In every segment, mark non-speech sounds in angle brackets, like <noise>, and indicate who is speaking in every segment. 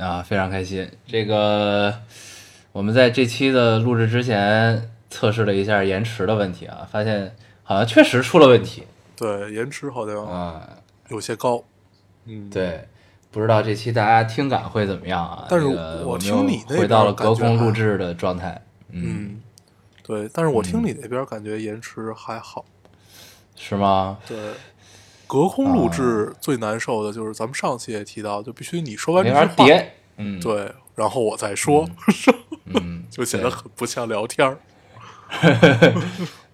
Speaker 1: 啊，非常开心。这个我们在这期的录制之前测试了一下延迟的问题啊，发现好像确实出了问题
Speaker 2: 对，延迟好像
Speaker 1: 啊。嗯
Speaker 2: 有些高，嗯
Speaker 1: 对，不知道这期大家听感会怎么样啊？
Speaker 2: 但是
Speaker 1: 这个
Speaker 2: 我
Speaker 1: 我们
Speaker 2: 听
Speaker 1: 又
Speaker 2: 你那
Speaker 1: 回到了
Speaker 2: 边
Speaker 1: 隔
Speaker 2: 感觉
Speaker 1: 空
Speaker 2: 还
Speaker 1: 录制的状态，嗯，
Speaker 2: 嗯，对。但是我听你那边感觉延迟还好。
Speaker 1: 是吗？
Speaker 2: 对，隔空录制最难受的就是咱们上期也提到，就必须你说完
Speaker 1: 没
Speaker 2: 这
Speaker 1: 法
Speaker 2: 句话，
Speaker 1: 叠，嗯，
Speaker 2: 对，然后我再说， <laughs>
Speaker 1: 嗯，
Speaker 2: 就显得很不像聊天儿。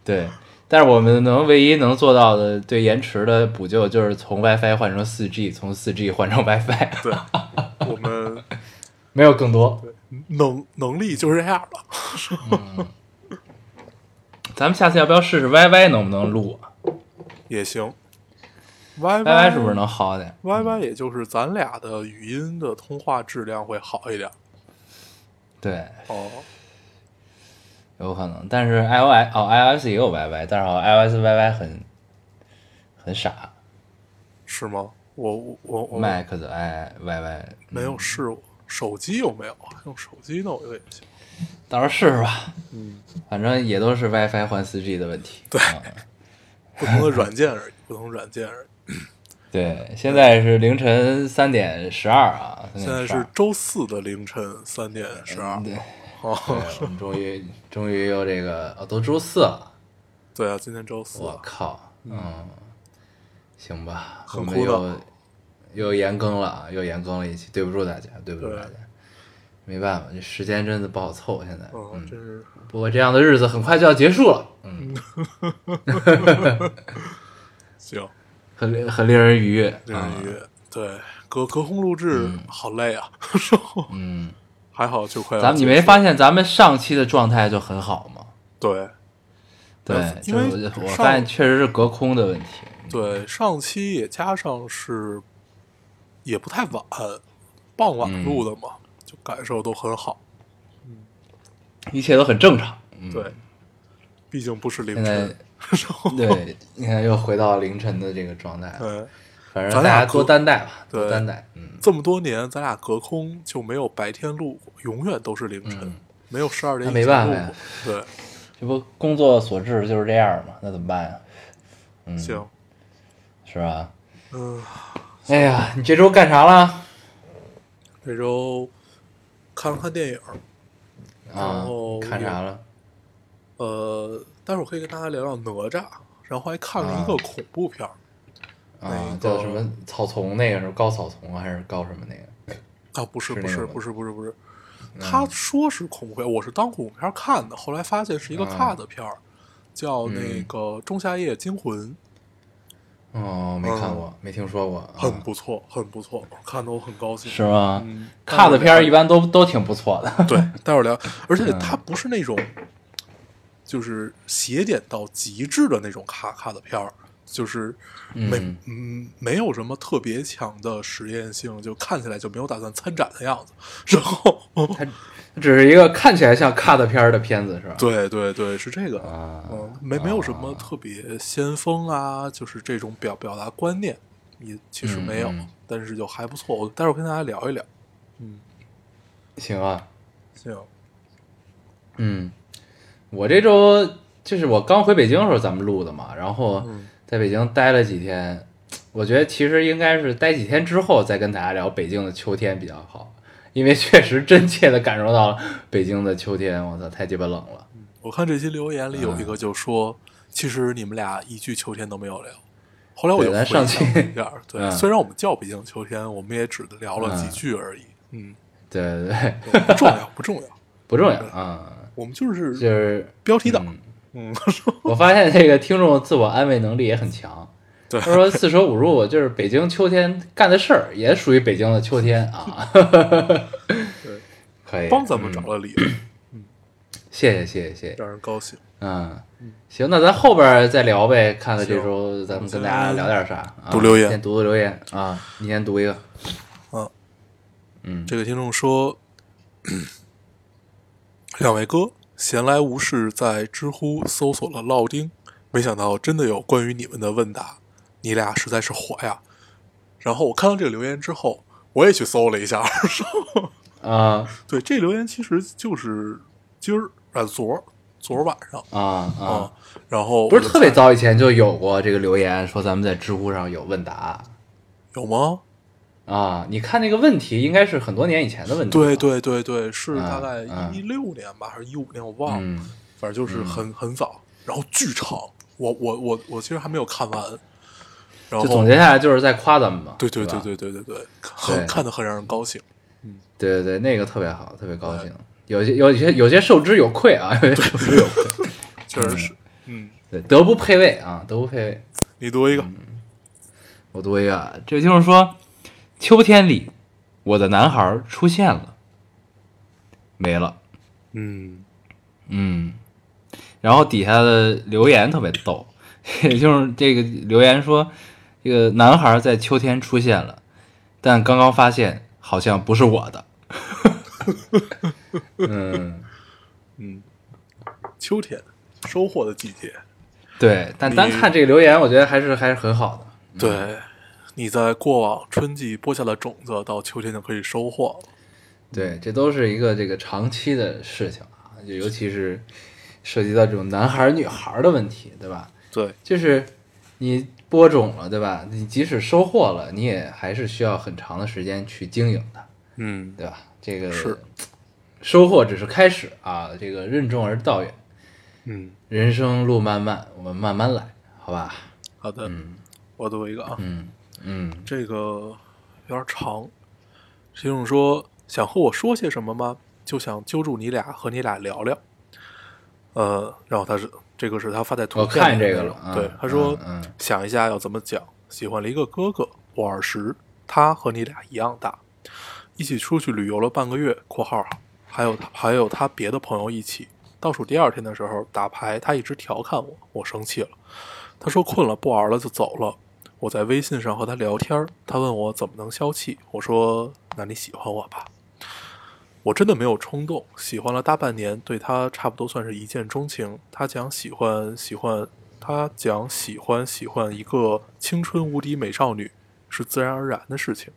Speaker 1: 对，但是我们能唯一能做到的对延迟的补救，就是从 WiFi 换成 4G，从 4G <laughs> 换成 WiFi，
Speaker 2: <laughs> 对，我们
Speaker 1: 没有更多。
Speaker 2: 能能力就是这样了。
Speaker 1: 咱们下次要不要试试 YY 能不能录啊
Speaker 2: 也行。Y
Speaker 1: ？YY 是不是能好点？
Speaker 2: Y Y 也就是咱俩的语音的通话质量会好一点
Speaker 1: 对，
Speaker 2: 哦。
Speaker 1: 有可能。但是 iOS 哦 iOS 也有 YY，但是好像 iOS YY 很很傻
Speaker 2: 是吗？我我我我
Speaker 1: ，Mac 的哎 i YY
Speaker 2: 没有试过，手机有没有啊？用手机弄一个也行。
Speaker 1: 到时候试试吧。嗯，反正也都是 WiFi 换 4G 的问题。嗯对、
Speaker 2: 不同的软件而已，不同软件
Speaker 1: <laughs>
Speaker 2: 而已。
Speaker 1: 对，现在是凌晨三点十二啊，3点
Speaker 2: 现在
Speaker 1: 12
Speaker 2: 是周四的凌晨三点十二。
Speaker 1: 嗯对，对
Speaker 2: 哦，
Speaker 1: 我们终于终于又这个哦，都周四了，
Speaker 2: 对啊，今天周四
Speaker 1: 我
Speaker 2: 啊，
Speaker 1: 靠，嗯，行吧，我
Speaker 2: 很
Speaker 1: 们
Speaker 2: 枯燥
Speaker 1: 又又延更了啊，又延更了一期，对不住大家，对不住大家，没办法，这时间真的不好凑，现在，
Speaker 2: 嗯，真是
Speaker 1: 不过这样的日子很快就要结束了，嗯，
Speaker 2: 行，
Speaker 1: 很很令人愉悦，
Speaker 2: 令人愉
Speaker 1: 嗯
Speaker 2: 悦。对，隔隔空录制好累啊， <laughs>
Speaker 1: 嗯，
Speaker 2: 还好就快要
Speaker 1: 咱们你
Speaker 2: 结
Speaker 1: 没
Speaker 2: 束
Speaker 1: 发现咱们上期的状态就很好吗？
Speaker 2: 对
Speaker 1: 对
Speaker 2: 呃，
Speaker 1: 就
Speaker 2: 因为
Speaker 1: 是我我
Speaker 2: 上
Speaker 1: 发现确实是隔空的问题，
Speaker 2: 对，上期也加上是也不太晚，傍晚录的
Speaker 1: 嗯
Speaker 2: 嘛，就感受都很好。
Speaker 1: 一切都很正常，嗯。
Speaker 2: 对，毕竟不是凌
Speaker 1: 现在
Speaker 2: 晨。
Speaker 1: 对，你看又回到凌晨的这个状态了，
Speaker 2: 对，
Speaker 1: 反正大
Speaker 2: 咱
Speaker 1: 家
Speaker 2: 俩
Speaker 1: 多
Speaker 2: 隔
Speaker 1: 担待吧，多
Speaker 2: 对
Speaker 1: 担待。嗯，
Speaker 2: 这么多年咱俩隔空就没有白天录过，永远都是凌晨，
Speaker 1: 嗯
Speaker 2: 没有十二点
Speaker 1: 那没
Speaker 2: 以前
Speaker 1: 办
Speaker 2: 录
Speaker 1: 法呀
Speaker 2: 过。对，
Speaker 1: 这不工作所致就是这样嘛，那怎么办呀？嗯，
Speaker 2: 行，
Speaker 1: 是吧？
Speaker 2: 嗯、
Speaker 1: 哎呀，你这周干啥了？
Speaker 2: 这周看了看电影，
Speaker 1: 啊
Speaker 2: 然后，
Speaker 1: 看啥了？
Speaker 2: 呃，待会儿可以跟大家聊聊哪吒，然后还看了一个恐怖片儿
Speaker 1: 啊
Speaker 2: 那个，
Speaker 1: 叫什么草丛那个是高草丛啊还是高什么那个？
Speaker 2: 啊，不是
Speaker 1: 是
Speaker 2: 不
Speaker 1: 那嗯
Speaker 2: 是
Speaker 1: 个吗
Speaker 2: 不是不是不是，他说是恐怖片，我是当恐怖片看的，后来发现是一个
Speaker 1: 啊
Speaker 2: cut 片儿，叫那
Speaker 1: 嗯
Speaker 2: 个《仲夏夜惊魂》。
Speaker 1: 哦，没看过，没听说过。啊
Speaker 2: 嗯很不错，很不错，看得我很高兴。
Speaker 1: 是吗
Speaker 2: 嗯？
Speaker 1: 看的片儿一般嗯都都挺不错的。
Speaker 2: 对，待
Speaker 1: <laughs>
Speaker 2: 会儿聊。而且它不是那种就是邪点到极致的那种卡卡的片儿，就是没
Speaker 1: 嗯
Speaker 2: 嗯没有什么特别强的实验性，就看起来就没有打算参展的样子。 <laughs> 然后，
Speaker 1: 它只是一个看起来像看的片儿的片子是吧？
Speaker 2: 对对对，是这个。
Speaker 1: 啊，
Speaker 2: 嗯，没没有什么特别先锋啊，就是这种表表达观念，也其实没有，
Speaker 1: 嗯嗯
Speaker 2: 但是就还不错。我待会儿跟大家聊一聊。
Speaker 1: 行啊，
Speaker 2: 行，
Speaker 1: 嗯，我这周就是我刚回北京的时候咱们录的嘛，然后在北京待了几天，我觉得其实应该是待几天之后再跟大家聊北京的秋天比较好，因为确实真切的感受到了北京的秋天，我操，太鸡巴冷了。
Speaker 2: 我看这期留言里有一个就说，
Speaker 1: 嗯
Speaker 2: 其实你们俩一句秋天都没有聊。后来我就
Speaker 1: 对咱
Speaker 2: 回
Speaker 1: 上
Speaker 2: 想
Speaker 1: 期
Speaker 2: 了一
Speaker 1: <laughs>
Speaker 2: 下，对，
Speaker 1: 嗯
Speaker 2: 虽然我们叫北京秋天，我们也只聊了几句而已，嗯，
Speaker 1: 对对对，
Speaker 2: 不重要，不重要，
Speaker 1: 不重要啊、
Speaker 2: 我们就
Speaker 1: 就是是
Speaker 2: 标题党，
Speaker 1: 嗯
Speaker 2: 嗯，
Speaker 1: <laughs> 我发现这个听众自我安慰能力也很强。
Speaker 2: 对
Speaker 1: 他说四舍五入就是北京秋天干的事儿，也属于北京的秋天啊。可以
Speaker 2: 帮咱们
Speaker 1: 嗯
Speaker 2: 找了
Speaker 1: <clears throat>
Speaker 2: 理由，
Speaker 1: 谢谢谢谢谢谢，
Speaker 2: 让人高兴。
Speaker 1: 嗯，行，那咱后边儿再聊呗，看看这周咱们跟大家聊点啥。啊
Speaker 2: 嗯读留言
Speaker 1: 先读读留言啊，你先读一个。
Speaker 2: 啊，
Speaker 1: 嗯
Speaker 2: 这个听众说：“两位哥，闲来无事在知乎搜索了烙丁，没想到真的有关于你们的问答，你俩实在是火呀！”然后我看到这个留言之后，我也去搜了一下，
Speaker 1: 啊
Speaker 2: <laughs> 对，这留言其实就是今儿啊，昨儿昨儿晚上
Speaker 1: 啊啊！
Speaker 2: 啊，然后
Speaker 1: 不是特别
Speaker 2: 早
Speaker 1: 早以前就有过这个留言，说咱们在知乎上有问答
Speaker 2: 有吗？
Speaker 1: 啊。你看那个问题，应该是很多年以前的问题。
Speaker 2: 对，对对对，是
Speaker 1: 嗯
Speaker 2: 大概
Speaker 1: 嗯
Speaker 2: 一六年吧，还是一五年，我忘了。
Speaker 1: 嗯
Speaker 2: 反正就是很、很早，然后巨长，我我我我其实还没有看完，然后
Speaker 1: 就总结下来就是在夸咱们嘛。
Speaker 2: 对对对
Speaker 1: 是吧
Speaker 2: 对对对对，很看得很让人高兴，
Speaker 1: 对对对，那个特别好，特别高
Speaker 2: 哎
Speaker 1: 兴。有些有些有些受之有愧啊，有些受之
Speaker 2: <laughs>
Speaker 1: 有愧，
Speaker 2: 确实是，嗯，
Speaker 1: 对，德不配位啊，德不配位。
Speaker 2: 你读一个，
Speaker 1: 嗯我读一个，啊这个听众说：“秋天里，我的男孩出现了，没了。
Speaker 2: 嗯”
Speaker 1: 嗯，然后底下的留言特别逗， <laughs> 也就是这个留言说：“这个男孩在秋天出现了，但刚刚发现好像不是我的。”嗯，
Speaker 2: 嗯，秋天收获的季节，
Speaker 1: 对，但单
Speaker 2: 你
Speaker 1: 看这个留言，我觉得还是还是很好的。
Speaker 2: 对，你在过往春季播下的种子，到秋天就可以收获了，
Speaker 1: 对，这都是一个这个长期的事情啊，就尤其是涉及到这种男孩儿女孩儿的问题，对吧？
Speaker 2: 对，
Speaker 1: 就是你播种了，对吧？你即使收获了，你也还是需要很长的时间去经营它，
Speaker 2: 嗯，
Speaker 1: 对吧？这个
Speaker 2: 是
Speaker 1: 收获只是开始啊，这个任重而道远，
Speaker 2: 嗯，
Speaker 1: 人生路漫漫，我们慢慢来，好吧？
Speaker 2: 好的，
Speaker 1: 嗯
Speaker 2: 我读一个啊，
Speaker 1: 嗯嗯
Speaker 2: 这个有点长。石勇说：“想和我说些什么吗？就想揪住你俩和你俩聊聊。”呃，然后他是这个是他发在图
Speaker 1: 我
Speaker 2: 片
Speaker 1: 看
Speaker 2: 里
Speaker 1: 见
Speaker 2: 的
Speaker 1: 这
Speaker 2: 内
Speaker 1: 个
Speaker 2: 容
Speaker 1: 了嗯
Speaker 2: 对，他说、
Speaker 1: 嗯嗯
Speaker 2: 想一下要怎么讲。喜欢了一个哥哥，我二十，他和你俩一样大，一起出去旅游了半个月（括号还有还有他别的朋友一起）。倒数第二天的时候打牌，他一直调侃我，我生气了。他说困了，不玩了就走了。我在微信上和他聊天儿，他问我怎么能消气，我说那你喜欢我吧。我真的没有冲动，喜欢了大半年，对他差不多算是一见钟情。他讲喜欢喜欢，他讲喜欢喜欢一个青春无敌美少女是自然而然的事情，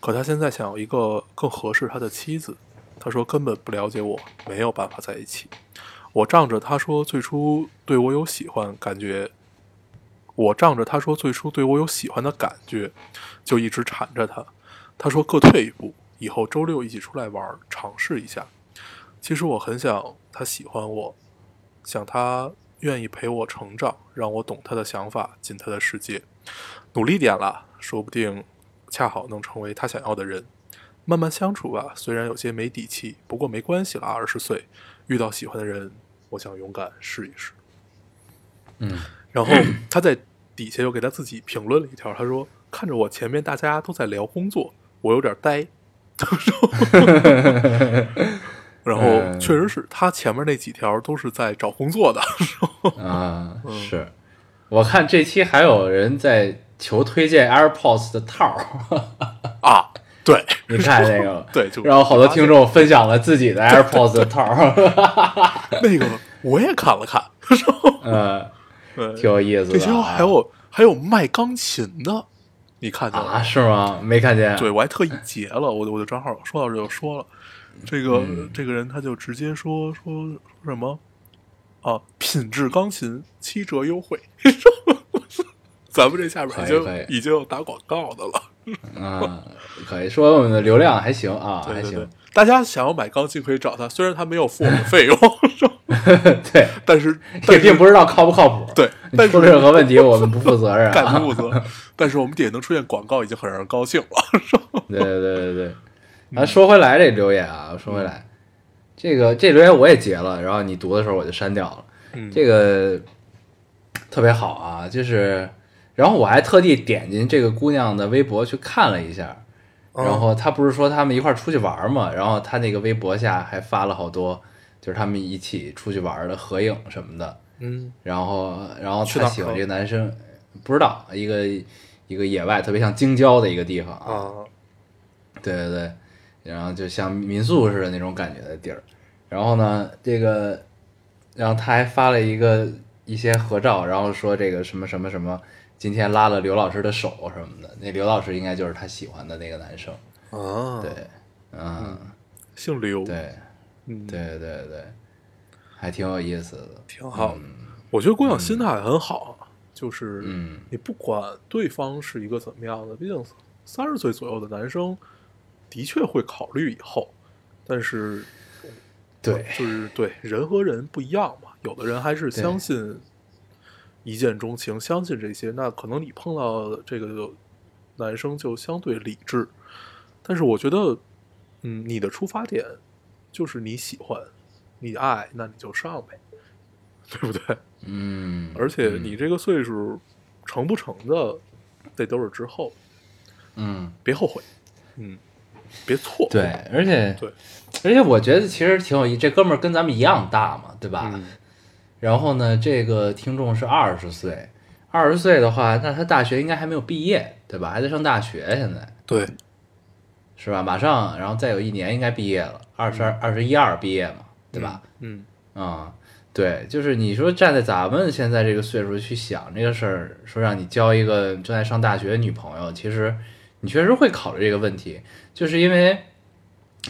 Speaker 2: 可他现在想要一个更合适他的妻子。他说根本不了解我，没有办法在一起。我仗着他说最初对我有喜欢，感觉我仗着他说最初对我有喜欢的感觉，就一直缠着他。他说各退一步，以后周六一起出来玩儿，尝试一下。其实我很想他喜欢我，想他愿意陪我成长，让我懂他的想法，进他的世界。努力点啦，说不定恰好能成为他想要的人。慢慢相处吧，虽然有些没底气，不过没关系啦。二十岁遇到喜欢的人，我想勇敢试一试。
Speaker 1: 嗯，
Speaker 2: 然后他在底下又给他自己评论了一条，他说：“看着我前面大家都在聊工作，我有点呆。”
Speaker 1: <laughs>
Speaker 2: 然后，然后
Speaker 1: 嗯
Speaker 2: 确实是他前面那几条都是在找工作的，
Speaker 1: 啊，是我看这期还有人在求推荐 AirPods 的套
Speaker 2: <laughs>
Speaker 1: 儿。
Speaker 2: 啊，对
Speaker 1: 你看那个了
Speaker 2: <laughs> 对就
Speaker 1: 然后好多听众分享了自己的 AirPods 的套儿，
Speaker 2: 那个我也看了看，
Speaker 1: <laughs> 嗯，
Speaker 2: 对
Speaker 1: 挺有意思的啊。
Speaker 2: 这些还有还有卖钢琴的，你看见了吗
Speaker 1: 啊？是吗？没看见。
Speaker 2: <laughs>
Speaker 1: 啊
Speaker 2: 对，我还特意截了，我我就正好说到这就说了，这个、
Speaker 1: 嗯
Speaker 2: 这个人他就直接说说说什么啊，品质钢琴七折优惠， <laughs> 咱们这下边已
Speaker 1: 可以可
Speaker 2: 经
Speaker 1: 以
Speaker 2: 已经有打广告的了，
Speaker 1: 嗯，可以说我们的流量还行啊，
Speaker 2: 对
Speaker 1: 还
Speaker 2: 对对
Speaker 1: 行。，
Speaker 2: 大家想要买钢琴可以找他，虽然他没有付我们
Speaker 1: <laughs>
Speaker 2: 费用，
Speaker 1: 对，
Speaker 2: 但是
Speaker 1: 也
Speaker 2: 但是
Speaker 1: 并不知道靠不靠谱。
Speaker 2: 对
Speaker 1: 你
Speaker 2: 但
Speaker 1: 出
Speaker 2: 是
Speaker 1: 任何问题我们不负责任
Speaker 2: <laughs> 干
Speaker 1: 啊。
Speaker 2: 不负责，但是我们底下能出现广告已经很让人高兴了，
Speaker 1: 对对对对对。啊，说回来这留言啊，说回来，这个这留言我也截了，然后你读的时候我就删掉了。
Speaker 2: 嗯
Speaker 1: 这个特别好啊，就是，然后我还特地点进这个姑娘的微博去看了一下，
Speaker 2: 嗯
Speaker 1: 然后他不是说他们一块儿出去玩儿嘛，然后他那个微博下还发了好多，就是他们一起出去玩儿的合影什么的。
Speaker 2: 嗯，
Speaker 1: 然后，然后
Speaker 2: 去
Speaker 1: 他
Speaker 2: 哪儿
Speaker 1: 喜欢
Speaker 2: 喝
Speaker 1: 这个男生，不知道一个一个野外特别像京郊的一个地方啊，
Speaker 2: 啊，
Speaker 1: 对对对，然后就像民宿似的那种感觉的地儿。然后呢，这个，然后他还发了一个一些合照，然后说这个什么什么什么，今天拉了刘老师的手什么的。那刘老师应该就是他喜欢的那个男生。
Speaker 2: 啊，
Speaker 1: 对，，嗯，
Speaker 2: 姓刘，
Speaker 1: 对，
Speaker 2: 嗯，
Speaker 1: 对对对，还挺有意思的。
Speaker 2: 挺好的。我觉得姑娘心态很好啊，就是
Speaker 1: 嗯
Speaker 2: 你不管对方是一个怎么样的，毕竟三十岁左右的男生的确会考虑以后，但是
Speaker 1: 对，
Speaker 2: 就是对人和人不一样嘛，有的人还是相信一见钟情，相信这些，那可能你碰到的这个男生就相对理智，但是我觉得，嗯，你的出发点就是你喜欢，你爱，那你就上呗， <laughs> 对不对？
Speaker 1: 嗯，
Speaker 2: 而且你这个岁数成不成的，这都是之后，
Speaker 1: 嗯，
Speaker 2: 别后悔，嗯，别错，
Speaker 1: 对，而且
Speaker 2: 对，
Speaker 1: 而且我觉得其实挺有意，这哥们儿跟咱们一样大嘛，对吧？
Speaker 2: 嗯
Speaker 1: 然后呢，这个听众是二十岁，二十岁的话，那他大学应该还没有毕业，对吧？还在上大学，现在
Speaker 2: 对，
Speaker 1: 是吧？马上，然后再有一年应该毕业了，二十二、二十一二毕业嘛，对吧？
Speaker 2: 嗯，
Speaker 1: 啊、对，就是你说站在咱们现在这个岁数去想这个事儿，说让你交一个正在上大学的女朋友，其实你确实会考虑这个问题，就是因为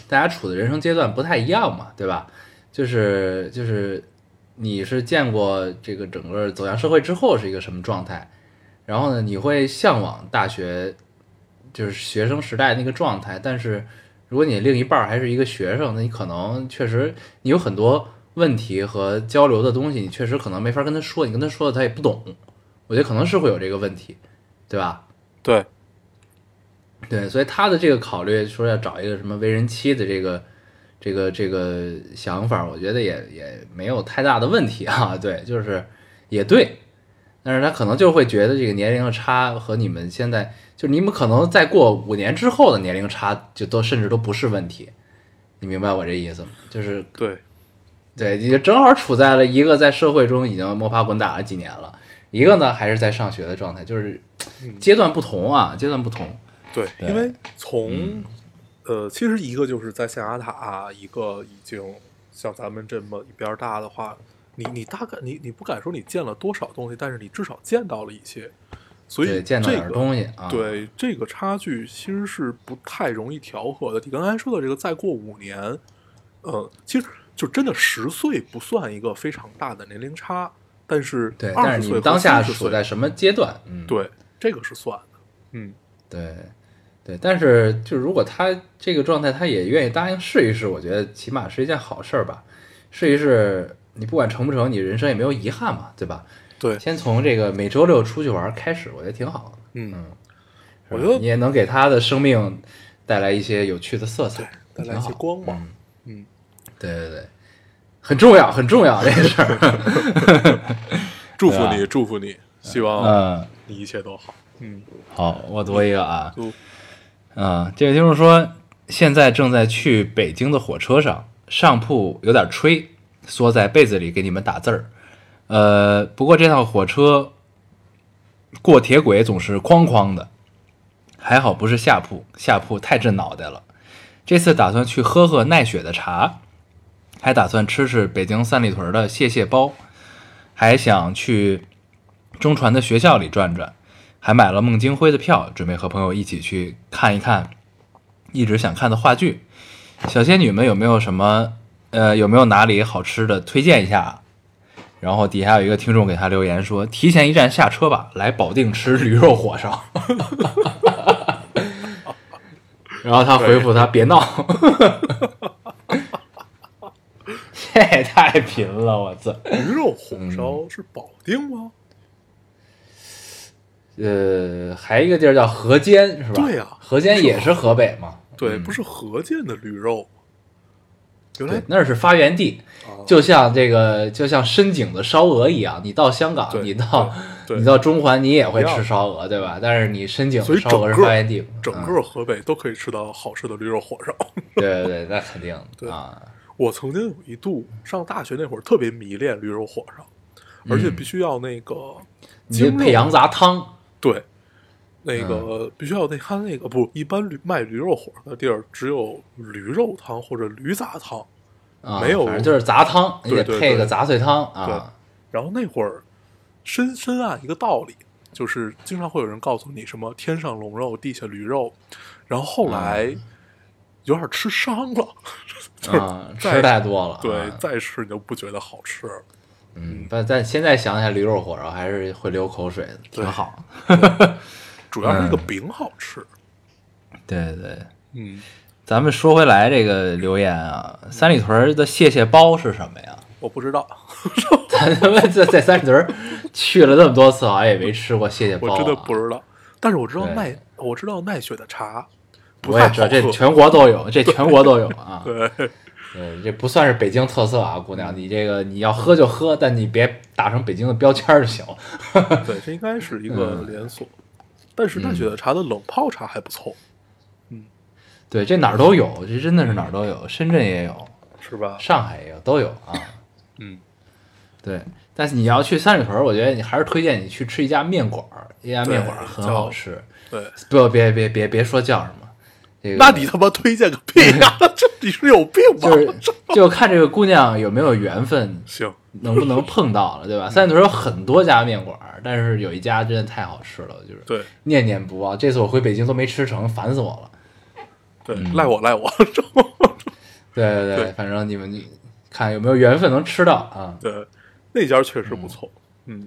Speaker 1: 大家处的人生阶段不太一样嘛，对吧？就是就是你是见过这个整个走向社会之后是一个什么状态，然后呢，你会向往大学就是学生时代那个状态，但是如果你另一半儿还是一个学生，那你可能确实你有很多问题和交流的东西，你确实可能没法跟他说，你跟他说的他也不懂，我觉得可能是会有这个问题，对吧？
Speaker 2: 对，
Speaker 1: 对，所以他的这个考虑说要找一个什么为人妻的这个这个这个想法，我觉得也也没有太大的问题啊。对，就是也对，但是他可能就会觉得这个年龄的差和你们现在，就是你们可能再过五年之后的年龄差，就都甚至都不是问题。你明白我这意思吗？就是
Speaker 2: 对，
Speaker 1: 对，也正好处在了一个在社会中已经摸爬滚打了几年了，一个呢还是在上学的状态，就是阶段不同啊，阶段不同。
Speaker 2: 对，
Speaker 1: 对
Speaker 2: 因为从、呃，其实一个就是在象牙塔，一个已经像咱们这么一边儿大的话，你你大概你你不敢说你见了多少东西，但是你至少见到了一些，所以
Speaker 1: 对，见到
Speaker 2: 这
Speaker 1: 点
Speaker 2: 个
Speaker 1: 东西啊。，
Speaker 2: 对这个差距其实是不太容易调和的。你刚才说的这个，再过五年，呃，其实就真的十岁不算一个非常大的年龄差，但是
Speaker 1: 对，但
Speaker 2: 二
Speaker 1: 是
Speaker 2: 十
Speaker 1: 你
Speaker 2: 岁
Speaker 1: 们
Speaker 2: 和
Speaker 1: 当下
Speaker 2: 30
Speaker 1: 处
Speaker 2: 岁
Speaker 1: 在什么阶段？嗯，
Speaker 2: 对这个是算的，嗯，
Speaker 1: 对对，但是就如果他这个状态，他也愿意答应试一试，我觉得起码是一件好事儿吧。试一试，你不管成不成，你人生也没有遗憾嘛，对吧？
Speaker 2: 对，
Speaker 1: 先从这个每周六出去玩儿开始，我觉得挺好的。
Speaker 2: 嗯，
Speaker 1: 是
Speaker 2: 我
Speaker 1: 吧
Speaker 2: 觉得
Speaker 1: 你也能给他的生命带来一些有趣的色彩，
Speaker 2: 带来一些
Speaker 1: 挺好
Speaker 2: 光芒。嗯
Speaker 1: 嗯，对对对，很重要，很重要这事
Speaker 2: <laughs>
Speaker 1: 儿。
Speaker 2: 祝福
Speaker 1: 对啊
Speaker 2: 你，祝福你，希望
Speaker 1: 嗯，
Speaker 2: 你一切都好。嗯，
Speaker 1: 好，我读一个啊。
Speaker 2: 就
Speaker 1: 啊，这位听众说，现在正在去北京的火车上，上铺有点吹，缩在被子里给你们打字儿。呃，不过这趟火车过铁轨总是哐哐的，还好不是下铺，下铺太震脑袋了。这次打算去喝喝奈雪的茶，还打算吃吃北京三里屯的蟹蟹包，还想去中传的学校里转转。还买了孟京辉的票，准备和朋友一起去看一看一直想看的话剧。小仙女们有没有什么呃有没有哪里好吃的推荐一下啊？然后底下有一个听众给他留言说：“提前一站下车吧，来保定吃驴肉火烧。” <laughs> 然后他回复他：“别闹。” <laughs> 这也太贫了，我操！
Speaker 2: 驴肉
Speaker 1: 嗯
Speaker 2: 火烧是保定吗？
Speaker 1: 呃，还有一个地儿叫河间，是吧？
Speaker 2: 对呀
Speaker 1: 河间也是河北嘛。
Speaker 2: 对，不是河间的驴肉，原
Speaker 1: 对
Speaker 2: 来，
Speaker 1: 那是发源地，
Speaker 2: 哦
Speaker 1: 就像这个，就像深井的烧鹅一样，你到香港，
Speaker 2: 对
Speaker 1: 你到
Speaker 2: 对
Speaker 1: 你到中环，你也会
Speaker 2: 一样
Speaker 1: 吃烧鹅，对吧？但是你深井
Speaker 2: 所
Speaker 1: 的
Speaker 2: 以
Speaker 1: 烧鹅是
Speaker 2: 整个
Speaker 1: 发源地嘛，
Speaker 2: 整
Speaker 1: 嗯
Speaker 2: 个河北都可以吃到好吃的驴肉火烧。
Speaker 1: 对对对，那肯定
Speaker 2: <laughs> 对
Speaker 1: 啊，
Speaker 2: 我曾经有一度上大学那会儿特别迷恋驴肉火烧，而且必须要那个
Speaker 1: 嗯你就
Speaker 2: 京
Speaker 1: 配
Speaker 2: 肉
Speaker 1: 羊嗯杂汤，
Speaker 2: 对，那个、必须要那他那个不，一般驴卖驴肉火烧的地儿只有驴肉汤或者驴杂汤。
Speaker 1: 啊，
Speaker 2: 没有
Speaker 1: 反正就是杂汤，你
Speaker 2: 对
Speaker 1: 得
Speaker 2: 对
Speaker 1: 配个
Speaker 2: 对
Speaker 1: 杂碎汤啊，
Speaker 2: 然后那会儿深深谙一个道理，就是经常会有人告诉你什么天上龙肉，地下驴肉，然后后
Speaker 1: 嗯
Speaker 2: 来有点吃伤了，就是
Speaker 1: 啊，
Speaker 2: 再
Speaker 1: 吃太多了，
Speaker 2: 对，
Speaker 1: 啊
Speaker 2: 再吃你就不觉得好吃。
Speaker 1: 嗯，但但现在想起来驴肉火烧还是会流口水的，挺
Speaker 2: 对
Speaker 1: 好，
Speaker 2: <laughs> 主要是
Speaker 1: 嗯
Speaker 2: 那个饼好吃，
Speaker 3: 对对对，
Speaker 2: 嗯，
Speaker 3: 咱们说回来这个留言啊，三里屯儿的蟹蟹包是什么呀？
Speaker 2: 我不知道，
Speaker 1: <laughs>
Speaker 2: <laughs>
Speaker 1: 咱他妈在在三里屯儿去了那么多次，好像也没吃过蟹蟹包、
Speaker 2: 我
Speaker 1: 啊，
Speaker 2: 真的不知道，但是我知道
Speaker 1: 对
Speaker 2: 奈，我知道奈雪的茶不
Speaker 1: 我
Speaker 2: 太
Speaker 1: 也知
Speaker 2: 好
Speaker 1: 道，
Speaker 2: 喝
Speaker 1: 这。全国都有，这全国都有啊。
Speaker 2: 对，
Speaker 1: 对，这不算是北京特色啊，姑娘，你这个你要喝就喝，但你别打成北京的标签儿就行。
Speaker 2: 对，这应该是一个
Speaker 1: 嗯
Speaker 2: 连锁，但是奈雪的茶的冷泡茶还不错，
Speaker 1: 对，这哪儿都有，这真的是哪儿都有，深圳也有，
Speaker 2: 是吧？
Speaker 1: 上海也有，都有啊。
Speaker 2: 嗯，
Speaker 1: 对，但是你要去三里屯儿，我觉得你还是推荐你去吃一家面馆儿，一家面馆儿
Speaker 2: 对
Speaker 1: 很
Speaker 2: 叫
Speaker 1: 好吃。
Speaker 2: 对，
Speaker 1: 不，别别别别说叫什么，这个
Speaker 2: 那你他妈推荐个屁呀、 <laughs> 这你是有病吧？
Speaker 1: 嗯 <laughs> 就是就看这个姑娘有没有缘分，
Speaker 2: 行，
Speaker 1: 能不能碰到了，对吧？三里屯有很多家面馆儿，但是有一家真的太好吃了，就是
Speaker 2: 对
Speaker 1: 念念不忘。这次我回北京都没吃成，烦死我了。
Speaker 2: 对，
Speaker 1: 嗯
Speaker 2: 赖我赖我， <laughs>
Speaker 1: 对对
Speaker 2: 对
Speaker 1: 反正你们你看有没有缘分能吃到啊？
Speaker 2: 对，那家确实不错。嗯，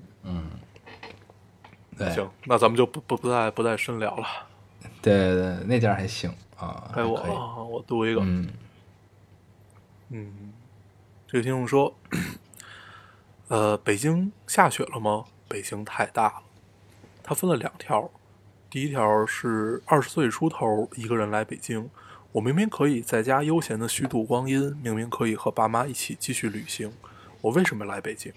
Speaker 3: 对
Speaker 2: 行，那咱们就不不不再不再深聊
Speaker 1: 啊
Speaker 2: 了。
Speaker 3: 对对对，那家还行啊，
Speaker 2: 该我
Speaker 3: 还可以。
Speaker 2: 啊，我读一个。
Speaker 3: 嗯，
Speaker 2: 嗯，这个听众说，呃，北京下雪了吗？北京太大了。他分了两条，第一条是二十岁出头一个人来北京，我明明可以在家悠闲的虚度光阴，明明可以和爸妈一起继续旅行，我为什么来北京？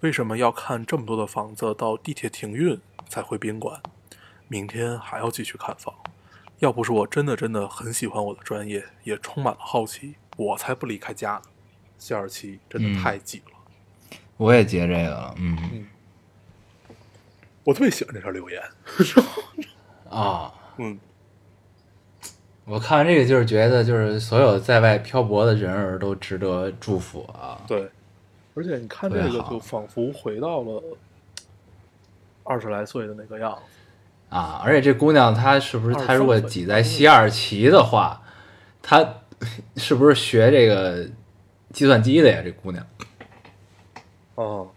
Speaker 2: 为什么要看这么多的房子到地铁停运才回宾馆？明天还要继续看房。要不是我真的真的很喜欢我的专业，也充满了好奇，我才不离开家呢。下学期真的太挤了，
Speaker 3: 我也截这个了。嗯，
Speaker 2: 我特别喜欢这条留言。
Speaker 1: 啊，
Speaker 2: 嗯，
Speaker 1: 我看完这个就是觉得，就是所有在外漂泊的人儿都值得祝福啊。
Speaker 2: 对，而且你看这
Speaker 3: 特别
Speaker 2: 个，
Speaker 3: 好
Speaker 2: 就仿佛回到了二十来岁的那个样子。
Speaker 1: 啊，而且这姑娘她是不是她
Speaker 2: 23
Speaker 1: 如果
Speaker 2: 岁
Speaker 1: 挤在西二旗的话，她
Speaker 3: <laughs>
Speaker 1: 是不是学这个计算机的呀？这姑娘，
Speaker 2: 哦，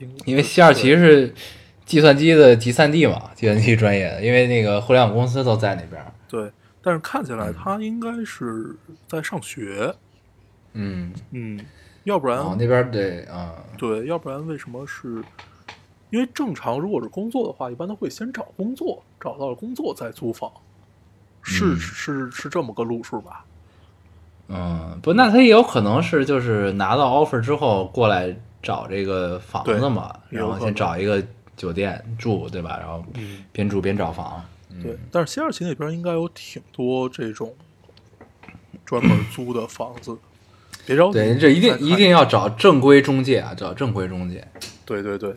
Speaker 2: 应
Speaker 3: 因为西二旗是计算机的集散地嘛，计算机专业的，因为那个互联网公司都在那边儿。
Speaker 2: 对，但是看起
Speaker 3: 嗯
Speaker 2: 来他应该是在上学，
Speaker 1: 嗯，
Speaker 2: 嗯，要不然
Speaker 3: 哦
Speaker 1: 然后那边儿对，嗯，
Speaker 2: 对，要不然为什么是？因为正常如果是工作的话，一般都会先找工作，找到了工作再租房，是、
Speaker 3: 嗯
Speaker 2: 是是这么个路数吧？
Speaker 3: 嗯，不，那他也有可能是就是拿到 offer 之后过来找这个房
Speaker 2: 对
Speaker 3: 子嘛，然
Speaker 2: 有
Speaker 3: 后
Speaker 2: 可
Speaker 3: 先
Speaker 2: 能
Speaker 3: 找一个酒店住，对吧？然后
Speaker 2: 嗯
Speaker 3: 边住边找房。
Speaker 1: 嗯
Speaker 2: 对。但是西二旗那边应该有挺多这种专门租的房子，别着急，
Speaker 1: 对，这一定
Speaker 2: 再看
Speaker 1: 一定要找正规中介啊，找正规中介。
Speaker 2: 对对对，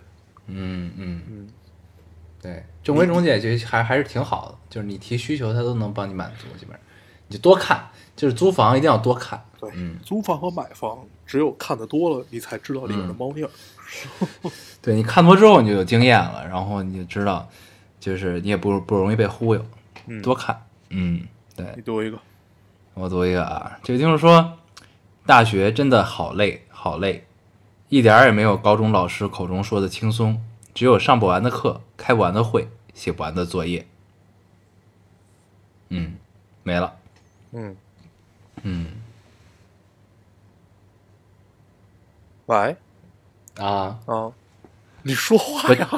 Speaker 1: 嗯嗯，
Speaker 2: 嗯，
Speaker 1: 对，正规中介其实还还是挺好的，就是你提需求，他都能帮你满足，基本上你就多看，就是租房一定要多看。
Speaker 2: 对，
Speaker 1: 嗯
Speaker 2: 租房和买房只有看的多了，你才知道里
Speaker 1: 嗯
Speaker 2: 面的猫腻儿。
Speaker 3: 对你看多之后你就有经验了，然后你就知道，就是你也不不容易被忽悠，
Speaker 2: 嗯
Speaker 3: 多看。嗯，对
Speaker 2: 你读一个，
Speaker 3: 我读一个啊，这个听众说，大学真的好累，好累，一点儿也没有高中老师口中说的轻松，只有上不完的课，开不完的会，写不完的作业。嗯，没了。
Speaker 2: 嗯，
Speaker 3: 嗯，
Speaker 2: 喂
Speaker 1: 啊，
Speaker 2: 啊，你说话呀。。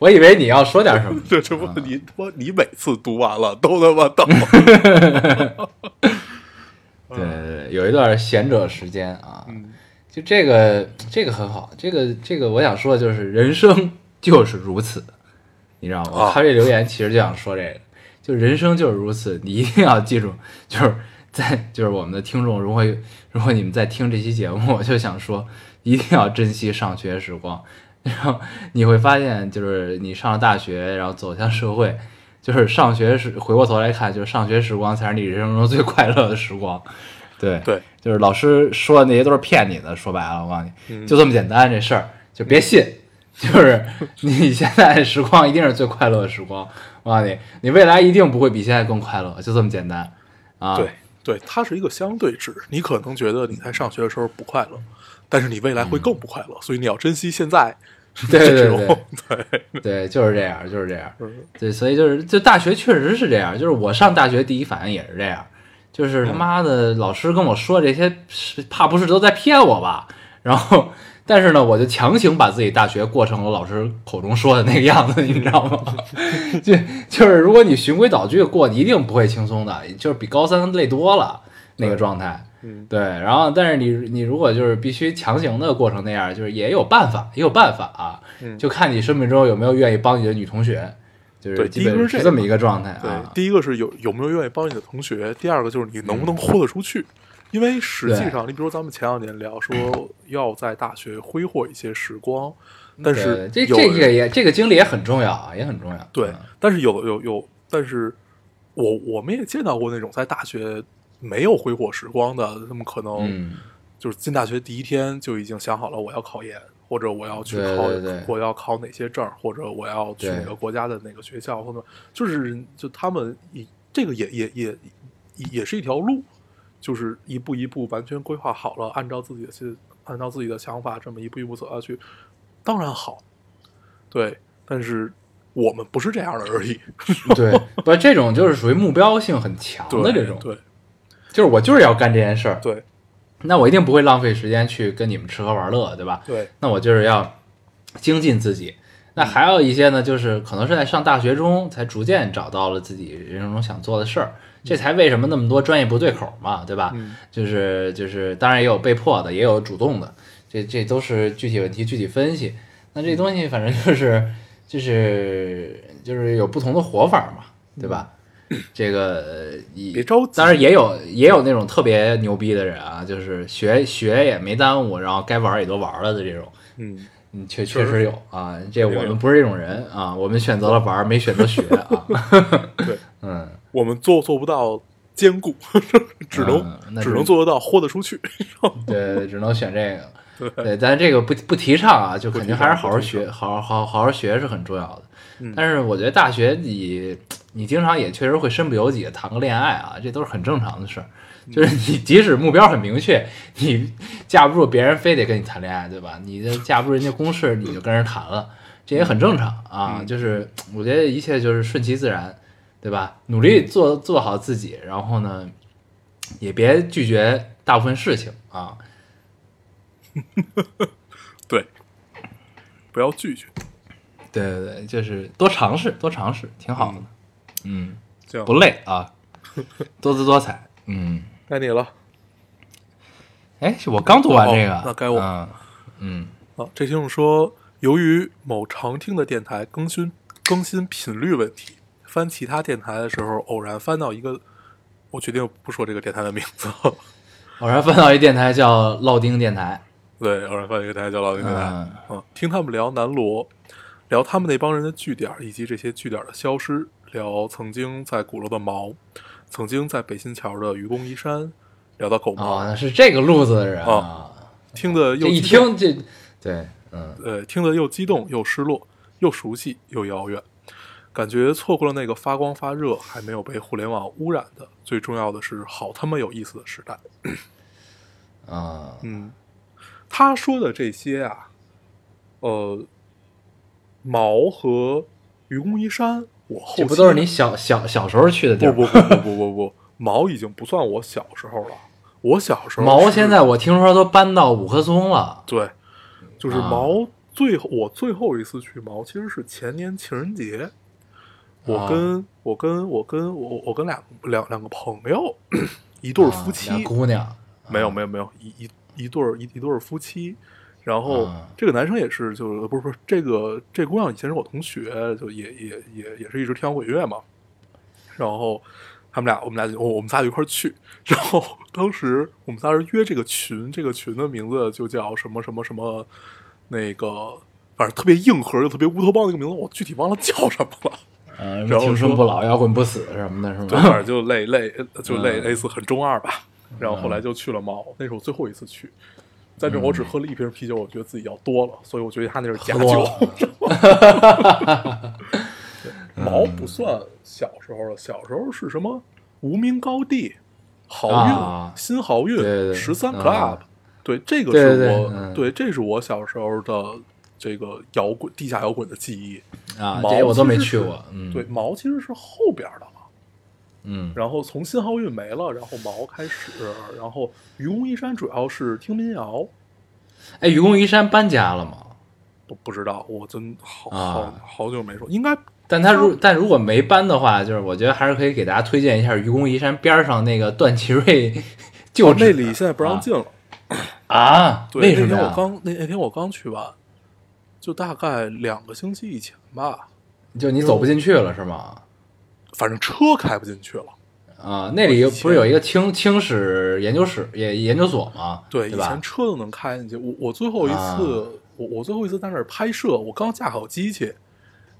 Speaker 1: 我以为你要说点什么
Speaker 2: 这这不你他妈你
Speaker 1: <laughs>
Speaker 2: 每次读完了都他妈到，
Speaker 3: <laughs> 对对对，
Speaker 1: 有一段闲者时间啊，
Speaker 2: 嗯
Speaker 1: 就这个这个很好，这个这个我想说的就是人生 <laughs> 就是如此，你知道吗？
Speaker 2: 啊
Speaker 1: 我看这留言其实就想说这个，就人生就是如此，你一定要记住，就是在就是我们的听众，如果如果你们在听这期节目，我就想说，一定要珍惜上学时光，然后你会发现，就是你上了大学，然后走向社会。就是上学时回过头来看，就是上学时光才是你人生中最快乐的时光，对
Speaker 2: 对，
Speaker 1: 就是老师说的那些都是骗你的，说白了，我告诉你，就这么简单这事儿，就别信。就是你现在的时光一定是最快乐的时光，我告诉你，你未来一定不会比现在更快乐，就这么简单啊！
Speaker 2: 对，对，它是一个相对值。你可能觉得你在上学的时候不快乐，但是你未来会更不快乐，所以你要珍惜现
Speaker 1: <laughs>
Speaker 2: 在。
Speaker 1: 嗯对对
Speaker 2: 这
Speaker 1: 对
Speaker 2: 种 <laughs> 对，
Speaker 1: 对，就是这样，就是这样。对，所以就是就大学确实是这样，就是我上大学第一反应也是这样，就是
Speaker 2: 嗯
Speaker 1: 他妈的老师跟我说这些，是怕不是都在骗我吧？ <laughs> 然后，但是呢，我就强行把自己大学过成了老师口中说的那个样子，你知道吗？ <laughs> 就就是如果你循规蹈矩地过，你一定不会轻松的，就是比高三累多了
Speaker 2: 嗯
Speaker 1: 那个状态。对，然后但是你你如果就是必须强行的过成那样，就是也有办法，也有办法啊，
Speaker 2: 嗯
Speaker 1: 就看你生命中有没有愿意帮你的女同学，就是
Speaker 2: 对
Speaker 1: 基
Speaker 2: 第一个
Speaker 1: 本
Speaker 2: 是这
Speaker 1: 这么
Speaker 2: 个
Speaker 1: 一个状态
Speaker 2: 对
Speaker 1: 啊。
Speaker 2: 第一个是有有没有愿意帮你的同学，第二个就是你能不能
Speaker 1: 嗯
Speaker 2: 豁得出去。因为实际上，你比如咱们前两年聊
Speaker 1: <clears throat>
Speaker 2: 说要在大学挥霍一些时光，但是
Speaker 1: 对这
Speaker 2: 有
Speaker 1: 这
Speaker 2: 人
Speaker 1: 个也这个经历也很重要啊，也很重要。
Speaker 2: 对
Speaker 1: 嗯，
Speaker 2: 但是有有有，但是我我们也见到过那种在大学没有挥霍时光的，他们可能
Speaker 1: 嗯，
Speaker 2: 就是进大学第一天就已经想好了我要考研，或者我要去
Speaker 1: 对
Speaker 2: 考，
Speaker 1: 对对
Speaker 2: 我要考哪些证儿，或者我要去哪
Speaker 1: 对
Speaker 2: 个国家的哪个学校，或者就是就他们以这个也也也也也是一条路，就是一步一步完全规划好了，按照自己的去按照自己的想法这么一步一步走下去，当然好，对，但是我们不是这样的而已， <laughs>
Speaker 1: 对，不，这种就是属于目标性很强的
Speaker 2: 对
Speaker 1: 这种，
Speaker 2: 对
Speaker 1: 就是我就是要干这件事儿，
Speaker 2: 对
Speaker 1: 那我一定不会浪费时间去跟你们吃喝玩乐，对吧？
Speaker 2: 对
Speaker 1: 那我就是要精进自己。那还有一些呢，就是可能是在上大学中才逐渐找到了自己人生中想做的事儿，这才为什么那么多专业不对口嘛，对吧？就是就是，当然也有被迫的，也有主动的，这这都是具体问题具体分析。那这东西反正就是就是就是有不同的活法嘛，对吧？这个呃也
Speaker 2: 别着急
Speaker 1: 当然也有也有那种特别牛逼的人啊，就是学学也没耽误，然后该玩儿也都玩儿了的这种，
Speaker 2: 嗯，
Speaker 1: 嗯，确
Speaker 2: 确
Speaker 1: 确
Speaker 2: 实
Speaker 1: 实有啊，这我
Speaker 2: 有
Speaker 1: 们不是这种人啊，我们选择了玩儿，没选择学啊。
Speaker 2: <laughs> 对，
Speaker 1: 嗯，
Speaker 2: 我们做做不到兼顾，只能
Speaker 1: 嗯、那
Speaker 2: 只
Speaker 1: 是
Speaker 2: 能做得到豁得出去，
Speaker 1: 对，只能选这个。对，但是这个不不提倡啊，就肯定还是好好学，好好好好学是很重要的。但是我觉得大学你你经常也确实会身不由己地谈个恋爱啊，这都是很正常的事儿。就是你即使目标很明确，你架不住别人非得跟你谈恋爱，对吧？你这架不住人家公式，你就跟人谈了，这也很正常啊。就是我觉得一切就是顺其自然，对吧？努力做做好自己，然后呢，也别拒绝大部分事情啊。
Speaker 2: 对，不要拒绝。
Speaker 1: 对对对，就是多尝试，多尝试，挺好的。嗯，
Speaker 2: 行，
Speaker 1: 不累
Speaker 2: <laughs>
Speaker 1: 啊，多姿多彩。嗯，
Speaker 2: 该你了
Speaker 1: 哎，是我刚读完这个，
Speaker 2: 哦那该我
Speaker 1: 嗯嗯，
Speaker 2: 啊！这听众说，由于某常听的电台更新更新频率问题，翻其他电台的时候，偶然翻到一个，我决定不说这个电台的名字。
Speaker 1: 偶然翻到一电台叫烙丁电台，
Speaker 2: 对，偶然翻到一个电台叫老丁电台，
Speaker 1: 嗯
Speaker 2: 嗯，听他们聊南罗，聊他们那帮人的据点以及这些据点的消失，聊曾经在鼓楼的毛，曾经在北新桥的愚公移山，聊到狗毛，
Speaker 1: 哦，那是这个路子的人啊
Speaker 2: 哦。听得
Speaker 1: 这
Speaker 2: 又
Speaker 1: 一
Speaker 2: 激动
Speaker 1: 听这，对，嗯，
Speaker 2: 呃，听得又激动又失落，又熟悉又遥远，感觉错过了那个发光发热还没有被互联网污染的，最重要的是好他妈有意思的时代。
Speaker 1: 啊，
Speaker 2: 嗯，他说的这些啊，呃，毛和愚公移山，我后期
Speaker 1: 这不都是你小小小时候去的地
Speaker 2: 不
Speaker 1: 儿？
Speaker 2: 不不不不不不，毛已经不算我小时候了，我小时候
Speaker 1: 毛
Speaker 2: 是
Speaker 1: 现在我听说都搬到五棵松了。
Speaker 2: 对，就是
Speaker 1: 啊
Speaker 2: 毛最后、我最后一次去毛其实是前年情人节，我
Speaker 1: 啊
Speaker 2: 跟、我跟我跟我我跟俩两两个朋友，一对儿
Speaker 1: 啊
Speaker 2: <coughs> 夫妻，
Speaker 1: 俩姑娘啊
Speaker 2: 没有没有没有一一一对儿一一对儿夫妻，然后、
Speaker 1: 啊
Speaker 2: 这个男生也是就是呃不是不是这个这姑娘以前是我同学，就也也也也是一直听摇滚乐嘛，然后他们俩我们俩就我我们仨就一块儿去，然后当时我们仨人约这个群，这个群的名字就叫什么什么什么那个。反正特别硬核又特别乌托邦那个名字，我具体忘了叫什么了。
Speaker 1: 呃，
Speaker 2: 然后
Speaker 1: 青春
Speaker 2: 说
Speaker 1: 不老，摇滚不死什么的，是
Speaker 2: 对，
Speaker 1: 吗？
Speaker 2: 反
Speaker 1: <laughs>
Speaker 2: 正就类类就类
Speaker 1: 嗯
Speaker 2: 类似很中二吧。然后后来就去了猫，那是我最后一次去，在这我只喝了一瓶啤酒，我觉得自己要多了，所以我觉得他那是假
Speaker 1: 嗯喝多
Speaker 2: 酒
Speaker 1: 了。嗯
Speaker 2: 毛不算小时候了，小时候是什么无名高地、好运、
Speaker 1: 啊
Speaker 2: 新好
Speaker 1: 对对
Speaker 2: 运、
Speaker 1: 对
Speaker 2: 十三
Speaker 1: 啊
Speaker 2: club，对这个
Speaker 1: 对
Speaker 2: 是
Speaker 1: 对对
Speaker 2: 我
Speaker 1: 嗯
Speaker 2: 对这是我小时候的这个摇滚地下摇滚的记忆。 <laughs>
Speaker 1: 啊，
Speaker 2: 毛
Speaker 1: 这我都没
Speaker 2: 其实
Speaker 1: 去
Speaker 2: 是
Speaker 1: 过。嗯，
Speaker 2: 对，，毛其实是后边的了。
Speaker 1: 嗯，
Speaker 2: 然后从新奥运没了，然后毛开始，然后愚公移山主要是听民谣，
Speaker 1: 哎，愚公移山搬家了吗？
Speaker 2: 不不知道，我真好
Speaker 1: 啊
Speaker 2: 好好久没说，应该
Speaker 1: 但他如但如果没搬的话，就是我觉得还是可以给大家推荐一下愚公移山边上那个段祺瑞旧址
Speaker 2: 哦那里现在不让进了。
Speaker 1: 啊？
Speaker 2: 对，
Speaker 1: 为什
Speaker 2: 那
Speaker 1: 么
Speaker 2: 天我
Speaker 1: 呀？
Speaker 2: 刚那那天我刚去完，就大概两个星期以前吧，
Speaker 1: 就你走不进去了是吗？
Speaker 2: 反正车开不进去了。
Speaker 1: 啊，那里
Speaker 2: 我以前
Speaker 1: 不是有一个清清史研究室也研究所吗？对
Speaker 2: 对，以
Speaker 1: 吧
Speaker 2: 前？车都能开进去。我我最后一次，
Speaker 1: 啊
Speaker 2: 我我最后一次在那儿拍摄，我刚架好机器，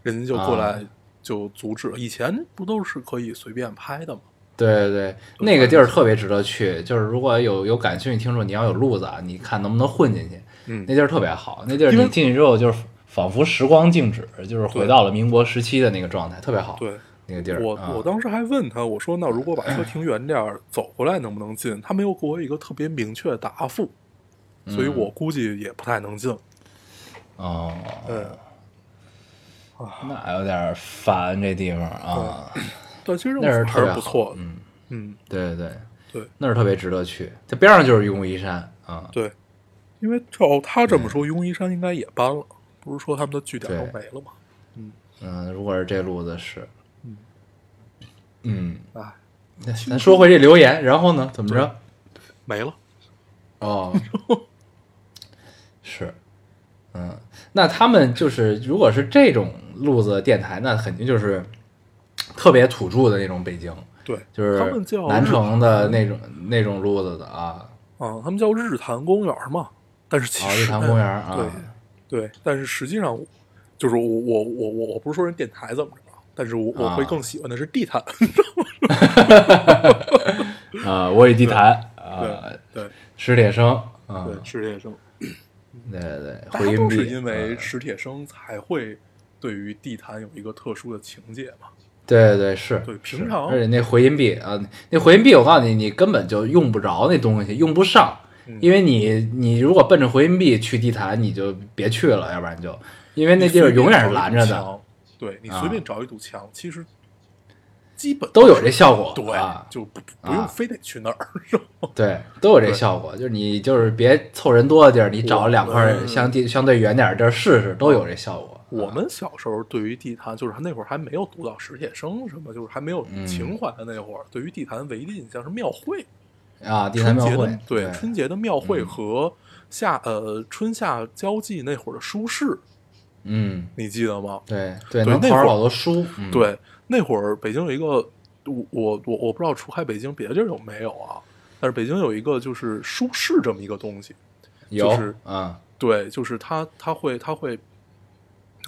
Speaker 2: 人家就过来
Speaker 1: 啊
Speaker 2: 就阻止了。以前不都是可以随便拍的吗？
Speaker 1: 对对对，那个地儿特别值得去。就是如果有有感兴趣听众，你要有路子啊，你看能不能混进去。
Speaker 2: 嗯
Speaker 1: 那地儿特别好，那地儿
Speaker 2: 因
Speaker 1: 你
Speaker 2: 为
Speaker 1: 进去之后就是仿佛时光静止，就是回
Speaker 2: 对
Speaker 1: 到了民国时期的那个状态，特别好。，
Speaker 2: 对，
Speaker 1: 那个地儿，
Speaker 2: 我
Speaker 1: 啊
Speaker 2: 我当时还问他，我说那如果把车停远点儿，走过来能不能进？他没有给我一个特别明确的答复，所以
Speaker 1: 嗯
Speaker 2: 我估计也不太能进。
Speaker 1: 哦，
Speaker 2: 嗯，
Speaker 1: 那有点烦这地方啊。
Speaker 2: 但其实
Speaker 1: 那儿特
Speaker 2: 还
Speaker 1: 别
Speaker 2: 是
Speaker 1: 好
Speaker 2: 不错的。
Speaker 1: 嗯，
Speaker 2: 嗯，
Speaker 1: 对对对
Speaker 2: 对，
Speaker 1: 那儿特别值得去。它边上就是愚公移山啊。
Speaker 2: 对，因为照他这么说，庸医山应该也搬了，不是说他们的据
Speaker 1: 嗯
Speaker 2: 点
Speaker 1: 对
Speaker 2: 都没了吗？
Speaker 1: 嗯，如果是这路子是，嗯
Speaker 2: 哎，
Speaker 1: 那咱说回这留言，然后呢，怎么着？
Speaker 2: 没了。
Speaker 1: 哦，是，嗯，那他们就是，如果是这种路子的电台，那肯定就是特别土著的那种北京，
Speaker 2: 对，
Speaker 1: 就是
Speaker 2: 他们叫
Speaker 1: 南城
Speaker 2: 日
Speaker 1: 的那种那种路子的啊，
Speaker 2: 啊，他们叫日坛公园嘛。但是其
Speaker 1: 啊，
Speaker 2: 实
Speaker 1: 日坛公园啊，
Speaker 2: 对对，但是实际上我就是我我我我我不是说人电台怎么着啊，但是我我会
Speaker 1: 啊
Speaker 2: 更喜欢的是地坛。
Speaker 1: 啊，我与地坛啊，
Speaker 2: 对
Speaker 1: 史铁生啊，
Speaker 2: <laughs> 对，是这生。
Speaker 1: 对对，
Speaker 2: 大
Speaker 1: 回
Speaker 2: 家
Speaker 1: 音
Speaker 2: 都
Speaker 1: 壁
Speaker 2: 是因为
Speaker 1: 嗯
Speaker 2: 史铁生才会对于地坛有一个特殊的情节嘛。
Speaker 1: 对对是，
Speaker 2: 对
Speaker 1: 是
Speaker 2: 平常
Speaker 1: 而且那回音壁啊，那回音壁，我告诉你，你根本就用不着那东西，用不上，
Speaker 2: 嗯
Speaker 1: 因为你你如果奔着回音壁去地坛，你就别去了，要不然你就因为那地儿永远是拦着
Speaker 2: 你随便找一堵
Speaker 1: 的，
Speaker 2: 墙。对你
Speaker 1: 啊
Speaker 2: 随便找一堵墙，其实基本
Speaker 1: 都有这效果，
Speaker 2: <laughs> 对
Speaker 1: 啊，，
Speaker 2: 就不不
Speaker 1: 啊
Speaker 2: 不用非得去那儿。 <laughs> 是吧
Speaker 1: 对，都有这
Speaker 2: 对
Speaker 1: 效果，就是你就是别凑人多的地儿，你找
Speaker 2: 我
Speaker 1: 两块
Speaker 2: 们
Speaker 1: 相对相对远点儿地儿试试，都有这效果。
Speaker 2: 我
Speaker 1: 啊
Speaker 2: 们小时候对于地坛，就是那会儿还没有读到史铁生什么，就是还没有
Speaker 1: 嗯
Speaker 2: 情怀的那会儿，对于地坛唯一的印象是庙会，
Speaker 1: 啊，地坛
Speaker 2: 春
Speaker 1: 庙
Speaker 2: 节
Speaker 1: 会嗯
Speaker 2: 的，对春节的庙会和夏呃春夏交际那会儿的书市，
Speaker 1: 嗯，
Speaker 2: 你记得吗？
Speaker 1: 对对，
Speaker 2: 对
Speaker 1: 能
Speaker 2: 那
Speaker 1: 跑上
Speaker 2: 会儿
Speaker 1: 好多书，嗯，
Speaker 2: 对，那会儿北京有一个，我我我我不知道除开北京别的地儿有没有啊，但是北京有一个就是书市这么一个东西，
Speaker 1: 有
Speaker 2: 是
Speaker 1: 啊，
Speaker 2: 对，就是它它会它会，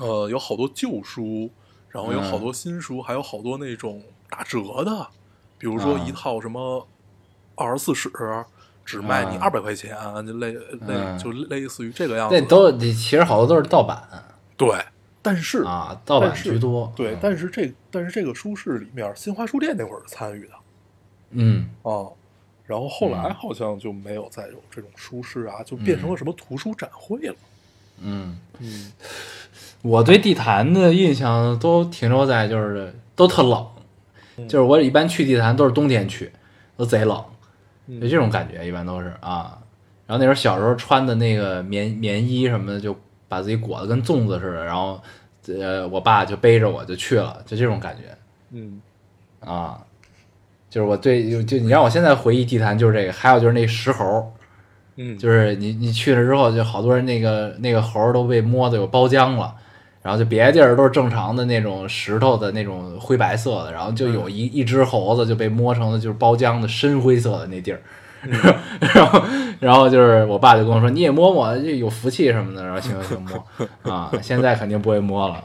Speaker 2: 呃，有好多旧书，然后有好
Speaker 1: 嗯
Speaker 2: 多新书，还有好多那种打折的，比如说一
Speaker 1: 啊
Speaker 2: 套什么二十四史。只卖你
Speaker 1: 啊
Speaker 2: 二百块钱，就类类
Speaker 1: 嗯
Speaker 2: 就类似于这个样子
Speaker 1: 那
Speaker 2: 的。
Speaker 1: 都你其实好多都是盗版
Speaker 2: 对，但是
Speaker 1: 啊，嗯盗版
Speaker 2: 但是
Speaker 1: 居多。
Speaker 2: 对，但是这但是这个书市里面，新华书店那会儿是参与的，
Speaker 1: 嗯，
Speaker 2: 啊，然后后来
Speaker 1: 嗯
Speaker 2: 好像就没有再有这种书市啊，就变成了什么图书展会了。
Speaker 1: 嗯，
Speaker 2: 嗯，
Speaker 1: 我对地坛的印象都停留在就是都特冷，
Speaker 2: 嗯
Speaker 1: 就是我一般去地坛都是冬天去，都贼冷，
Speaker 2: 嗯
Speaker 1: 就这种感觉一般都是啊。然后那时候小时候穿的那个棉棉衣什么的，就把自己裹得跟粽子似的，然后呃，我爸就背着我就去了，就这种感觉
Speaker 2: 嗯，
Speaker 1: 啊。就是我对就就你让我现在回忆地坛就是这个，还有就是那石猴，
Speaker 2: 嗯，
Speaker 1: 就是你你去了之后，就好多人那个那个猴都被摸的有包浆了，然后就别的地儿都是正常的那种石头的那种灰白色的，然后就有一一只猴子就被摸成了就是包浆的深灰色的那地儿。 <laughs> 然后，然后就是我爸就跟我说：“你也摸摸，这有福气什么的。”然后行行行摸啊，现在肯定不会摸了，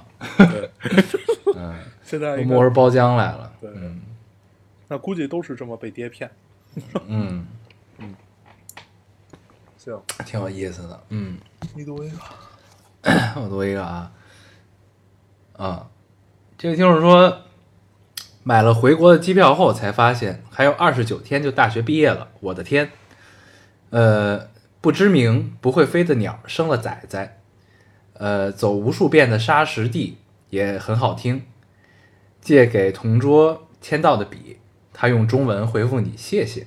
Speaker 1: 嗯，
Speaker 2: 现在
Speaker 1: 都
Speaker 2: 应该
Speaker 1: 摸出包浆来了。
Speaker 2: 对
Speaker 1: 嗯
Speaker 2: 那估计都是这么被爹骗。
Speaker 1: 嗯，
Speaker 2: 行，
Speaker 1: 挺有意思的。嗯，
Speaker 2: 你读一个。
Speaker 1: 我读一个啊，啊，这位听众说，买了回国的机票后才发现还有二十九天就大学毕业了，我的天！呃，不知名不会飞的鸟生了崽崽，呃，走无数遍的沙石地也很好听。借给同桌签到的笔，他用中文回复你谢谢，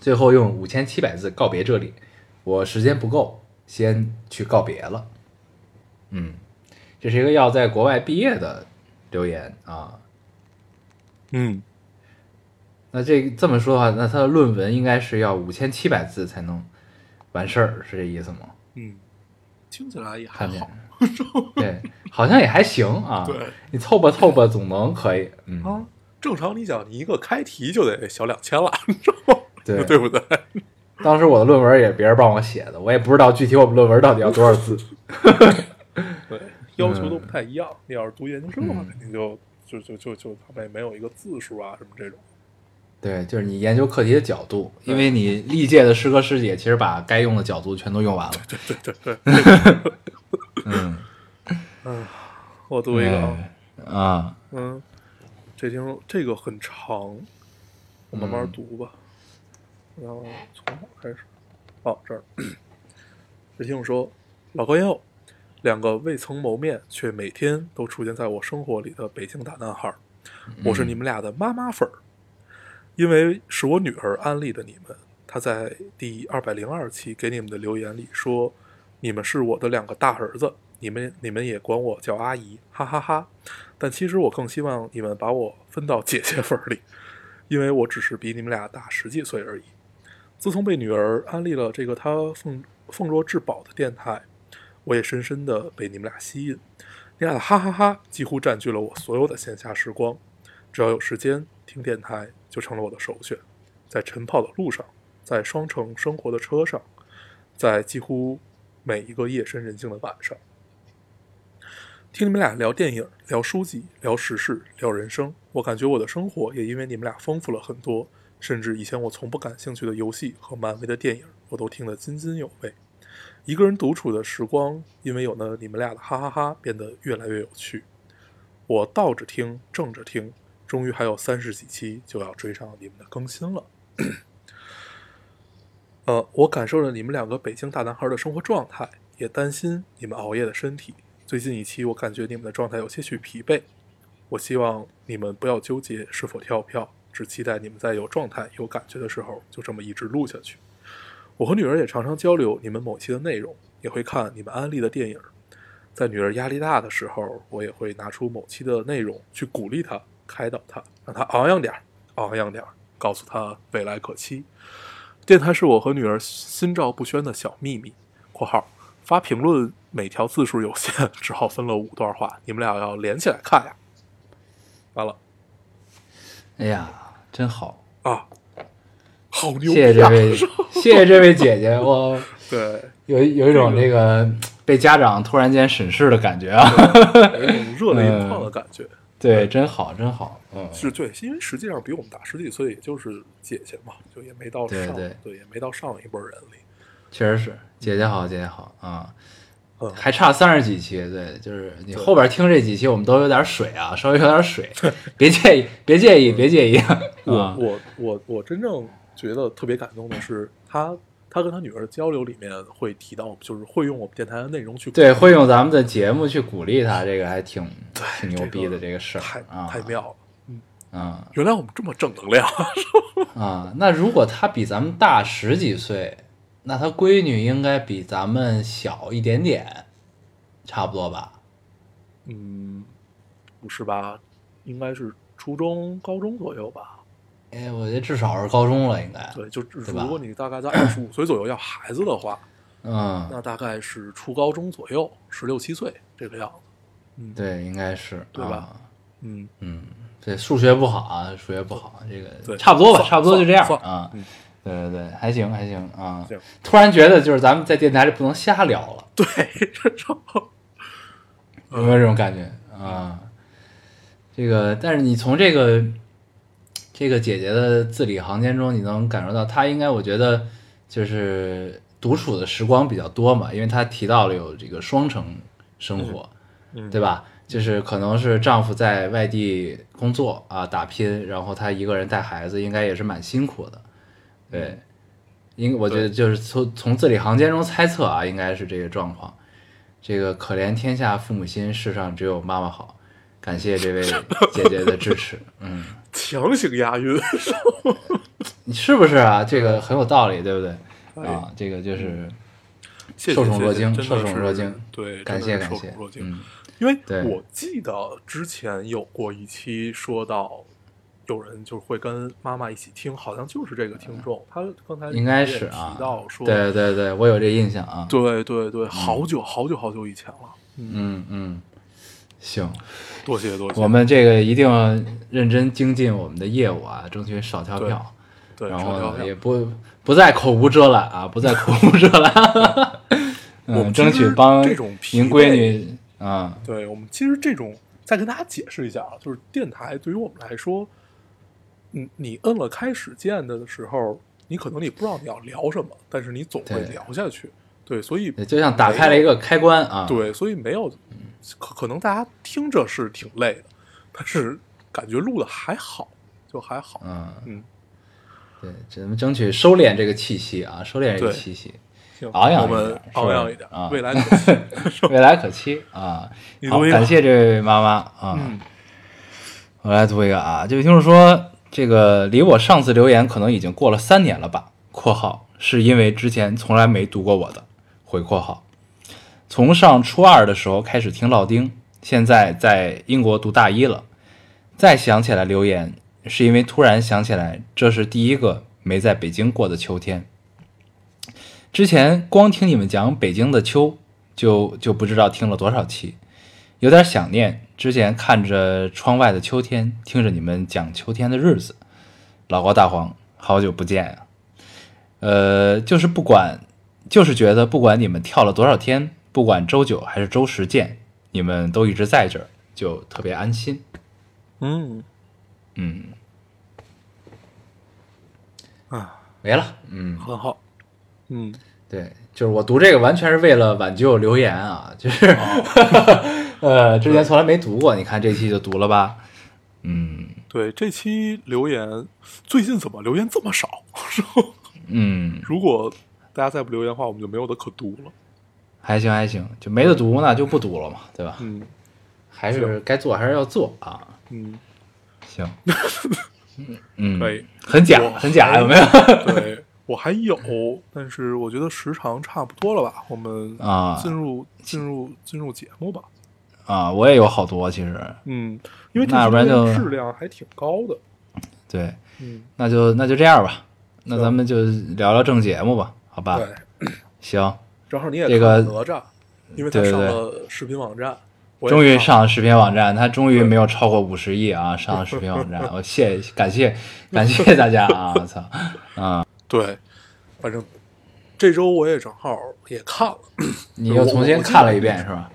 Speaker 1: 最后用五千七百字告别这里。我时间不够，先去告别了。嗯，这是一个要在国外毕业的留言啊。
Speaker 2: 嗯，
Speaker 1: 那这这么说的话，那他的论文应该是要五千七百字才能完事儿，是这意思吗？
Speaker 2: 嗯，听起来也还
Speaker 1: 看见
Speaker 2: 好。，
Speaker 1: <laughs> 对，好像也还行啊。
Speaker 2: <laughs> 对
Speaker 1: 你凑吧凑吧，总能可以。嗯，
Speaker 2: 啊，正常你想，你一个开题就得小两千了，
Speaker 1: 对
Speaker 2: <laughs> 对不对？
Speaker 1: 当时我的论文也别人帮我写的，我也不知道具体我们论文到底要多少
Speaker 2: <laughs>
Speaker 1: 字。
Speaker 2: 对，
Speaker 1: 嗯
Speaker 2: 要求都不太一样。你要是读研究生的话，肯定就就就就就他们也没有一个字数啊什么这种。
Speaker 1: 对，就是你研究课题的角度，因为你历届的师哥师姐其实把该用的角度全都用完了。
Speaker 2: 对对对， <laughs> 哎
Speaker 1: 嗯，
Speaker 2: 我读一个啊，
Speaker 1: 哎啊，
Speaker 2: 嗯，这听说这个很长，我慢慢读吧。然后从哪儿开始？哦，这儿。 <clears throat> 这听我说，老高要两个未曾谋面却每天都出现在我生活里的北京大男孩儿，我是你们俩的妈妈粉儿，因为是我女儿安利的你们。她在第二百零二期给你们的留言里说：“你们是我的两个大儿子，你们你们也管我叫阿姨，哈哈哈但其实我更希望你们把我分到姐姐份儿里，因为我只是比你们俩大十几岁而已。自从被女儿安利了这个她奉奉若至宝的电台，我也深深的被你们俩吸引。你俩的哈哈哈几乎占据了我所有的闲暇时光，只要有时间听电台就成了我的首选。在晨跑的路上，在双城生活的车上，在几乎每一个夜深人静的晚上。听你们俩聊电影、聊书籍、聊时事、聊人生，我感觉我的生活也因为你们俩丰富了很多，甚至以前我从不感兴趣的游戏和漫威的电影，我都听得津津有味。一个人独处的时光，因为有了你们俩的哈哈哈变得越来越有趣。我倒着听，正着听，终于还有三十几期就要追上你们的更新了。 <clears throat> 呃，我感受了你们两个北京大男孩的生活状态，也担心你们熬夜的身体。最近一期我感觉你们的状态有些许疲惫，我希望你们不要纠结是否跳票，只期待你们在有状态、有感觉的时候就这么一直录下去。我和女儿也常常交流你们某期的内容，也会看你们安利的电影。在女儿压力大的时候，我也会拿出某期的内容去鼓励她、开导她，让她昂扬点儿，昂扬点儿，告诉她未来可期。电台是我和女儿心照不宣的小秘密。（括号发评论每条字数有限，只好分了五段话，你们俩要连起来看呀。）完了
Speaker 1: 哎呀，真好，
Speaker 2: 啊，好牛
Speaker 1: 谢谢
Speaker 2: 逼
Speaker 1: 这
Speaker 2: 啊！
Speaker 1: 位， <laughs> 谢谢这位姐姐，我
Speaker 2: 对，
Speaker 1: 有一有一种这个被家长突然间审视的感觉啊。
Speaker 2: 有一种热泪盈眶的感觉。
Speaker 1: <laughs> 对，真好，真好，嗯，
Speaker 2: 是对，因为实际上比我们大十几岁，也就是姐姐嘛，就也没到
Speaker 1: 对
Speaker 2: 上，
Speaker 1: 对
Speaker 2: 也没到上一辈人里。
Speaker 1: 确实是，姐姐好，姐姐好啊。
Speaker 2: 嗯
Speaker 1: 还差三十几期，对，就是你后边听这几期，我们都有点水啊，稍微有点水，别介意，别介意，别介意。
Speaker 2: 我
Speaker 1: 啊
Speaker 2: 我我我真正觉得特别感动的是，他他跟他女儿交流里面会提到，就是会用我们电台的内容去鼓
Speaker 1: 对，
Speaker 2: 励
Speaker 1: 会用咱们的节目去鼓励他，这个还挺挺牛逼
Speaker 2: 这
Speaker 1: 的
Speaker 2: 个
Speaker 1: 这个事儿
Speaker 2: 太
Speaker 1: 啊，
Speaker 2: 太妙了！
Speaker 1: 啊
Speaker 2: 原来我们这么正能量， <laughs>
Speaker 1: 啊！那如果他比咱们大十几岁，那他闺女应该比咱们小一点点，差不多吧？
Speaker 2: 嗯，不是吧？应该是初中、高中左右吧？
Speaker 1: 哎，我觉得至少是高中了，应该。
Speaker 2: 对，就
Speaker 1: 对吧
Speaker 2: 如果你大概在二十五岁左右要孩子的话，
Speaker 1: 嗯，
Speaker 2: 那大概是初高中左右，十六七岁这个样子。
Speaker 1: 对，应该是，
Speaker 2: 对吧
Speaker 1: 啊
Speaker 2: 嗯，
Speaker 1: 嗯，对，数学不好啊，数学不好，这个
Speaker 2: 对
Speaker 1: 差不多吧，
Speaker 2: 算
Speaker 1: 差不多就这样
Speaker 2: 算
Speaker 1: 啊
Speaker 2: 嗯。
Speaker 1: 对对对，还行还行啊
Speaker 2: 行。
Speaker 1: 突然觉得就是咱们在电台里不能瞎聊了，
Speaker 2: 对，然后
Speaker 1: 有没有这种感觉啊？这个，但是你从这个这个姐姐的字里行间中，你能感受到她应该，我觉得就是独处的时光比较多嘛，因为她提到了有这个双城生活，
Speaker 2: 嗯
Speaker 1: 对吧？就是可能是丈夫在外地工作啊打拼，然后她一个人带孩子，应该也是蛮辛苦的，对。
Speaker 2: 嗯
Speaker 1: 应我觉得就是从从字里行间中猜测啊，应该是这个状况。这个可怜天下父母心，世上只有妈妈好。感谢这位姐姐的支持，嗯，
Speaker 2: 强行
Speaker 1: <laughs>
Speaker 2: 押韵，
Speaker 1: 你是不是啊？这个很有道理，对不对？
Speaker 2: 哎
Speaker 1: 啊，这
Speaker 2: 嗯
Speaker 1: 个就是
Speaker 2: 谢谢
Speaker 1: 受宠
Speaker 2: 谢谢
Speaker 1: 若惊
Speaker 2: 真的
Speaker 1: 受宠
Speaker 2: 是
Speaker 1: 若惊
Speaker 2: 对，
Speaker 1: 感谢
Speaker 2: 真的
Speaker 1: 感
Speaker 2: 是受
Speaker 1: 谢
Speaker 2: 宠若，惊。
Speaker 1: 嗯，
Speaker 2: 因为
Speaker 1: 对
Speaker 2: 我记得之前有过一期说到。有人就是会跟妈妈一起听，好像就是这个听众，他刚才
Speaker 1: 嗯应该
Speaker 2: 你也
Speaker 1: 是啊
Speaker 2: 提到。说，
Speaker 1: 对对对，我有这印象啊。
Speaker 2: 对对对，好久好久好久以前了，
Speaker 1: 嗯嗯，行，
Speaker 2: 多谢多谢。
Speaker 1: 我们这个一定要认真精进我们的业务啊，争取少跳
Speaker 2: 对
Speaker 1: 票，
Speaker 2: 对，
Speaker 1: 然
Speaker 2: 少聊
Speaker 1: 后
Speaker 2: 聊
Speaker 1: 呢也不不再口无遮拦啊，不再口无遮
Speaker 2: <laughs>
Speaker 1: 拦。
Speaker 2: 我
Speaker 1: 嗯，
Speaker 2: 们
Speaker 1: 争
Speaker 2: 其
Speaker 1: 取
Speaker 2: 实
Speaker 1: 帮
Speaker 2: 这种疲
Speaker 1: 您闺
Speaker 2: 惫
Speaker 1: 女啊，
Speaker 2: 对我们其实这种再跟大家解释一下啊，就是电台对于我们来说，嗯，你摁了开始键的时候，你可能你不知道你要聊什么，但是你总会
Speaker 1: 对
Speaker 2: 聊下去。对，所以
Speaker 1: 对就像打开了一个开关啊。
Speaker 2: 对，所以没有
Speaker 1: 嗯
Speaker 2: 可可能大家听着是挺累的，但是感觉录的还好，就还好。
Speaker 1: 嗯，
Speaker 2: 嗯，
Speaker 1: 对，咱们争取收敛这个气息啊，收敛这个
Speaker 2: 对
Speaker 1: 气
Speaker 2: <laughs>
Speaker 1: 息，
Speaker 2: 行，
Speaker 1: 昂扬
Speaker 2: 我
Speaker 1: 一点
Speaker 2: 们
Speaker 1: 是吧
Speaker 2: 昂扬一点
Speaker 1: 啊， <laughs>
Speaker 2: 未来可期。
Speaker 1: 未来可期啊
Speaker 2: 你。
Speaker 1: 好
Speaker 2: 读，一个
Speaker 1: 感谢这位妈妈啊。
Speaker 2: 嗯，
Speaker 1: 我来读一个啊，这位听众说，这个离我上次留言可能已经过了三年了吧（括号是因为之前从来没读过我的），回括号。从上初二的时候开始听老丁，现在在英国读大一了。再想起来留言，是因为突然想起来，这是第一个没在北京过的秋天。之前光听你们讲北京的秋，就就不知道听了多少期，有点想念之前看着窗外的秋天，听着你们讲秋天的日子。老高大黄，好久不见呀、呃，就是不管，就是觉得不管你们跳了多少天，不管周九还是周十见，你们都一直在这儿，就特别安心。
Speaker 2: 嗯
Speaker 1: 嗯，
Speaker 2: 啊，
Speaker 1: 没了。嗯，
Speaker 2: 很好。嗯，
Speaker 1: 对，就是我读这个完全是为了挽救留言啊，就是， <laughs> 呃，之前从来没读过，你看这期就读了吧。嗯
Speaker 2: 对，这期留言最近怎么留言这么少？
Speaker 1: 嗯，
Speaker 2: 如果大家再不留言的话，我们就没有的可读了。
Speaker 1: 还行还行，就没得读呢，就不读了嘛，对吧？
Speaker 2: 嗯
Speaker 1: 还是该做还是要做啊。
Speaker 2: 嗯， <laughs>
Speaker 1: 行，嗯，
Speaker 2: 可以，
Speaker 1: 很假
Speaker 2: 我
Speaker 1: 很假，
Speaker 2: 还
Speaker 1: 有没有？
Speaker 2: 对我还有，但是我觉得时长差不多了吧？我们
Speaker 1: 啊
Speaker 2: 进入进入进入节目吧。
Speaker 1: 啊，我也有好多其实，
Speaker 2: 嗯，因为这
Speaker 1: 那要
Speaker 2: 期
Speaker 1: 不然
Speaker 2: 留
Speaker 1: 就
Speaker 2: 言质量还挺高的。
Speaker 1: 对，
Speaker 2: 嗯，
Speaker 1: 那就那就这样吧，那
Speaker 2: 行
Speaker 1: 咱们就聊聊正节目吧，好吧？
Speaker 2: 对，
Speaker 1: 行，
Speaker 2: 正好你也
Speaker 1: 啊这
Speaker 2: 看
Speaker 1: 个
Speaker 2: 了哪吒，因为他
Speaker 1: 对对
Speaker 2: 上了视频网站，我也啊
Speaker 1: 终于
Speaker 2: 看
Speaker 1: 上了视频网站，它终于没有超过五十亿啊！上了视频网站，我谢感谢感谢大家啊！我
Speaker 2: <laughs>
Speaker 1: 操，
Speaker 2: 对，反正这周我也正好也看了，
Speaker 1: 你又重新看了一遍是吧？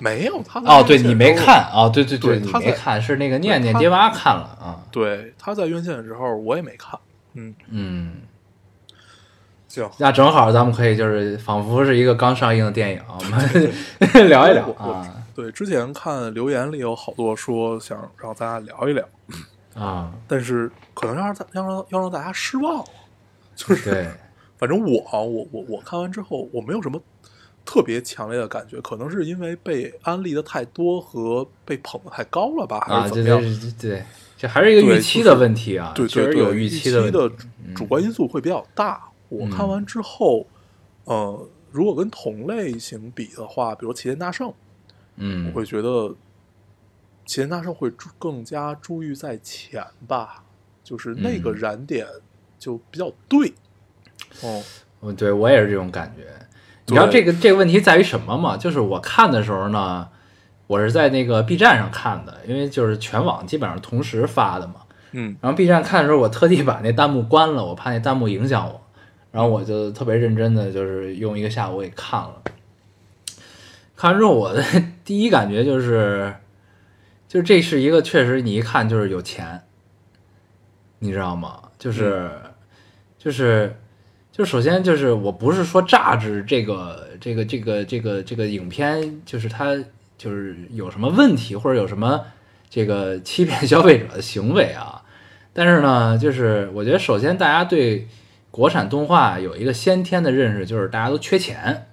Speaker 2: 没有他在
Speaker 1: 哦，
Speaker 2: 院
Speaker 1: 对
Speaker 2: 线
Speaker 1: 你没
Speaker 2: 上
Speaker 1: 看啊、哦？对对
Speaker 2: 对
Speaker 1: 你
Speaker 2: 他
Speaker 1: 没
Speaker 2: 在
Speaker 1: 看是那个念
Speaker 2: 对
Speaker 1: 念
Speaker 2: 他
Speaker 1: 爹妈看了啊？
Speaker 2: 对，他在院线的时候我也没看。嗯，
Speaker 1: 嗯，
Speaker 2: 行，
Speaker 1: 那正好咱们可以就是仿佛是一个刚上映的电影，我们 <laughs> 聊一聊
Speaker 2: 我
Speaker 1: 啊
Speaker 2: 对，之前看留言里有好多说想让咱俩聊一聊，
Speaker 1: 啊！
Speaker 2: 但是可能让大要让要让大家失望了，就是
Speaker 1: 对，
Speaker 2: 反正我啊我我我看完之后我没有什么特别强烈的感觉，可能是因为被安利的太多和被捧的太高了吧， <laughs> 还
Speaker 1: 啊，这
Speaker 2: 是怎么样？
Speaker 1: 这这对，这还是一个
Speaker 2: 对
Speaker 1: 预
Speaker 2: 就
Speaker 1: 期
Speaker 2: 是
Speaker 1: 的问题啊，
Speaker 2: 对
Speaker 1: 确实
Speaker 2: 对对，
Speaker 1: 有
Speaker 2: 预
Speaker 1: 期
Speaker 2: 期
Speaker 1: 的问题。嗯
Speaker 2: 主主观因素会比较大。我看完之后，呃，如果跟同类型比的话，比如《齐天大圣》，
Speaker 1: 嗯
Speaker 2: 我，会觉得《齐天大圣》会注更加注意在前吧，就是那个
Speaker 1: 嗯
Speaker 2: 燃点就比较对。哦，
Speaker 1: 嗯，对我也是这种感觉。你知道这
Speaker 2: 对
Speaker 1: 个这个问题在于什么吗？就是我看的时候呢，我是在那个 B 站上看的，因为就是全网基本上同时发的嘛。
Speaker 2: 嗯
Speaker 1: 然后 B 站看的时候，我特地把那弹幕关了，我怕那弹幕影响我。然后我就特别认真的，就是用一个下午给看了。看完之后，我 <laughs> 的第一感觉就是，就是这是一个确实你一看就是有钱，你知道吗？就是，就是，就首先就是我不是说榨汁这个这个这个这个这个影片，就是它就是有什么问题或者有什么这个欺骗消费者的行为啊。但是呢，就是我觉得首先大家对国产动画有一个先天的认识，就是大家都缺钱，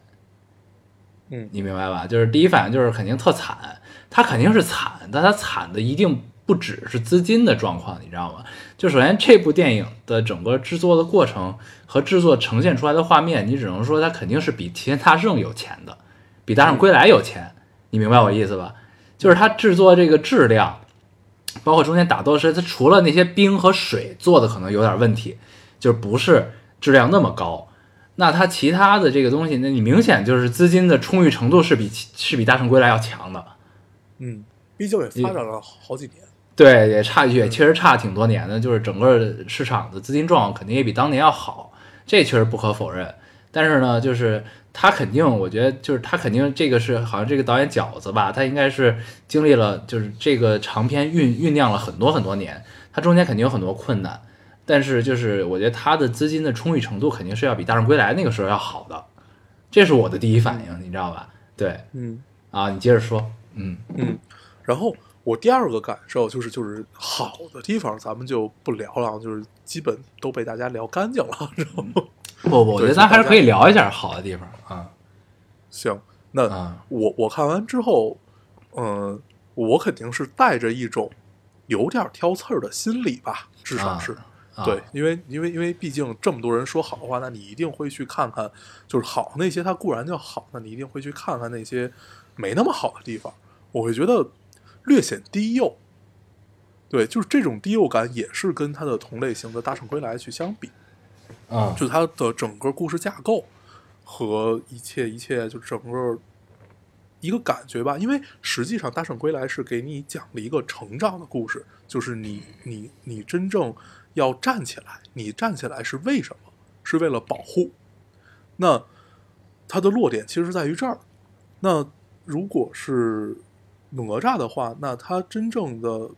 Speaker 2: 嗯
Speaker 1: 你明白吧？就是第一反应就是肯定特惨，它肯定是惨，但它惨的一定不只是资金的状况，你知道吗？就首先这部电影的整个制作的过程和制作呈现出来的画面，你只能说它肯定是比《齐天大圣》有钱的，比《大圣归来》有钱，你明白我意思吧？就是它制作这个质量，包括中间打斗时，它除了那些冰和水做的可能有点问题，就是不是质量那么高。那它其他的这个东西，那你明显就是资金的充裕程度是比是比《大圣归来》要强的，
Speaker 2: 嗯，毕竟也发展了好几年。
Speaker 1: 对，也差也确实差挺多年的，就是整个市场的资金状况肯定也比当年要好，这确实不可否认。但是呢，就是他肯定，我觉得就是他肯定这个是好像这个导演饺子吧，他应该是经历了就是这个长篇酝酝酿了很多很多年，他中间肯定有很多困难，但是就是我觉得他的资金的充裕程度肯定是要比《大圣归来》那个时候要好的，这是我的第一反应，你知道吧？对
Speaker 2: 嗯
Speaker 1: 啊，你接着说，嗯
Speaker 2: 嗯，然后我第二个感受就是，就是好的地方咱们就不聊了，就是基本都被大家聊干净了，然后。
Speaker 1: 不不，我觉得咱还是可以聊一下好的地方啊。
Speaker 2: <laughs> 行，那
Speaker 1: 啊
Speaker 2: 我我看完之后，嗯、我肯定是带着一种有点挑刺儿的心理吧，至少
Speaker 1: 啊
Speaker 2: 是、
Speaker 1: 啊
Speaker 2: 对，因为因为因为毕竟这么多人说好话，那你一定会去看看，就是好那些它固然叫好，那你一定会去看看那些没那么好的地方，我会觉得略显低幼。对，就是这种低幼感也是跟它的同类型的《大圣归来》去相比，
Speaker 1: 啊
Speaker 2: 就它的整个故事架构和一切一切，就整个一个感觉吧。因为实际上《大圣归来》是给你讲了一个成长的故事，就是你你你真正要站起来，你站起来是为什么？是为了保护。那它的落点其实在于这儿。那如果是哪吒的话，那他真正的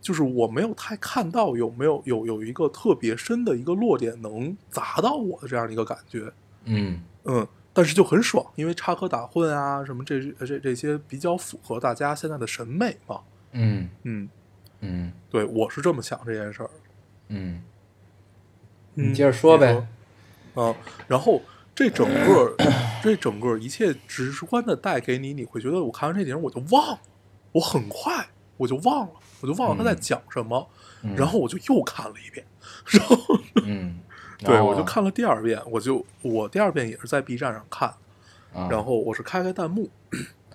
Speaker 2: 就是我没有太看到有没有有有一个特别深的一个落点能砸到我的这样的一个感觉，
Speaker 1: 嗯
Speaker 2: 嗯，但是就很爽，因为插科打诨啊什么这这这些比较符合大家现在的审美嘛，
Speaker 1: 嗯
Speaker 2: 嗯，
Speaker 1: 嗯
Speaker 2: 对我是这么想这件事儿，
Speaker 1: 嗯，
Speaker 2: 嗯，
Speaker 1: 你接着说呗
Speaker 2: 你说，啊，然后这整个这整个一切直观的带给你，你会觉得我看完这电影我就忘了，我很快我就忘了，我就忘了他在讲什么，
Speaker 1: 嗯
Speaker 2: 然后我就又看了一遍， <laughs> 然后。
Speaker 1: 嗯，
Speaker 2: <laughs> 对，
Speaker 1: 然后
Speaker 2: 我就看了第二遍，我就我第二遍也是在 B 站上看，
Speaker 1: 啊，
Speaker 2: 然后我是开开弹幕，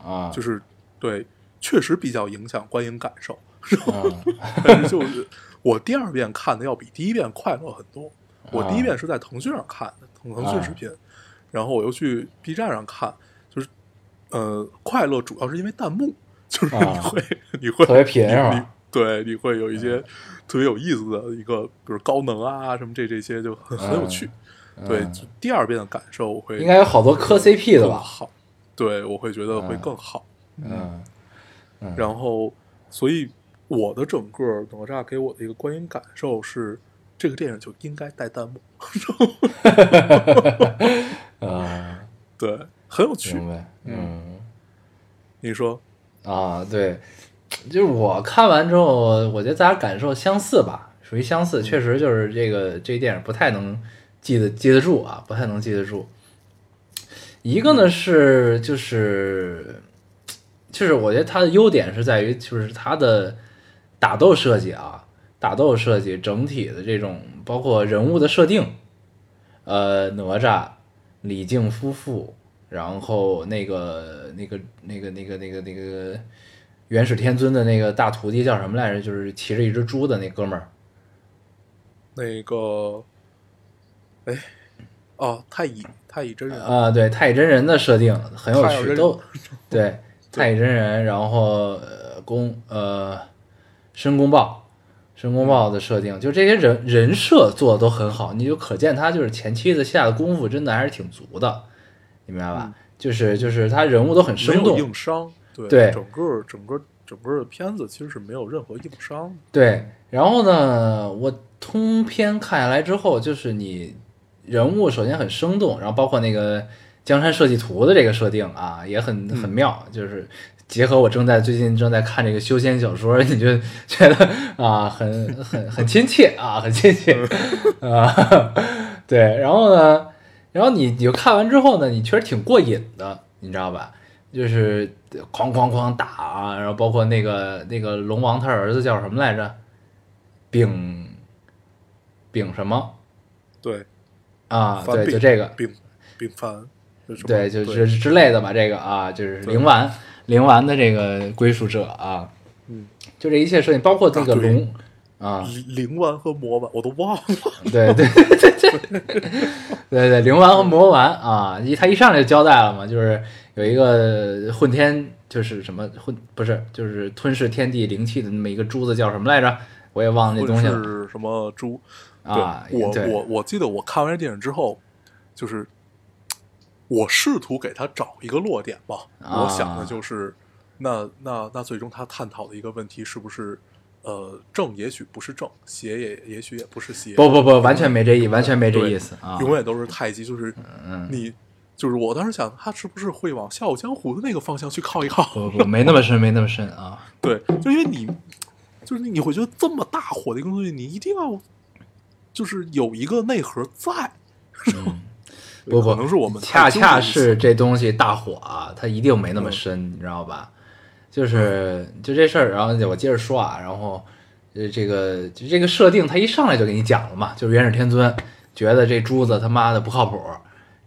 Speaker 1: 啊，
Speaker 2: 就是是对，确实比较影响观影感受，
Speaker 1: 啊
Speaker 2: <laughs> 但是就是我第二遍看的要比第一遍快乐很多。我
Speaker 1: 啊
Speaker 2: 第一遍是在腾讯上看的，腾腾讯视频，然后我又去 B 站上看，就是呃，快乐主要是因为弹幕，就是你
Speaker 1: 啊
Speaker 2: 会、你会
Speaker 1: 特别啊嗯贫是
Speaker 2: 你
Speaker 1: 吧？
Speaker 2: 对，你会有一些特别有意思的一个，比如高能啊什么这这些就很很有趣。对，
Speaker 1: 嗯
Speaker 2: 就第二遍的感受我会
Speaker 1: 应该有好多磕 CP 的
Speaker 2: 更
Speaker 1: 吧？
Speaker 2: 好，对我会觉得会更好。
Speaker 1: 嗯嗯
Speaker 2: 然后，所以我的整个哪吒给我的一个观影感受是，这个电影就应该带
Speaker 1: <laughs>
Speaker 2: 弹幕， <laughs>
Speaker 1: 啊，
Speaker 2: 对，很有趣
Speaker 1: 明。白，嗯
Speaker 2: 你说，
Speaker 1: 啊，对，就是我看完之后，我觉得咱俩感受相似吧，属于相似，确实就是这个这电影不太能记得记得住啊，不太能记得住。一个呢是就是就是我觉得它的优点是在于就是它的打斗设计啊，打斗设计整体的这种包括人物的设定，呃，哪吒、李靖夫妇，然后那个那个那个那个那个那个元始天尊的那个大徒弟叫什么来着？就是骑着一只猪的那哥们儿，
Speaker 2: 那个，哎，哦，太乙，太乙真人，
Speaker 1: 啊，对，太乙真人的设定很有
Speaker 2: 太乙真
Speaker 1: 趣，
Speaker 2: 人
Speaker 1: 都对太乙真人，然后呃宫呃申公豹，申公豹的设定，就这些人人设做的都很好，你就可见他就是前期的下的功夫真的还是挺足的，你明白吧？就是就是他人物都很
Speaker 2: 嗯没
Speaker 1: 生
Speaker 2: 有
Speaker 1: 动，
Speaker 2: 硬伤，对，
Speaker 1: 对
Speaker 2: 整个整个整个片子其实是没有任何硬伤的，
Speaker 1: 对，然后呢，我通篇看下来之后，就是你人物首先很生动，然后包括那个江山设计图的这个设定啊，也很很妙，就是结合我正在最近正在看这个修仙小说， <laughs> 你就觉得啊，很很很亲切啊， <laughs> 很亲切啊，对，然后呢，然后你你就看完之后呢，你确实挺过瘾的，你知道吧？就是哐哐哐打啊，然后包括那个那个龙王他儿子叫什么来着？丙丙什么
Speaker 2: 对，
Speaker 1: 啊？
Speaker 2: 反
Speaker 1: 对，
Speaker 2: 丙
Speaker 1: 就这个，
Speaker 2: 丙丙凡，就什么
Speaker 1: 对，就就之类的吧。这个啊，就是灵丸灵丸的这个归属者啊，
Speaker 2: 嗯，
Speaker 1: 就这一切设定，包括那个
Speaker 2: 大队
Speaker 1: 龙啊，
Speaker 2: 灵灵丸和魔丸我都忘了，
Speaker 1: 对对对对对对，灵丸和魔丸啊，一他一上来就交代了嘛，就是有一个混天，就是什么混不是，就是吞噬天地灵气的那么一个珠子叫什么来着？我也忘了那
Speaker 2: 或
Speaker 1: 东
Speaker 2: 者
Speaker 1: 西了
Speaker 2: 是什么猪
Speaker 1: 啊。
Speaker 2: 对我
Speaker 1: 对
Speaker 2: 我我记得我看完这电影之后，就是我试图给他找一个落点吧。
Speaker 1: 啊
Speaker 2: 我想的就是，那那那最终他探讨的一个问题是不是，呃，正也许不是正，邪也也许也不是邪，
Speaker 1: 不不不，完全没这意，完全没这意思啊。
Speaker 2: 永远都是太极，就是
Speaker 1: 嗯
Speaker 2: 你。就是我当时想，他是不是会往《笑傲江湖》的那个方向去靠一靠？
Speaker 1: 不不，没那么深，没那么深啊。
Speaker 2: 对，就因为你，就是你会觉得这么大火的一个东西，你一定要，就是有一个内核在。
Speaker 1: 不不，
Speaker 2: 可能是我们
Speaker 1: 恰
Speaker 2: 太纠结
Speaker 1: 恰
Speaker 2: 于此
Speaker 1: 是这东西大火啊，它一定没那
Speaker 2: 嗯
Speaker 1: 么深，你知道吧？就是就这事儿，然后我接着说啊，然后呃，这个就这个设定，他一上来就给你讲了嘛，就是元始天尊觉得这珠子他妈的不靠谱，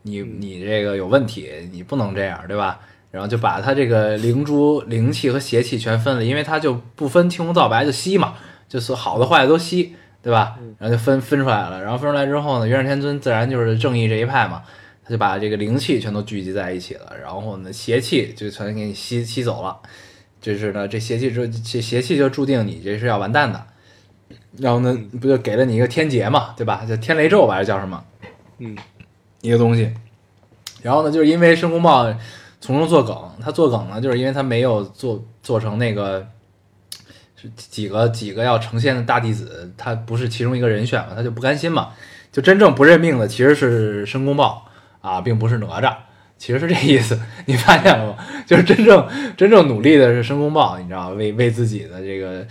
Speaker 1: 你
Speaker 2: 嗯
Speaker 1: 你这个有问题，你不能这样，对吧？然后就把他这个灵珠、灵气和邪气全分了，因为他就不分青红皂白就吸嘛，就是好的坏的都吸，对吧？
Speaker 2: 嗯
Speaker 1: 然后就分分出来了，然后分出来之后呢，元始天尊自然就是正义这一派嘛，他就把这个灵气全都聚集在一起了，然后呢邪气就全给你吸吸走了，就是呢这邪气之这邪气就注定你这是要完蛋的，然后呢不就给了你一个天劫嘛，对吧？叫天雷咒吧还是叫什么？
Speaker 2: 嗯，
Speaker 1: 一个东西。然后呢，就是因为申公豹从中作梗，他作梗呢，就是因为他没有做做成那个是几个几个要呈现的大弟子，他不是其中一个人选嘛，他就不甘心嘛。就真正不认命的其实是申公豹啊，并不是哪吒，其实是这意思， <laughs> 你发现了吗？就是真正真正努力的是申公豹，你知道吗为为自己的这个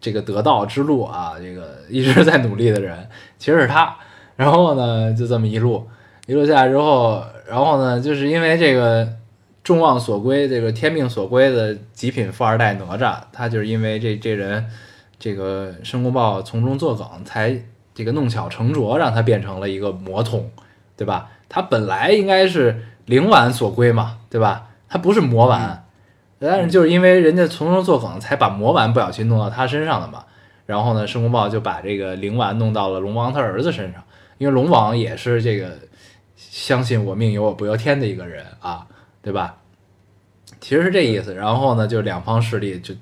Speaker 1: 这个得道之路啊，这个一直在努力的人其实是他。然后呢，就这么一路一路下来之后，然后呢，就是因为这个众望所归，这个天命所归的极品富二代哪吒，他就是因为这这人这个申公豹从中作梗，才这个弄巧成拙，让他变成了一个魔童，对吧？他本来应该是灵丸所归嘛，对吧？他不是魔丸，但是就是因为人家从中作梗，才把魔丸不小心弄到他身上的嘛。然后呢，申公豹就把这个灵丸弄到了龙王他儿子身上，因为龙王也是这个相信我命由我不由天的一个人啊，对吧？其实是这意思。然后呢，就两方势力就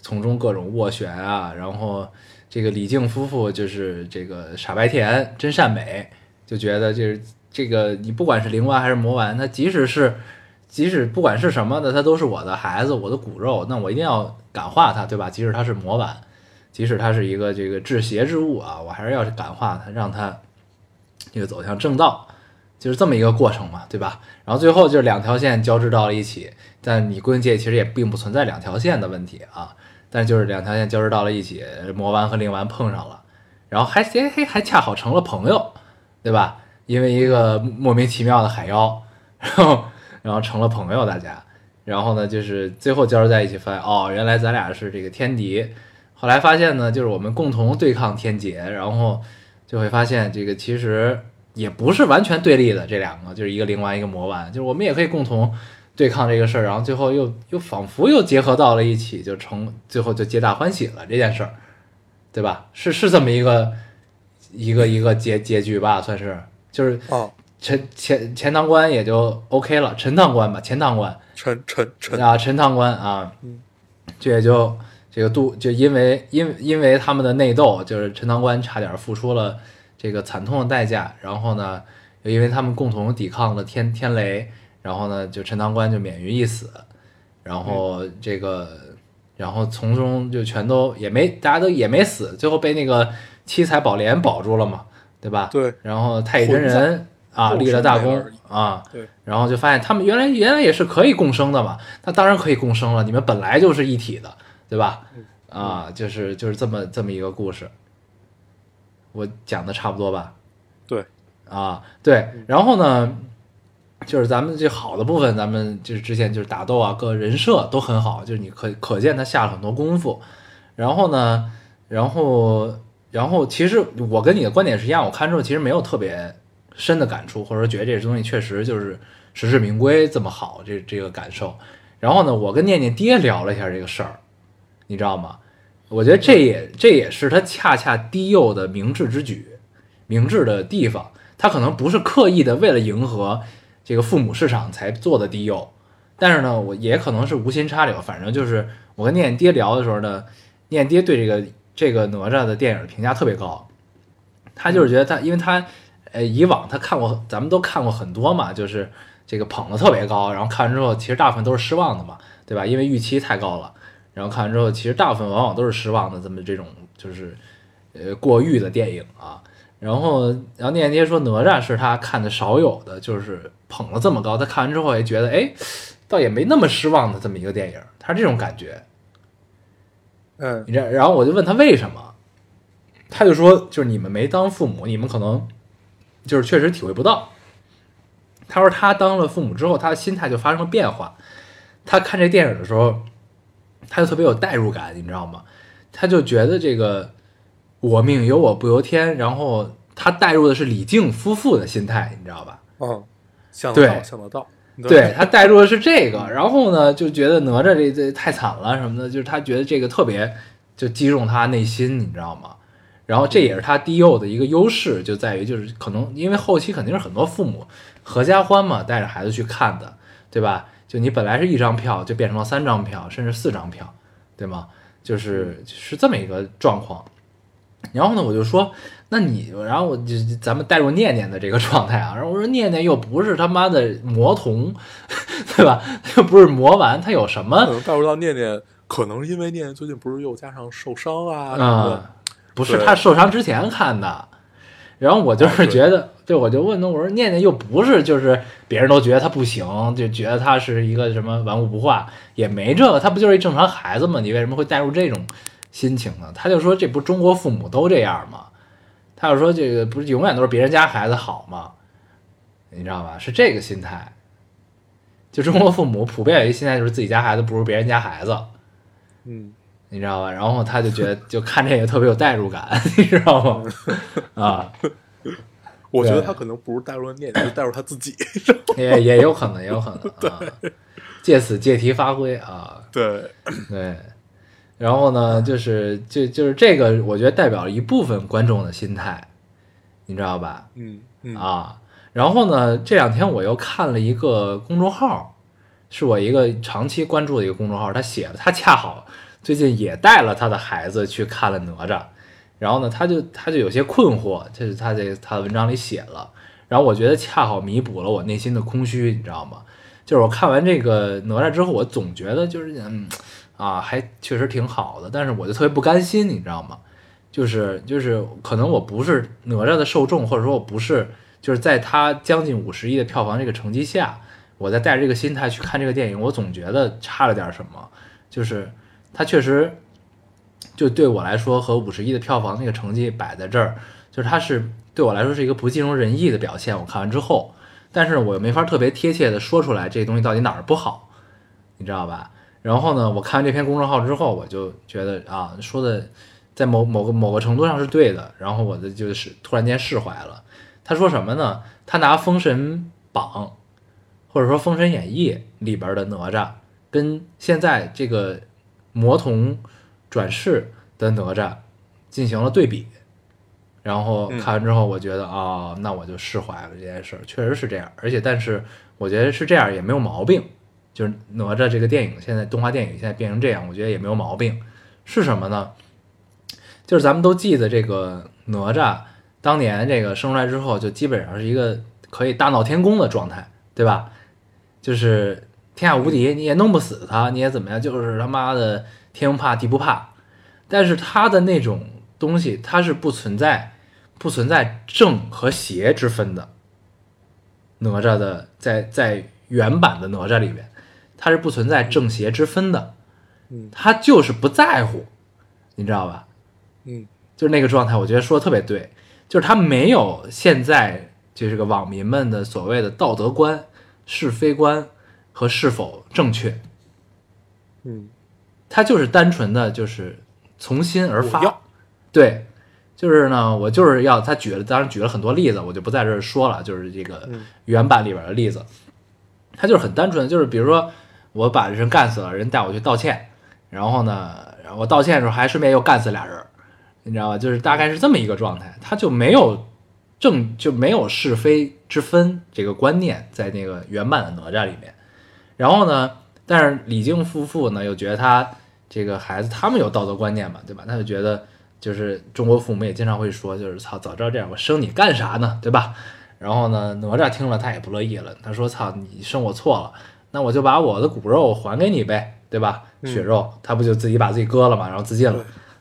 Speaker 1: 从中各种斡旋啊，然后这个李靖夫妇就是这个傻白甜真善美，就觉得就是这个你不管是灵丸还是魔丸，它即使是即使不管是什么的，它都是我的孩子，我的骨肉，那我一定要感化它，对吧？即使它是魔丸，即使它是一个这个制邪之物啊，我还是要感化它，让它这个走向正道。就是这么一个过程嘛，对吧？然后最后就是两条线交织到了一起，但你归结其实也并不存在两条线的问题啊，但就是两条线交织到了一起，魔丸和灵丸碰上了，然后还还还还恰好成了朋友，对吧？因为一个莫名其妙的海妖，然后然后成了朋友大家，然后呢就是最后交织在一起，发现哦，原来咱俩是这个天敌，后来发现呢，就是我们共同对抗天劫，然后就会发现这个其实也不是完全对立的，这两个就是一个灵丸，一个魔丸，就是我们也可以共同对抗这个事儿，然后最后又又仿佛又结合到了一起，就成最后就皆大欢喜了这件事儿，对吧？是是这么一个一个一个结结局吧，算是就是 <laughs>
Speaker 2: 哦，
Speaker 1: 陈钱钱塘关也就 OK 了，陈塘关吧，钱塘关
Speaker 2: 陈陈陈，
Speaker 1: 啊，陈塘关啊
Speaker 2: 嗯，
Speaker 1: 这也就这个杜就因为因因为他们的内斗，就是陈塘关差点付出了这个惨痛的代价，然后呢，又因为他们共同抵抗了天天雷，然后呢，就陈塘关就免于一死，然后这个。然后从中就全都也没，大家都也没死，最后被那个七彩宝莲保住了嘛，对吧？
Speaker 2: 对
Speaker 1: 然后太乙真
Speaker 2: 混
Speaker 1: 人啊
Speaker 2: 斗
Speaker 1: 立了
Speaker 2: 神
Speaker 1: 大
Speaker 2: 没
Speaker 1: 功
Speaker 2: 了而已
Speaker 1: 啊，
Speaker 2: 对，
Speaker 1: 然后就发现他们原来原来也是可以共生的嘛，那当然可以共生了，你们本来就是一体的，对吧？啊，就是就是这么这么一个故事，我讲的差不多吧？
Speaker 2: 对，
Speaker 1: 啊，对，然后呢，就是咱们这好的部分，咱们就是之前就是打斗啊，各人设都很好，就是你可可见他下了很多功夫。然后呢，然后然后其实我跟你的观点是一样，我看之后其实没有特别深的感触，或者说觉得这东西确实就是实至名归这么好，这这个感受。然后呢，我跟念念爹聊了一下这个事儿，你知道吗？我觉得这也这也是他恰恰低幼的明智之举，明智的地方。他可能不是刻意的为了迎合这个父母市场才做的低幼，但是呢，我也可能是无心插柳。反正就是我跟念念爹聊的时候呢，念念爹对这个这个哪吒的电影评价特别高，他就是觉得他，因为他呃以往他看过，咱们都看过很多嘛，就是这个捧的特别高，然后看完之后其实大部分都是失望的嘛，对吧？因为预期太高了，然后看完之后其实大部分往往都是失望的，这么这种就是呃过誉的电影啊。然后，然后念念说哪吒是他看的少有的，就是捧了这么高，他看完之后也觉得，哎，倒也没那么失望的这么一个电影，他是这种感觉。
Speaker 2: 嗯
Speaker 1: 你这，然后我就问他为什么，他就说就是你们没当父母，你们可能就是确实体会不到。他说他当了父母之后，他的心态就发生了变化。他看这电影的时候，他就特别有代入感，你知道吗？他就觉得这个我命由我不由天，然后他代入的是李靖夫妇的心态，你知道吧？
Speaker 2: 嗯，想
Speaker 1: 对
Speaker 2: 得到，想得到，
Speaker 1: 对，他带入的是这个，然后呢就觉得哪吒这这太惨了什么的，就是他觉得这个特别就击中他内心，你知道吗？然后这也是他低幼的一个优势，就在于就是可能因为后期肯定是很多父母合家欢嘛，带着孩子去看的，对吧？就你本来是一张票，就变成了三张票，甚至四张票，对吗？就是是这么一个状况。然后呢，我就说，那你，然后我就咱们带入念念的这个状态啊，然后我说念念又不是他妈的魔童， <laughs> 对吧？又不是魔丸，他有什么
Speaker 2: 可能带入到念念，可能是因为念念最近不是又加上受伤啊什么
Speaker 1: 啊
Speaker 2: 的，，
Speaker 1: 不是
Speaker 2: 对
Speaker 1: 他受伤之前看的。然后我就
Speaker 2: 啊
Speaker 1: 是
Speaker 2: 对
Speaker 1: 觉得，对，我就问他，我说念念又不是就是别人都觉得他不行，就觉得他是一个什么顽固不化，也没这个，他不就是一正常孩子吗？你为什么会带入这种心情呢？他就说这不是中国父母都这样吗？他就说这个不是永远都是别人家孩子好吗？你知道吧？是这个心态。就中国父母普遍有一心态，就是自己家孩子不如别人家孩子。
Speaker 2: 嗯，
Speaker 1: 你知道吧？然后他就觉得就看这个特别有代入感， <laughs> 你知道吗？啊，
Speaker 2: 我觉得
Speaker 1: 对
Speaker 2: 他可能不是带入了念念，是带入他自己，
Speaker 1: 也也有可能，也有可能啊。借此借题发挥啊，
Speaker 2: 对，
Speaker 1: <laughs> 对。然后呢，就是就就是这个，我觉得代表了一部分观众的心态，你知道吧？
Speaker 2: 嗯嗯
Speaker 1: 啊。然后呢，这两天我又看了一个公众号，是我一个长期关注的一个公众号，他写的，他恰好最近也带了他的孩子去看了哪吒，然后呢，他就他就有些困惑，这是他这他的文章里写了，然后我觉得恰好弥补了我内心的空虚，你知道吗？就是我看完这个哪吒之后，我总觉得就是嗯啊，还确实挺好的，但是我就特别不甘心，你知道吗？就是就是可能我不是哪吒的受众，或者说我不是就是在他将近五十亿的票房这个成绩下，我再带着这个心态去看这个电影，我总觉得差了点什么。就是他确实就对我来说和五十亿的票房那个成绩摆在这儿，就是它是对我来说是一个不尽如人意的表现。我看完之后，但是我又没法特别贴切的说出来这东西到底哪儿不好，你知道吧？然后呢，我看完这篇公众号之后，我就觉得啊，说的在某某个某个程度上是对的，然后我的就是突然间释怀了。他说什么呢？他拿《封神榜》或者说《封神演义》里边的哪吒，跟现在这个魔童转世的哪吒进行了对比，然后
Speaker 2: 嗯
Speaker 1: 看完之后，我觉得啊、那我就释怀了这件事儿，确实是这样。而且，但是我觉得是这样也没有毛病。就是哪吒这个电影现在动画电影现在变成这样，我觉得也没有毛病。是什么呢？就是咱们都记得这个哪吒当年这个生出来之后，就基本上是一个可以大闹天宫的状态，对吧？就是天下无敌，你也弄不死他，你也怎么样，就是他妈的天不怕地不怕。但是他的那种东西，它是不存在不存在正和邪之分的。哪吒的在在原版的哪吒里边，它是不存在正邪之分的
Speaker 2: 嗯，
Speaker 1: 他就是不在乎，你知道吧？
Speaker 2: 嗯
Speaker 1: 就是那个状态，我觉得说的特别对，就是他没有现在就是个网民们的所谓的道德观、是非观和是否正确，
Speaker 2: 嗯，
Speaker 1: 他就是单纯的就是从心而
Speaker 2: 我要
Speaker 1: 发，对，就是呢，我就是要他举了，当然举了很多例子，我就不在这儿说了，就是这个原版里边的例子，他就是很单纯，就是比如说我把人干死了，人带我去道歉，然后呢，然后我道歉的时候还顺便又干死俩人儿，你知道吧？就是大概是这么一个状态，他就没有正就没有是非之分这个观念在那个原版的哪吒里面。然后呢，但是李靖夫妇呢又觉得他这个孩子他们有道德观念嘛，对吧？他就觉得就是中国父母也经常会说，就是操，早知道这样我生你干啥呢，对吧？然后呢，哪吒听了他也不乐意了，他说：“操，你生我错了，那我就把我的骨肉还给你呗，对吧？血肉，他不就自己把自己割了嘛，然后自尽了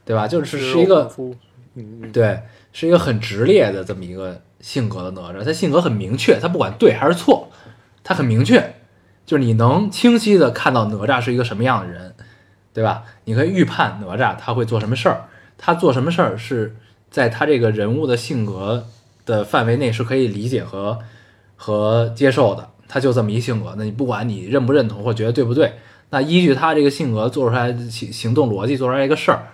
Speaker 2: 对，
Speaker 1: 对吧？就是
Speaker 2: 吃
Speaker 1: 是一
Speaker 2: 肉
Speaker 1: 个
Speaker 2: 功夫，嗯嗯
Speaker 1: 对，是一个很直烈的这么一个性格的哪吒，他性格很明确，他不管对还是错，他很明确，就是你能清晰的看到哪吒是一个什么样的人，对吧？你可以预判哪吒他会做什么事儿，他做什么事儿是在他这个人物的性格的范围内是可以理解和和接受的，他就这么一性格，那你不管你认不认同或觉得对不对，那依据他这个性格做出来的行行动逻辑做出来一个事儿，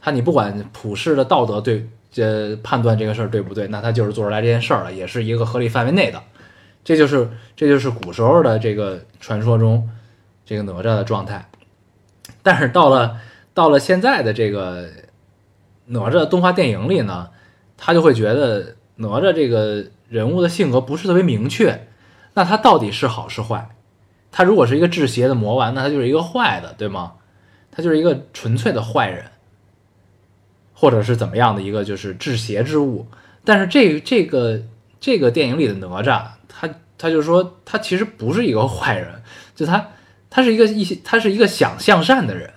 Speaker 1: 他你不管普世的道德对这判断这个事儿对不对，那他就是做出来这件事儿了，也是一个合理范围内的。这就是这就是古时候的这个传说中这个哪吒的状态。但是到了到了现在的这个哪吒动画电影里呢，他就会觉得哪吒这个人物的性格不是特别明确，那他到底是好是坏？他如果是一个制邪的魔丸，那他就是一个坏的，对吗？他就是一个纯粹的坏人。或者是怎么样的一个就是制邪之物。但是这这个这个电影里的哪吒，他他就说他其实不是一个坏人，就他他是一个一些他是一个想向善的人。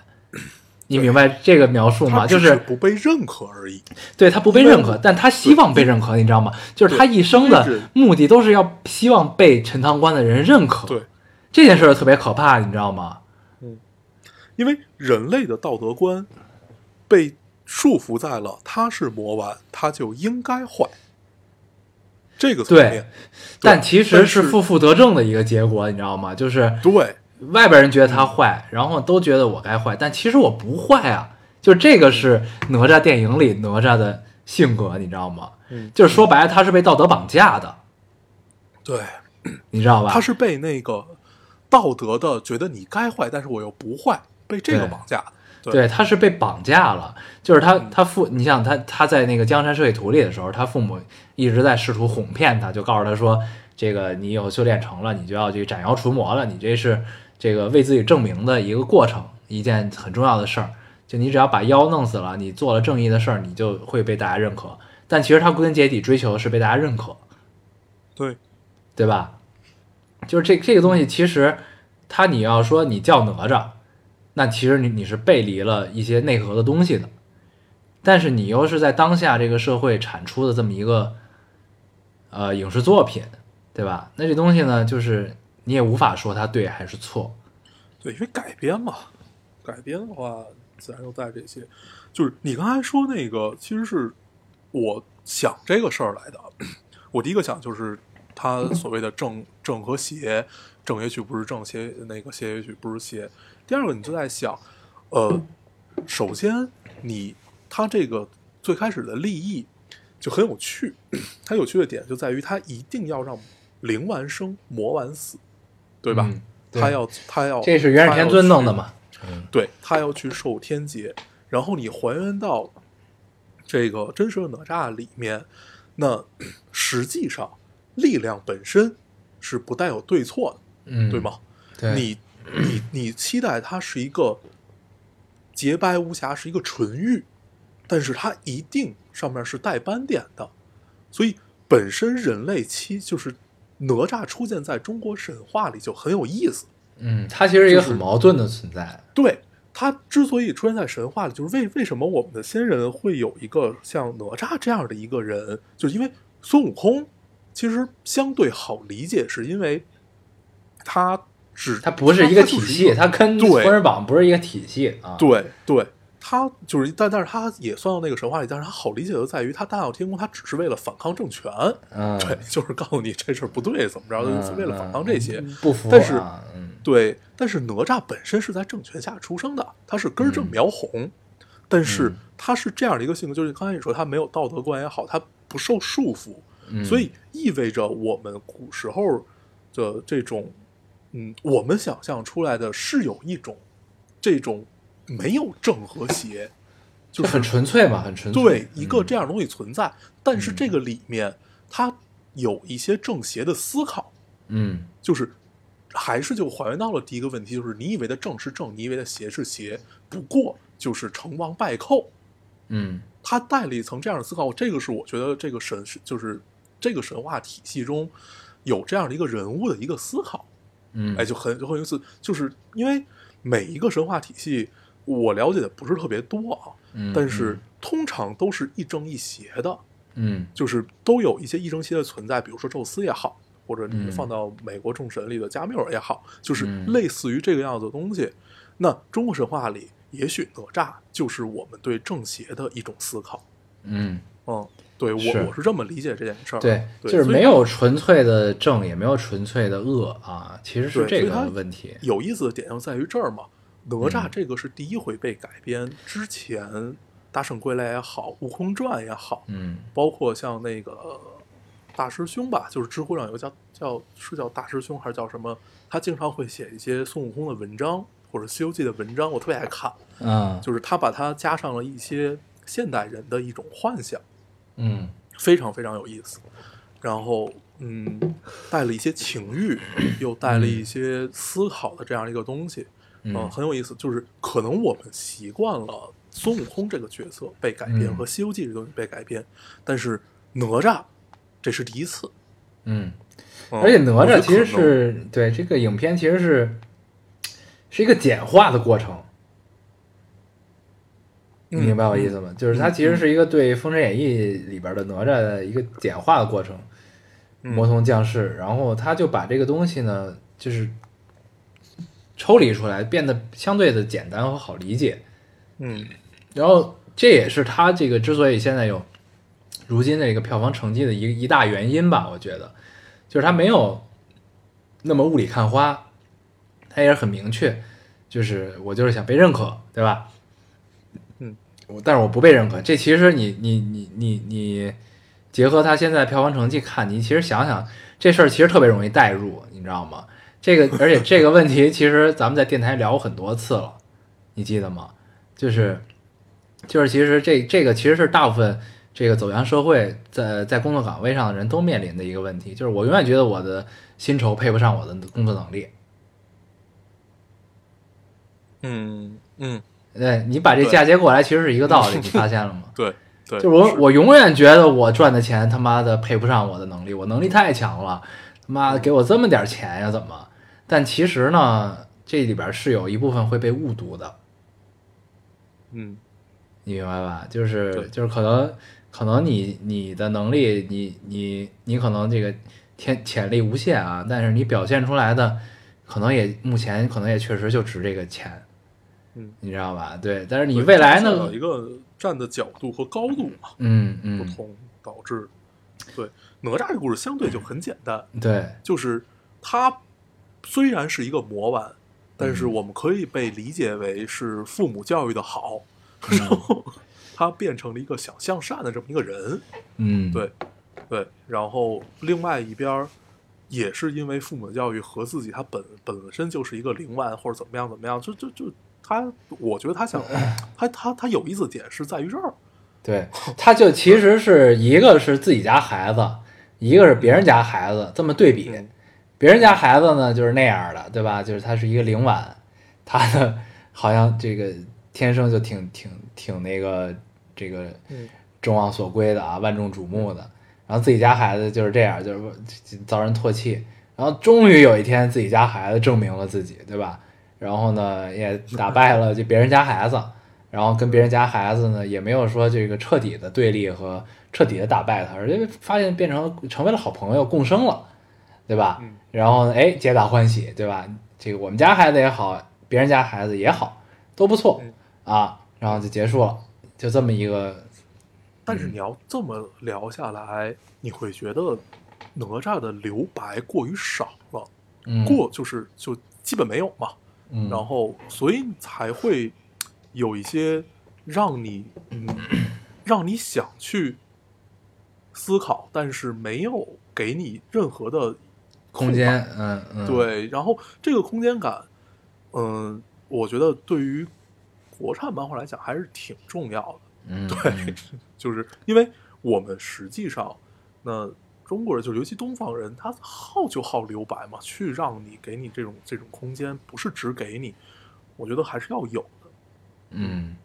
Speaker 1: 你明白这个描述吗？
Speaker 2: 他
Speaker 1: 就
Speaker 2: 只
Speaker 1: 是
Speaker 2: 不被认可而已。
Speaker 1: 对他不被认可，但他希望被认可，你知道吗？就是他一生的
Speaker 2: 对
Speaker 1: 目的都是要希望被陈塘关的人认可。
Speaker 2: 对，
Speaker 1: 这件事儿特别可怕，你知道吗？
Speaker 2: 因为人类的道德观被束缚在了他是魔丸，他就应该坏这个层面。
Speaker 1: 但其实
Speaker 2: 但
Speaker 1: 是
Speaker 2: 是
Speaker 1: 负负得正的一个结果，你知道吗？就是
Speaker 2: 对，
Speaker 1: 外边人觉得他坏，然后都觉得我该坏，但其实我不坏啊。就这个是哪吒电影里哪吒的性格，你知道吗？
Speaker 2: 嗯
Speaker 1: 就是说白了，他是被道德绑架的，
Speaker 2: 对，
Speaker 1: 你知道吧？
Speaker 2: 他是被那个道德的觉得你该坏，但是我又不坏，被这个
Speaker 1: 对
Speaker 2: 绑架。
Speaker 1: 对，他是被绑架了。就是他，他父，你想他，他在那个《江山设计图》里的时候，他父母一直在试图哄骗他，就告诉他说，这个你以后修炼成了，你就要去斩妖除魔了，你这是这个为自己证明的一个过程，一件很重要的事儿。就你只要把妖弄死了，你做了正义的事儿，你就会被大家认可。但其实他归根结底追求的是被大家认可，
Speaker 2: 对，
Speaker 1: 对吧？就是这这个东西，其实他你要说你叫哪吒，那其实你你是背离了一些内核的东西的，但是你又是在当下这个社会产出的这么一个呃影视作品，对吧？那这东西呢，就是你也无法说它对还是错，
Speaker 2: 对，因为改编嘛，改编的话自然又带这些。就是你刚才说那个，其实是我想这个事儿来的。我第一个想就是他所谓的正正和邪，正也许不是正，邪那个邪也许不是邪。第二个，你就在想，呃，首先你他这个最开始的利益就很有趣，它有趣的点就在于它一定要让灵完生，魔完死，对吧？哦
Speaker 1: 嗯对
Speaker 2: 他要他要
Speaker 1: 这是元始天尊弄的？嘛？
Speaker 2: 他要去对他要去受天劫，然后你还原到这个真实的哪吒里面，那实际上力量本身是不带有对错
Speaker 1: 嗯
Speaker 2: 的，对？吗？
Speaker 1: 对，
Speaker 2: 你你你期待它是一个洁白无瑕，是一个纯欲，但是它一定上面是带斑点的，所以本身人类期就是哪吒出现在中国神话里就很有意思。
Speaker 1: 嗯，它其实是一个
Speaker 2: 就是
Speaker 1: 很矛盾的存在。
Speaker 2: 对它之所以出现在神话里，就是为为什么我们的先人会有一个像哪吒这样的一个人，就是因为孙悟空其实相对好理解，是因为他只
Speaker 1: 它不是一个
Speaker 2: 就
Speaker 1: 体系，
Speaker 2: 一个
Speaker 1: 它跟《封
Speaker 2: 对
Speaker 1: 神榜》不是一个体系啊。，
Speaker 2: 对对，他就是，但但是他也算到那个神话里，但是他好理解的在于，他大闹天宫，他只是为了反抗政权，
Speaker 1: 嗯，
Speaker 2: 对，就是告诉你这事儿不对，怎么着，
Speaker 1: 嗯，
Speaker 2: 就是为了反抗这些。
Speaker 1: 嗯不服啊，
Speaker 2: 但是
Speaker 1: 嗯
Speaker 2: 对，但是哪吒本身是在政权下出生的，他是根正苗红，但是
Speaker 1: 嗯
Speaker 2: 他是这样的一个性格，就是刚才你说他没有道德观也好，他不受束缚，
Speaker 1: 嗯，
Speaker 2: 所以意味着我们古时候的这种，嗯，我们想象出来的是有一种这种没有正和邪，
Speaker 1: 就
Speaker 2: 就是
Speaker 1: 很纯粹嘛，很纯粹。
Speaker 2: 对
Speaker 1: 嗯
Speaker 2: 一个这样的东西存在，但是
Speaker 1: 嗯
Speaker 2: 这个里面它有一些正邪的思考，
Speaker 1: 嗯
Speaker 2: 就是还是就还原到了第一个问题，就是你以为的正是正，你以为的邪是邪，不过就是成王败寇，
Speaker 1: 嗯
Speaker 2: 他带了一层这样的思考，这个是我觉得这个神就是这个神话体系中有这样的一个人物的一个思考，
Speaker 1: 嗯，
Speaker 2: 哎，就很就很有意思，就是因为每一个神话体系我了解的不是特别多啊，
Speaker 1: 嗯
Speaker 2: 但是通常都是一正一邪的，
Speaker 1: 嗯
Speaker 2: 就是都有一些一正邪的存在，比如说宙斯也好，或者
Speaker 1: 嗯
Speaker 2: 你放到美国众神里的加缪尔也好，就是
Speaker 1: 嗯
Speaker 2: 类似于这个样子的东西。那中国神话里，也许哪吒就是我们对正邪的一种思考。
Speaker 1: 嗯
Speaker 2: 嗯，对我
Speaker 1: 是
Speaker 2: 我是这么理解这件事儿。
Speaker 1: 对，
Speaker 2: 啊对，
Speaker 1: 就是
Speaker 2: 所以
Speaker 1: 没有纯粹的正，也没有纯粹的恶啊，其实是
Speaker 2: 对
Speaker 1: 这
Speaker 2: 所以它
Speaker 1: 个问题。
Speaker 2: 有意思的点就在于这儿嘛。哪
Speaker 1: 嗯
Speaker 2: 吒这个是第一回被改编，之前《大圣归来》也好，《悟空传》也好，
Speaker 1: 嗯
Speaker 2: 包括像那个呃大师兄吧，就是知乎上有个叫叫是叫大师兄还是叫什么，他经常会写一些孙悟空的文章或者《西游记》的文章，我特别爱看，
Speaker 1: 啊，
Speaker 2: 就是他把它加上了一些现代人的一种幻想，
Speaker 1: 嗯
Speaker 2: 非常非常有意思。然后，嗯，带了一些情欲，又带了一些思考的这样一个东西，
Speaker 1: 嗯
Speaker 2: 呃很有意思。就是可能我们习惯了孙悟空这个角色被改编
Speaker 1: 嗯
Speaker 2: 和《西游记》这东西被改编，但是哪吒这是第一次，
Speaker 1: 嗯，
Speaker 2: 嗯
Speaker 1: 而且哪
Speaker 2: 我觉
Speaker 1: 吒
Speaker 2: 得
Speaker 1: 其实
Speaker 2: 可能嗯
Speaker 1: 是对这个影片其实是是一个简化的过程，你
Speaker 2: 嗯
Speaker 1: 明白我意思吗？就是它其实是一个对《封神演义》里边的哪吒的一个简化的过程，
Speaker 2: 嗯
Speaker 1: 魔童降世，然后他就把这个东西呢，就是抽离出来，变得相对的简单和好理解。
Speaker 2: 嗯
Speaker 1: 然后这也是他这个之所以现在有如今的一个票房成绩的一一大原因吧，我觉得，就是他没有那么雾里看花，他也是很明确，就是我就是想被认可，对吧？
Speaker 2: 嗯，
Speaker 1: 我但是我不被认可，这其实你你你你你结合他现在票房成绩看，你其实想想这事儿其实特别容易代入，你知道吗？这个而且这个问题其实咱们在电台聊过很多次了，你记得吗？就是就是其实这这个其实是大部分这个走向社会在在工作岗位上的人都面临的一个问题，就是我永远觉得我的薪酬配不上我的工作能力。
Speaker 2: 嗯嗯，
Speaker 1: 对你把这
Speaker 2: 对
Speaker 1: 嫁接过来，其实是一个道
Speaker 2: <laughs>
Speaker 1: 理，你发现了吗？
Speaker 2: 对对，
Speaker 1: 就是我我永远觉得我赚的钱他妈的配不上我的能力，我能力太强了，他妈的给我这么点钱呀，怎么？但其实呢，这里边是有一部分会被误读的，
Speaker 2: 嗯
Speaker 1: 你明白吧？就是
Speaker 2: 对
Speaker 1: 就是可能可能你你的能力，你你你可能这个天潜力无限啊，但是你表现出来的可能也目前可能也确实就值这个钱，
Speaker 2: 嗯，
Speaker 1: 你知道吧？对，但是
Speaker 2: 对
Speaker 1: 你未来
Speaker 2: 它
Speaker 1: 呢
Speaker 2: 有？一个站的角度和高度嘛
Speaker 1: 嗯
Speaker 2: 不
Speaker 1: 嗯，
Speaker 2: 同导致，对哪吒这故事相对就很简单，
Speaker 1: 对，
Speaker 2: 就是它虽然是一个魔丸，但
Speaker 1: 嗯
Speaker 2: 是我们可以被理解为是父母教育的好，然后 <laughs> 他变成了一个想向善的这么一个人， <laughs>
Speaker 1: 嗯，
Speaker 2: 对对。然后另外一边儿也是因为父母的教育和自己他本本身就是一个灵丸或者怎么样怎么样，就就就他，我觉得他想他他他有意思的点是在于这儿，
Speaker 1: 对，他就其实是一个是自己家孩子，一个是别人家孩子，这么对比，别人家孩子呢就是那样的，对吧？就是他是一个灵婉，他呢好像这个天生就挺挺挺那个这个
Speaker 2: 嗯
Speaker 1: 众望所归的啊，万众瞩目的。然后自己家孩子就是这样，就是遭人唾弃。然后终于有一天，自己家孩子证明了自己，对吧？然后呢，也打败了就别人家孩子，然后跟别人家孩子呢，也没有说这个彻底的对立和彻底的打败他，而且发现变成成为了好朋友，共生了，对吧？
Speaker 2: 嗯
Speaker 1: 然后呢，哎，皆大欢喜，对吧？这个我们家孩子也好，别人家孩子也好，都不错
Speaker 2: 嗯
Speaker 1: 啊。然后就结束了，就这么一个，
Speaker 2: 但是你要这么聊下来，你会觉得哪吒的留白过于少了，
Speaker 1: 嗯，
Speaker 2: 过就是就基本没有嘛。
Speaker 1: 嗯，
Speaker 2: 然后所以才会有一些让你嗯让你想去思考，但是没有给你任何的
Speaker 1: 空间，嗯嗯，，
Speaker 2: 对，然后这个空间感，嗯，我觉得对于国产漫画来讲还是挺重要的。
Speaker 1: 嗯，
Speaker 2: <laughs> 对，就是因为我们实际上，那中国人就是尤其东方人，他好就好留白嘛，去让你给你这种这种空间，不是只给你，我觉得还是要有的。
Speaker 1: 嗯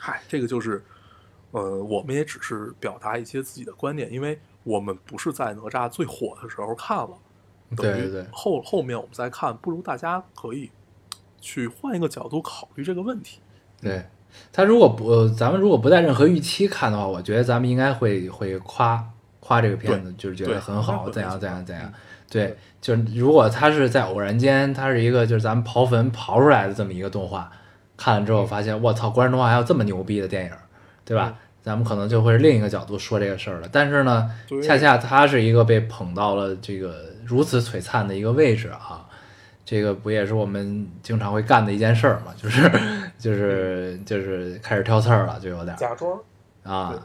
Speaker 2: 嗨，这个就是，呃，我们也只是表达一些自己的观点，因为我们不是在哪吒最火的时候看了，等
Speaker 1: 对
Speaker 2: 于
Speaker 1: 对
Speaker 2: 后后面我们再看，不如大家可以去换一个角度考虑这个问题。
Speaker 1: 对。他如果不，呃咱们如果不带任何预期看的话，我觉得咱们应该会会夸夸这个片子，就是觉得
Speaker 2: 对
Speaker 1: 很
Speaker 2: 应该
Speaker 1: 好，
Speaker 2: 会
Speaker 1: 怎
Speaker 2: 没
Speaker 1: 样
Speaker 2: 错
Speaker 1: 怎样怎样
Speaker 2: 嗯。
Speaker 1: 对，就是如果它是在偶然间，它是一个就是咱们刨坟刨出来的这么一个动画，看了之后发现，我操，国产动画还有这么牛逼的电影，对吧？咱们可能就会是另一个角度说这个事儿了。但是呢
Speaker 2: 对，
Speaker 1: 恰恰它是一个被捧到了这个如此璀璨的一个位置啊，这个不也是我们经常会干的一件事儿嘛？就是 <laughs> 就是就是开始挑刺儿了，就有点儿
Speaker 2: 嗯假装
Speaker 1: 啊
Speaker 2: 对，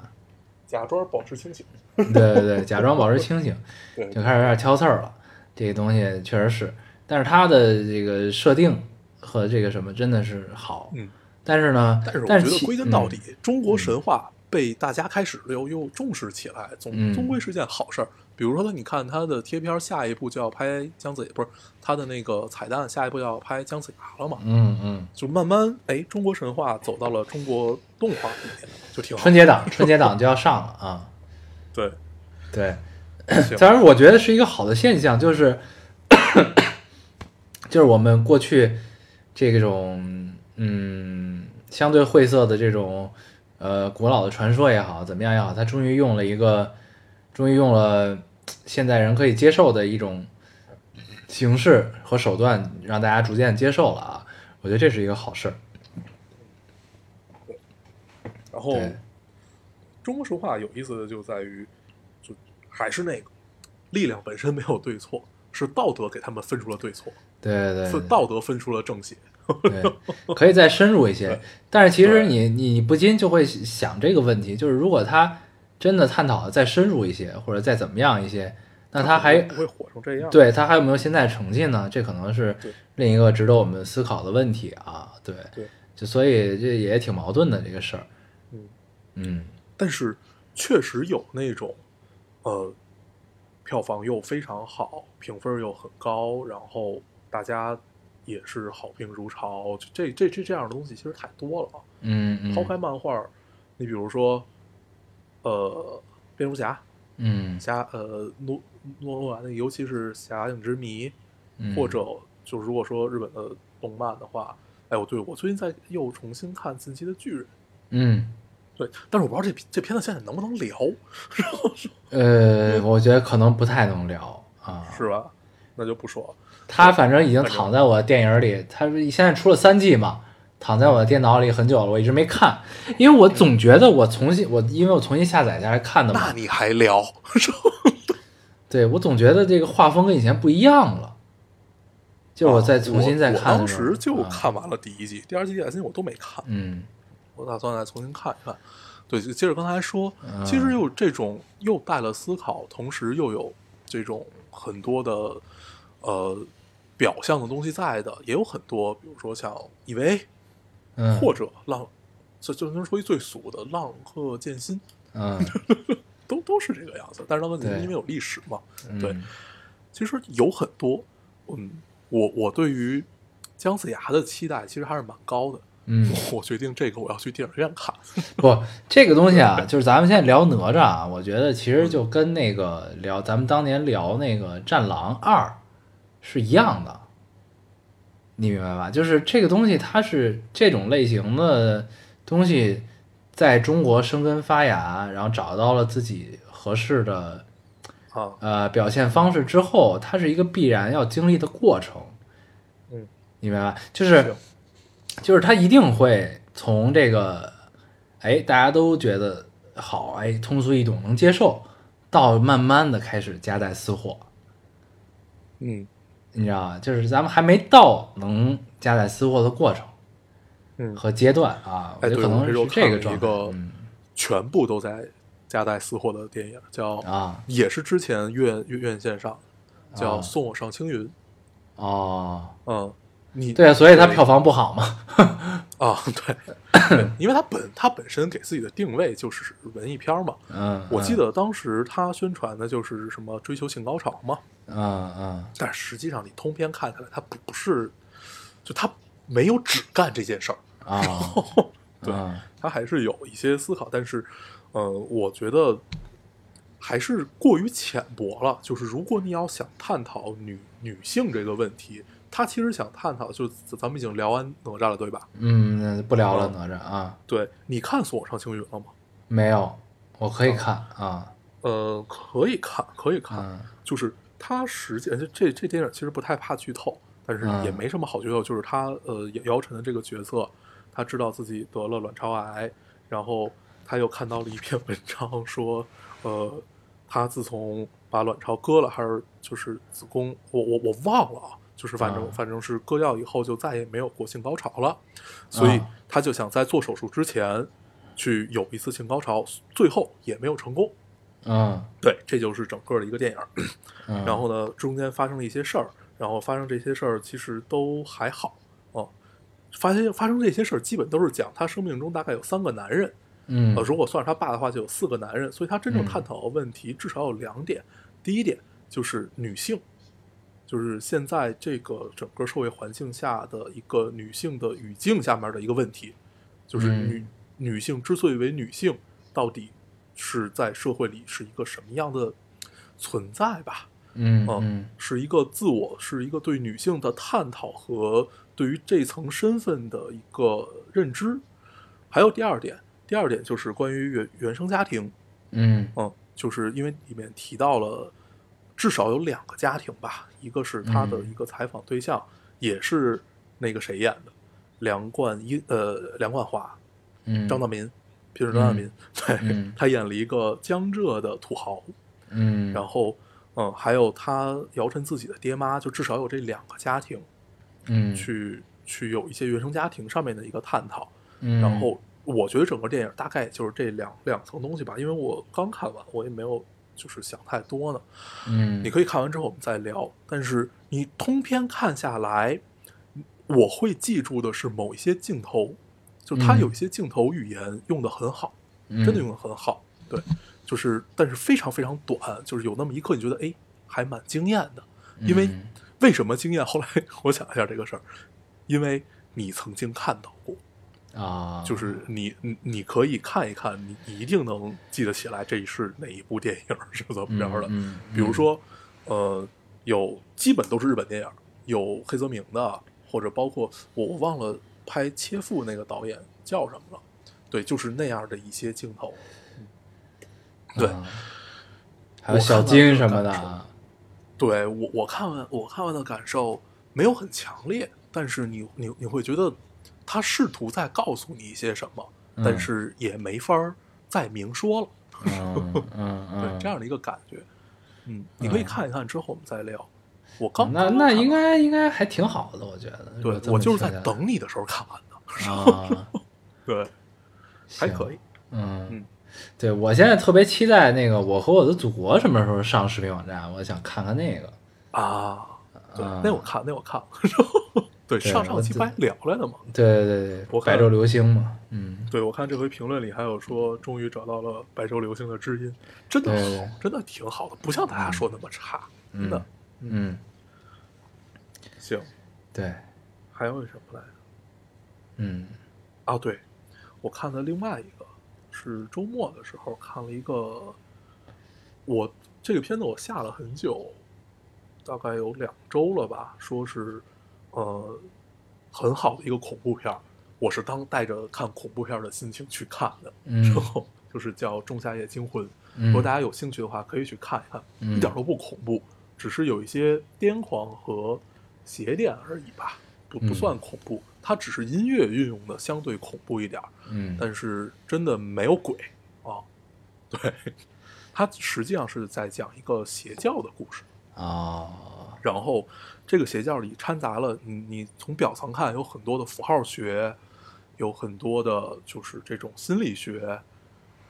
Speaker 2: 假装保持清醒，
Speaker 1: 对对对，假装保持清醒。
Speaker 2: <laughs> 对
Speaker 1: 就开始有点挑刺儿了。这个东西确实是，但是它的这个设定和这个什么真的是好，
Speaker 2: 嗯。
Speaker 1: 但是呢，
Speaker 2: 但是我
Speaker 1: 但
Speaker 2: 觉得
Speaker 1: 其嗯
Speaker 2: 归根到底，，中国神话被大家开始又又重视起来，总、
Speaker 1: 嗯
Speaker 2: 终归是件好事儿。比如说他，你看他的贴片儿下一步就要拍姜子牙，不是他的那个彩蛋，下一步要拍姜子牙了嘛？
Speaker 1: 嗯嗯嗯，
Speaker 2: 就慢慢哎，中国神话走到了中国动画里面，就挺好
Speaker 1: 春。节档春节档就要上了啊，
Speaker 2: 对，
Speaker 1: 对。 <laughs>
Speaker 2: 行
Speaker 1: 当然，我觉得是一个好的现象，就是 <coughs> 就是我们过去这种嗯相对晦涩的这种呃古老的传说也好，怎么样也好，它终于用了一个终于用了呃现代人可以接受的一种形式和手段，让大家逐渐接受了啊。我觉得这是一个好事儿。
Speaker 2: 然后
Speaker 1: 对，
Speaker 2: 中国神话有意思的就在于，就还是那个力量本身没有对错，是道德给他们分出了对错，
Speaker 1: 对对
Speaker 2: 是
Speaker 1: 对。
Speaker 2: 道德分出了正邪。
Speaker 1: 对，可以再深入一些
Speaker 2: 对。
Speaker 1: 但是其实
Speaker 2: 对
Speaker 1: 你你你不禁就会想这个问题，就是如果他真的探讨的再深入一些，或者再怎么样一些，那他还
Speaker 2: 不会火成这样。
Speaker 1: 对他还有没有现在成绩呢？这可能是
Speaker 2: 对
Speaker 1: 另一个值得我们思考的问题啊。对，
Speaker 2: 对
Speaker 1: 就所以这也挺矛盾的这个事儿。
Speaker 2: 嗯
Speaker 1: 嗯
Speaker 2: 但是确实有那种，呃，票房又非常好，评分又很高，然后大家也是好评如潮，就这这这这样的东西其实太多了啊。
Speaker 1: 嗯嗯，
Speaker 2: 抛开漫画儿，你比如说，呃，蝙蝠侠、
Speaker 1: 嗯
Speaker 2: 侠呃诺诺诺兰的，尤其是《侠影之谜》
Speaker 1: 嗯
Speaker 2: 或者就如果说日本的动漫的话，哎，我对我最近在又重新看《进击的巨人》。
Speaker 1: 嗯。
Speaker 2: 对，但是我不知道这这片子现在能不能聊，
Speaker 1: 呃，我觉得可能不太能聊啊。
Speaker 2: 嗯是吧？那就不说了。
Speaker 1: 他反正已经躺在我电影里，他是现在出了三季嘛，躺在我的电脑里很久了，我一直没看，因为我总觉得我重新我因为我重新下载下来看的嘛
Speaker 2: 那，你还聊？ <laughs> 是吧
Speaker 1: 对我总觉得这个画风跟以前不一样了，就是我再重新再看
Speaker 2: 啊我
Speaker 1: 的
Speaker 2: 当
Speaker 1: 时候，
Speaker 2: 时就
Speaker 1: 啊
Speaker 2: 看完了第一季，第二季、第三季我都没看，
Speaker 1: 嗯
Speaker 2: 我打算再重新看一看。对，就接着刚才说
Speaker 1: 嗯，
Speaker 2: 其实又这种又带了思考，同时又有这种很多的呃表象的东西在的，也有很多，比如说像以为
Speaker 1: 嗯，
Speaker 2: 或者浪这就能说一最俗的浪客剑心，
Speaker 1: 嗯，
Speaker 2: 都都是这个样子。但是浪客剑心
Speaker 1: 对
Speaker 2: 因为有历史嘛，
Speaker 1: 嗯
Speaker 2: <laughs> 对，其实有很多，嗯，我我对于姜子牙的期待其实还是蛮高的。 <laughs>
Speaker 1: 嗯，
Speaker 2: 我决定这个我要去电影院看，
Speaker 1: <laughs> 不，这个东西啊，就是咱们现在聊哪吒啊，我觉得其实就跟那个聊咱们当年聊那个《战狼二》是一样的，你明白吧？就是这个东西，它是这种类型的东西在中国生根发芽，然后找到了自己合适的
Speaker 2: 啊，
Speaker 1: 呃表现方式之后，它是一个必然要经历的过程。
Speaker 2: 嗯，
Speaker 1: 你明白吧？就是
Speaker 2: 是
Speaker 1: 就是它一定会从这个哎大家都觉得好哎通俗易懂能接受，到慢慢的开始夹带私货，
Speaker 2: 嗯
Speaker 1: 你知道吗？就是咱们还没到能夹带私货的过程
Speaker 2: 嗯，
Speaker 1: 和阶段啊，我觉
Speaker 2: 哎
Speaker 1: 得
Speaker 2: 对
Speaker 1: 可能
Speaker 2: 我这时候
Speaker 1: 是这
Speaker 2: 看了
Speaker 1: 状
Speaker 2: 一
Speaker 1: 态。
Speaker 2: 个
Speaker 1: 嗯
Speaker 2: 全部都在夹带私货的电影叫
Speaker 1: 啊
Speaker 2: 也是之前院院院线上叫
Speaker 1: 啊
Speaker 2: 《送我上青云》。
Speaker 1: 哦，
Speaker 2: 嗯，你
Speaker 1: 对啊，所以它票房不好嘛。
Speaker 2: 啊，对，
Speaker 1: <laughs>
Speaker 2: 因为它本它本身给自己的定位就是文艺片儿嘛。
Speaker 1: 嗯，
Speaker 2: 我记
Speaker 1: 嗯
Speaker 2: 得当时它宣传的就是什么追求性高潮嘛，
Speaker 1: 嗯嗯
Speaker 2: 但实际上你通篇看下来，它不是，就它没有只干这件事儿，
Speaker 1: 啊，
Speaker 2: <laughs> 对
Speaker 1: 嗯
Speaker 2: 它还是有一些思考，但是，呃，我觉得还是过于浅薄了。就是如果你要想探讨女女性这个问题，它其实想探讨，就咱们已经聊完哪吒了，对吧？
Speaker 1: 嗯，那不聊了哪吒啊，
Speaker 2: 对，你看《锁上青云》了吗？
Speaker 1: 没有，我可以看啊，
Speaker 2: 呃，可以看，可以看，
Speaker 1: 嗯
Speaker 2: 就是它实际呃这这这电影其实不太怕剧透，但是
Speaker 1: 嗯
Speaker 2: 也没什么好剧透，就是他呃姚姚晨的这个角色，他知道自己得了卵巢癌，然后他又看到了一篇文章说，呃，他自从把卵巢割了，还是就是子宫，我我我忘了啊。就是反正、
Speaker 1: 嗯
Speaker 2: 反正是割掉以后就再也没有过性高潮了，所以
Speaker 1: 嗯
Speaker 2: 他就想在做手术之前去有一次性高潮，最后也没有成功。
Speaker 1: 嗯
Speaker 2: 对，这就是整个的一个电影儿。
Speaker 1: 嗯，
Speaker 2: 然后呢，中间发生了一些事儿，然后发生这些事儿其实都还好啊。发现发生这些事儿，基本都是讲他生命中大概有三个男人，
Speaker 1: 嗯
Speaker 2: 呃，如果算是他爸的话，就有四个男人。所以他真正
Speaker 1: 嗯
Speaker 2: 探讨的问题至少有两点。第一点就是女性，就是现在这个整个社会环境下的一个女性的语境下面的一个问题，就是
Speaker 1: 嗯
Speaker 2: 女、女性之所以为女性，到底是在社会里是一个什么样的存在吧？
Speaker 1: 嗯
Speaker 2: 呃
Speaker 1: 嗯
Speaker 2: 是一个自我，是一个对女性的探讨和对于这层身份的一个认知。还有第二点，第二点就是关于原原生家庭，
Speaker 1: 嗯
Speaker 2: 嗯，就是因为里面提到了至少有两个家庭吧，一个是他的
Speaker 1: 嗯
Speaker 2: 一个采访对象，也是那个谁演的，梁冠英，呃，梁冠华，
Speaker 1: 嗯，
Speaker 2: 张道民，评审张道民，对、
Speaker 1: 嗯
Speaker 2: 他演了一个江浙的土豪，
Speaker 1: 嗯，
Speaker 2: 然后，嗯，还有他姚晨自己的爹妈，就至少有这两个家庭
Speaker 1: 嗯
Speaker 2: 去、去有一些原生家庭上面的一个探讨。
Speaker 1: 嗯
Speaker 2: 然后，我觉得整个电影大概就是这两两层东西吧，因为我刚看完，我也没有就是想太多呢。
Speaker 1: 嗯
Speaker 2: 你可以看完之后我们再聊，但是你通篇看下来，我会记住的是某一些镜头，就它
Speaker 1: 嗯
Speaker 2: 有一些镜头语言用的很好。
Speaker 1: 以
Speaker 2: 真的用的很好。对，就是但是非常非常短，就是有那么一刻你觉得哎还蛮惊艳的，因为
Speaker 1: 嗯
Speaker 2: 为什么惊艳？ <laughs> 后来我想了一下这个事儿，因为你曾经看到过，
Speaker 1: 啊，
Speaker 2: 就是你你你可以看一看，你你一定能记得起来这是哪一部电影儿是怎么着的。
Speaker 1: 嗯
Speaker 2: 比如，说，呃，有基本都是日本电影儿，有黑泽明的，或者包括我我忘了拍《切腹》那个导演叫什么了，对，就是那样的一些镜头。
Speaker 1: 嗯
Speaker 2: 对，
Speaker 1: 嗯还有小金什么的啊，
Speaker 2: 对我我看完我看完的感受没有很强烈，但是你你你会觉得他试图在告诉你一些什么，
Speaker 1: 嗯
Speaker 2: 但是也没法儿再明说了，
Speaker 1: 嗯嗯嗯，
Speaker 2: <laughs> 对这样的一个感觉。嗯，你可以看一看之后我们再聊。我刚
Speaker 1: 那
Speaker 2: 刚
Speaker 1: 那
Speaker 2: 看完
Speaker 1: 应该应该还挺好的，我觉得。如
Speaker 2: 对
Speaker 1: 果这
Speaker 2: 我
Speaker 1: 么
Speaker 2: 就是
Speaker 1: 说
Speaker 2: 在
Speaker 1: 下来
Speaker 2: 等你的时候看完的。
Speaker 1: 啊，
Speaker 2: 对， <laughs> 还可
Speaker 1: 以。
Speaker 2: 以。
Speaker 1: 嗯
Speaker 2: 嗯，
Speaker 1: 对我现在特别期待那个《我和我的祖国》什么时候上视频网站，我想看看那个。
Speaker 2: 啊，对
Speaker 1: 啊，
Speaker 2: 那我看，那我看，对，
Speaker 1: 对
Speaker 2: 上上
Speaker 1: 我
Speaker 2: 期
Speaker 1: 自
Speaker 2: 不还聊来了吗？
Speaker 1: 对对对，
Speaker 2: 我看
Speaker 1: 白昼流星嘛，嗯，
Speaker 2: 对，我看这回评论里还有说，终于找到了白昼流星的知音，真的
Speaker 1: 对
Speaker 2: 好，真的挺好的，不像大家说那么差。真的
Speaker 1: 嗯嗯，
Speaker 2: 行，
Speaker 1: 对，
Speaker 2: 还有什么来着？
Speaker 1: 嗯
Speaker 2: 啊，对，我看的另外一个是周末的时候看了一个，我这个片子我下了很久，大概有两周了吧，说是呃很好的一个恐怖片儿，我是当带着看恐怖片儿的心情去看的，
Speaker 1: 嗯
Speaker 2: 然后 <laughs> 就是叫《仲夏夜惊魂》，
Speaker 1: 嗯，
Speaker 2: 如果大家有兴趣的话，可以去看一看，
Speaker 1: 嗯
Speaker 2: 一点都不恐怖，只是有一些癫狂和邪念而已吧，不不
Speaker 1: 嗯
Speaker 2: 算恐怖，它只是音乐运用的相对恐怖一点儿，
Speaker 1: 嗯
Speaker 2: 但是真的没有鬼啊，对，它实际上是在讲一个邪教的故事，
Speaker 1: 哦，
Speaker 2: 然后这个邪教里掺杂了你你从表层看有很多的符号学，有很多的就是这种心理学，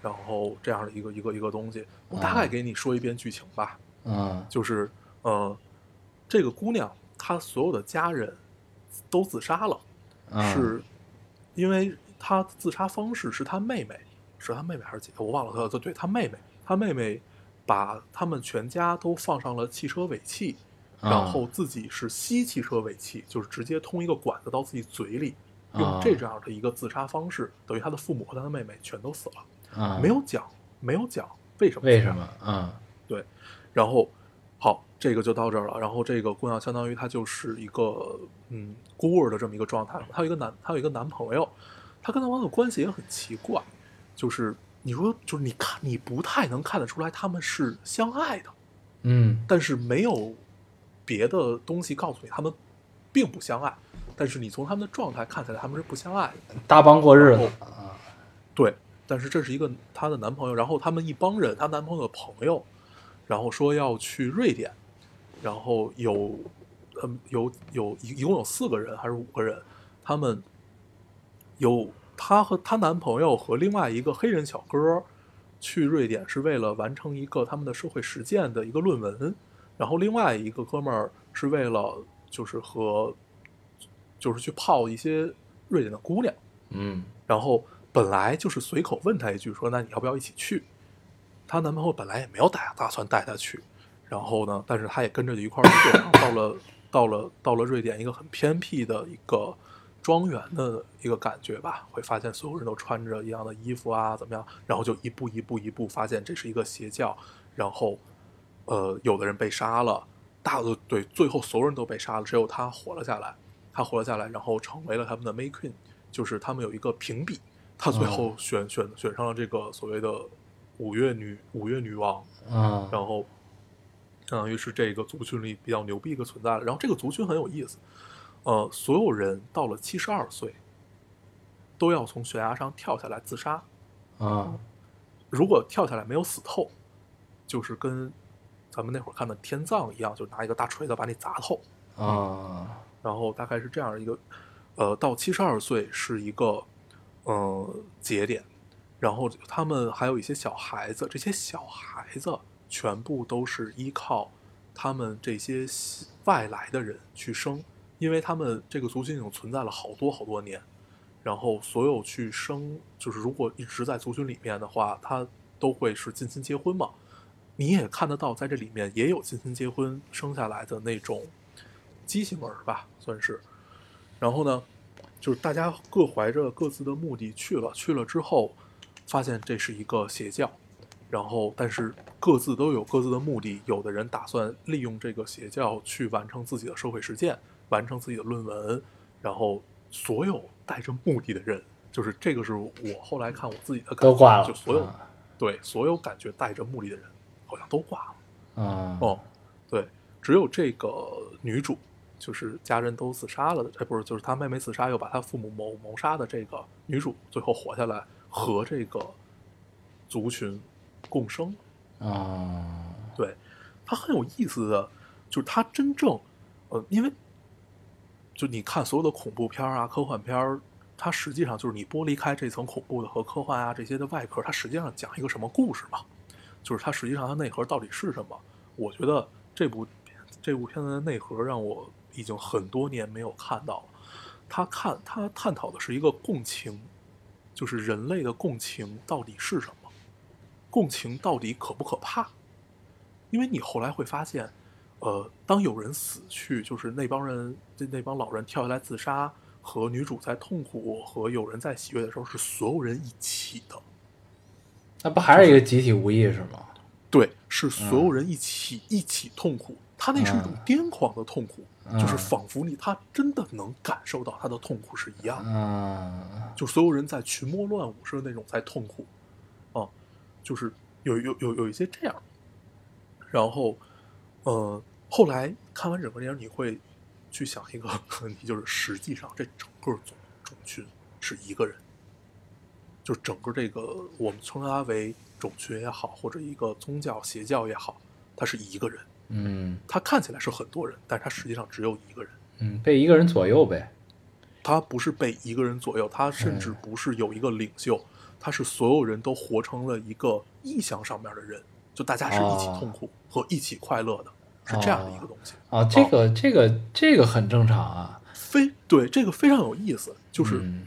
Speaker 2: 然后这样的一个一个一个东西。我大概给你说一遍剧情吧，
Speaker 1: 嗯
Speaker 2: 就是呃，这个姑娘她所有的家人都自杀了，
Speaker 1: 嗯
Speaker 2: 是因为她自杀方式是她妹妹，是她妹妹还是姐？我忘了，她对她妹妹，她妹妹把他们全家都放上了汽车尾气。
Speaker 1: 啊
Speaker 2: 然后自己是吸汽车尾气，就是直接通一个管子到自己嘴里，用
Speaker 1: 啊
Speaker 2: 这样的一个自杀方式，等于他的父母和他的妹妹全都死了，
Speaker 1: 嗯
Speaker 2: 没有讲，没有讲为什么？
Speaker 1: 为什？么啊
Speaker 2: 然后，好，这个就到这儿了。然后这个姑娘相当于她就是一个嗯孤儿的这么一个状态，她有一个男，她有一个男朋友，她跟她男朋友关系也很奇怪，就是你说就是你看你不太能看得出来他们是相爱的，
Speaker 1: 嗯
Speaker 2: 但是没有别的东西告诉你他们并不相爱，但是你从他们的状态看起来他们是不相爱的。
Speaker 1: 搭帮过日子
Speaker 2: 然对，但是这是一个她的男朋友，然后他们一帮人，她男朋友的朋友，然后说要去瑞典，然后有，嗯，有有一一共有四个人还是五个人，他们有她和她男朋友和另外一个黑人小哥儿去瑞典是为了完成一个他们的社会实践的一个论文，然后另外一个哥们儿是为了就是和就是去泡一些瑞典的姑娘。
Speaker 1: 嗯
Speaker 2: 然后本来就是随口问她一句说，那你要不要一起去？她男朋友本来也没有打打算带她去，然后呢，但是她也跟着一块儿去了，然后到了到了到了瑞典一个很偏僻的一个庄园的一个感觉吧，会发现所有人都穿着一样的衣服啊，怎么样？然后就一步一步一步发现这是一个邪教，然后呃，有的人被杀了，大多对最后所有人都被杀了，只有她活了下来。她活了下来，然后成为了他们的 May Queen，就是他们有一个评比，她最后选、选选上了这个所谓的五月女五月女王，
Speaker 1: 啊
Speaker 2: 然后相当于是这个族群里比较牛逼一个存在了。然后这个族群很有意思，呃，所有人到了七十二岁都要从悬崖上跳下来自杀，
Speaker 1: 啊
Speaker 2: 如果跳下来没有死透，就是跟咱们那会儿看的天葬一样，就拿一个大锤子把你砸透。
Speaker 1: 啊
Speaker 2: 然后大概是这样一个，呃，到七十二岁是一个呃节点，然后他们还有一些小孩子，这些小孩子全部都是依靠他们这些西外来的人去生，因为他们这个族群已经存在了好多好多年，然后所有去生，就是如果一直在族群里面的话，他都会是近亲结婚嘛。你也看得到，在这里面也有近亲结婚生下来的那种畸形儿吧，算是。然后呢，就是大家各怀着各自的目的去了，去了之后发现这是一个邪教，然后但是各自都有各自的目的，有的人打算利用这个邪教去完成自己的社会实践，完成自己的论文，然后所有带着目的的人，就是这个是我后来看我自己的感觉，
Speaker 1: 都挂了
Speaker 2: 就所有、
Speaker 1: 啊
Speaker 2: 对所有感觉带着目的的人好像都挂了。
Speaker 1: 啊
Speaker 2: 哦，对，只有这个女主，就是家人都自杀了的，哎，不是，就是她妹妹自杀，又把她父母谋谋杀的这个女主，最后活下来，和这个族群共生。
Speaker 1: 啊
Speaker 2: 对，它很有意思的，就是它真正，呃，因为就你看所有的恐怖片儿啊、科幻片儿，它实际上就是你剥离开这层恐怖的和科幻啊这些的外壳，它实际上讲一个什么故事嘛？就是它实际上它内核到底是什么？我觉得这部片这部片子的内核让我已经很多年没有看到了。他看他探讨的是一个共情，就是人类的共情到底是什么？共情到底可不可怕？因为你后来会发现，呃，当有人死去，就是那帮人那那帮老人跳下来自杀，和女主在痛苦和有人在喜悦的时候，是所有人一起的。
Speaker 1: 那不还是一个集体无意识吗？
Speaker 2: 对，是所有人一起、一起痛苦。他那是一种
Speaker 1: 嗯
Speaker 2: 癫狂的痛苦，就是
Speaker 1: 嗯
Speaker 2: 仿佛你他真的能感受到他的痛苦是一样的。
Speaker 1: 嗯，
Speaker 2: 就所有人在群魔乱舞似的那种在痛苦，啊，就是有有有有一些这样。然后，呃，后来看完整个电影，你会去想一个问题，就是实际上这整个种种群是一个人，就整个这个我们称它为种群也好，或者一个宗教邪教也好，它是一个人，
Speaker 1: 嗯
Speaker 2: 它看起来是很多人，但是它实际上只有一个人。
Speaker 1: 嗯，被一个人左右呗。
Speaker 2: 他不是被一个人左右，他甚
Speaker 1: 哎
Speaker 2: 至不是有一个领袖，他是所有人都活成了一个意向上面的人，就大家是一起痛
Speaker 1: 哦
Speaker 2: 苦和一起快乐的，是这样的一个东西。
Speaker 1: 啊，这个这个这个很正常啊。
Speaker 2: 非对这个非常有意思，就是、
Speaker 1: 嗯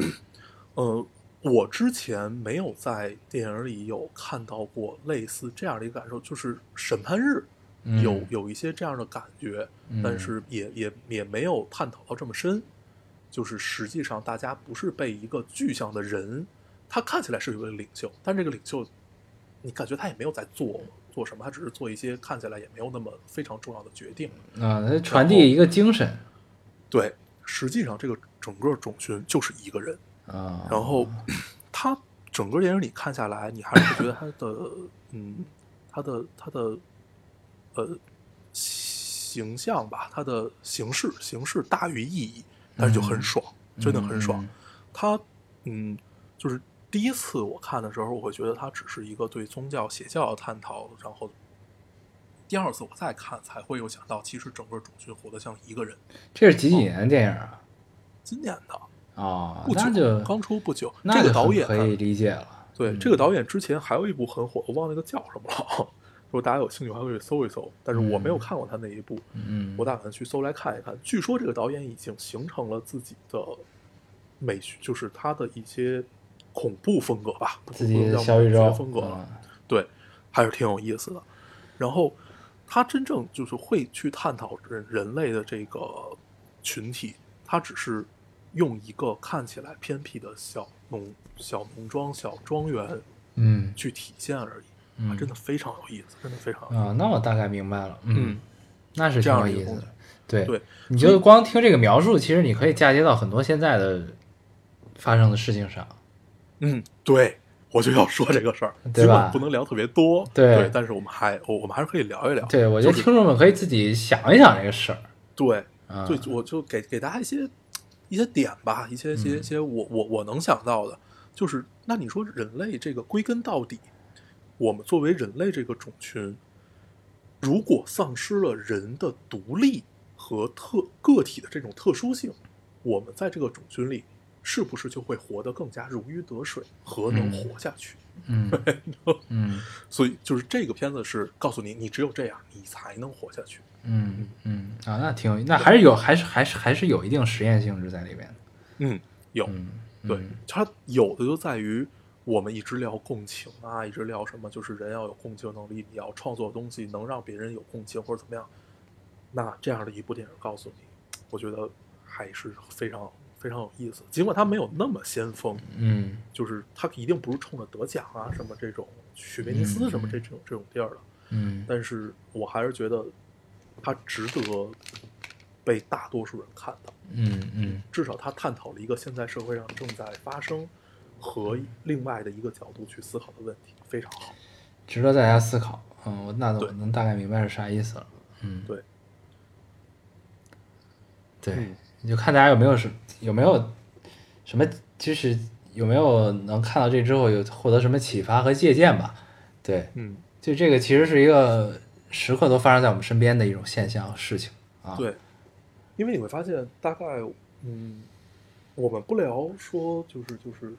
Speaker 2: 呃，我之前没有在电影里有看到过类似这样的一个感受，就是审判日
Speaker 1: 嗯
Speaker 2: 有有一些这样的感觉，
Speaker 1: 嗯
Speaker 2: 但是也也也没有探讨到这么深。就是实际上，大家不是被一个具象的人，他看起来是有个领袖，但这个领袖，你感觉他也没有在做做什么，他只是做一些看起来也没有那么非常重要的决定。
Speaker 1: 啊，它传递一个精神
Speaker 2: 对，实际上这个整个种群就是一个人，
Speaker 1: 啊。
Speaker 2: 然后 <clears throat> 他整个电影你看下来，你还是会觉得他的嗯，他的他的呃形象吧，他的形式形式大于意义，但是就很爽，真的很
Speaker 1: 嗯
Speaker 2: 爽。他嗯，就是第一次我看的时候，我会觉得他只是一个对宗教邪教的探讨，然后。第二次我再看，才会有想到，其实整个种群活得像一个人。
Speaker 1: 这是几几年的电影啊？
Speaker 2: 今年的
Speaker 1: 啊，
Speaker 2: 不久
Speaker 1: 那就，
Speaker 2: 刚出不久，
Speaker 1: 那
Speaker 2: 这个
Speaker 1: 就很
Speaker 2: 导演
Speaker 1: 可以理解了。嗯
Speaker 2: 对，这个导演之前还有一部很火，我忘了那个叫什么了。啊如果大家有兴趣，还可以搜一搜。但是我没有看过他那一部，
Speaker 1: 嗯，
Speaker 2: 我打算去搜来看一看。据说这个导演已经形成了自己的美学，就是他的一些恐怖风格吧，
Speaker 1: 自己的
Speaker 2: 叫
Speaker 1: 小宇宙
Speaker 2: 风格了。
Speaker 1: 嗯
Speaker 2: 对，还是挺有意思的。然后他真正就是会去探讨人人类的这个群体，他只是用一个看起来偏僻的小农、小农庄、小庄园
Speaker 1: 嗯
Speaker 2: 去体现而已，
Speaker 1: 嗯
Speaker 2: 啊，真的非常有意思，真的非常有意思。
Speaker 1: 啊，那我大概明白了。
Speaker 2: 嗯，
Speaker 1: 那是挺有意
Speaker 2: 这样一个
Speaker 1: 思
Speaker 2: 故事
Speaker 1: 的。对，
Speaker 2: 对，
Speaker 1: 你就光听这个描述，其实你可以嫁接到很多现在的发生的事情上。
Speaker 2: 嗯，对，我就要说这个事儿，
Speaker 1: 对
Speaker 2: 尽
Speaker 1: 吧
Speaker 2: 管不能聊特别多，
Speaker 1: 对
Speaker 2: 但是我们还我我们还是可以聊一聊。
Speaker 1: 对，我觉得
Speaker 2: 就是
Speaker 1: 听众们可以自己想一想这个事儿。
Speaker 2: 对，
Speaker 1: 啊，
Speaker 2: 对，我就给给大家一些一些点吧，一些一
Speaker 1: 嗯
Speaker 2: 些一些我我我能想到的，就是那你说人类这个归根到底，我们作为人类这个种群，如果丧失了人的独立和特个体的这种特殊性，我们在这个种群里是不是就会活得更加如鱼得水和能
Speaker 1: 嗯
Speaker 2: 活下去？ <laughs>
Speaker 1: 嗯嗯
Speaker 2: 所以就是这个片子是告诉你，你只有这样，你才能活下去。
Speaker 1: 嗯嗯啊，那挺有，那还是有，还是还是还是有一定实验性质在里边的。
Speaker 2: 嗯，有。
Speaker 1: 嗯，
Speaker 2: 对
Speaker 1: 嗯，
Speaker 2: 它有的就在于我们一直聊共情啊，一直聊什么，就是人要有共情能力，你要创作东西能让别人有共情或者怎么样。那这样的一部电影告诉你，我觉得还是非常非常有意思。尽管它没有那么先锋，
Speaker 1: 嗯
Speaker 2: 就是它一定不是冲着得奖啊什么这种去威尼斯什么这这种这种地儿的，
Speaker 1: 嗯
Speaker 2: 但是我还是觉得它值得被大多数人看到。
Speaker 1: 嗯嗯
Speaker 2: 至少他探讨了一个现在社会上正在发生和另外的一个角度去思考的问题，非常好。
Speaker 1: 值得大家思考。嗯，我那我
Speaker 2: 对
Speaker 1: 能大概明白是啥意思了。嗯，
Speaker 2: 对
Speaker 1: 对
Speaker 2: 嗯，
Speaker 1: 你就看大家有没有什有没有什么，就是有没有能看到这之后有获得什么启发和借鉴吧。对，
Speaker 2: 嗯，
Speaker 1: 就这个其实是一个时刻都发生在我们身边的一种现象和事情啊。，
Speaker 2: 对，因为你会发现，大概嗯，我们不聊说就是就是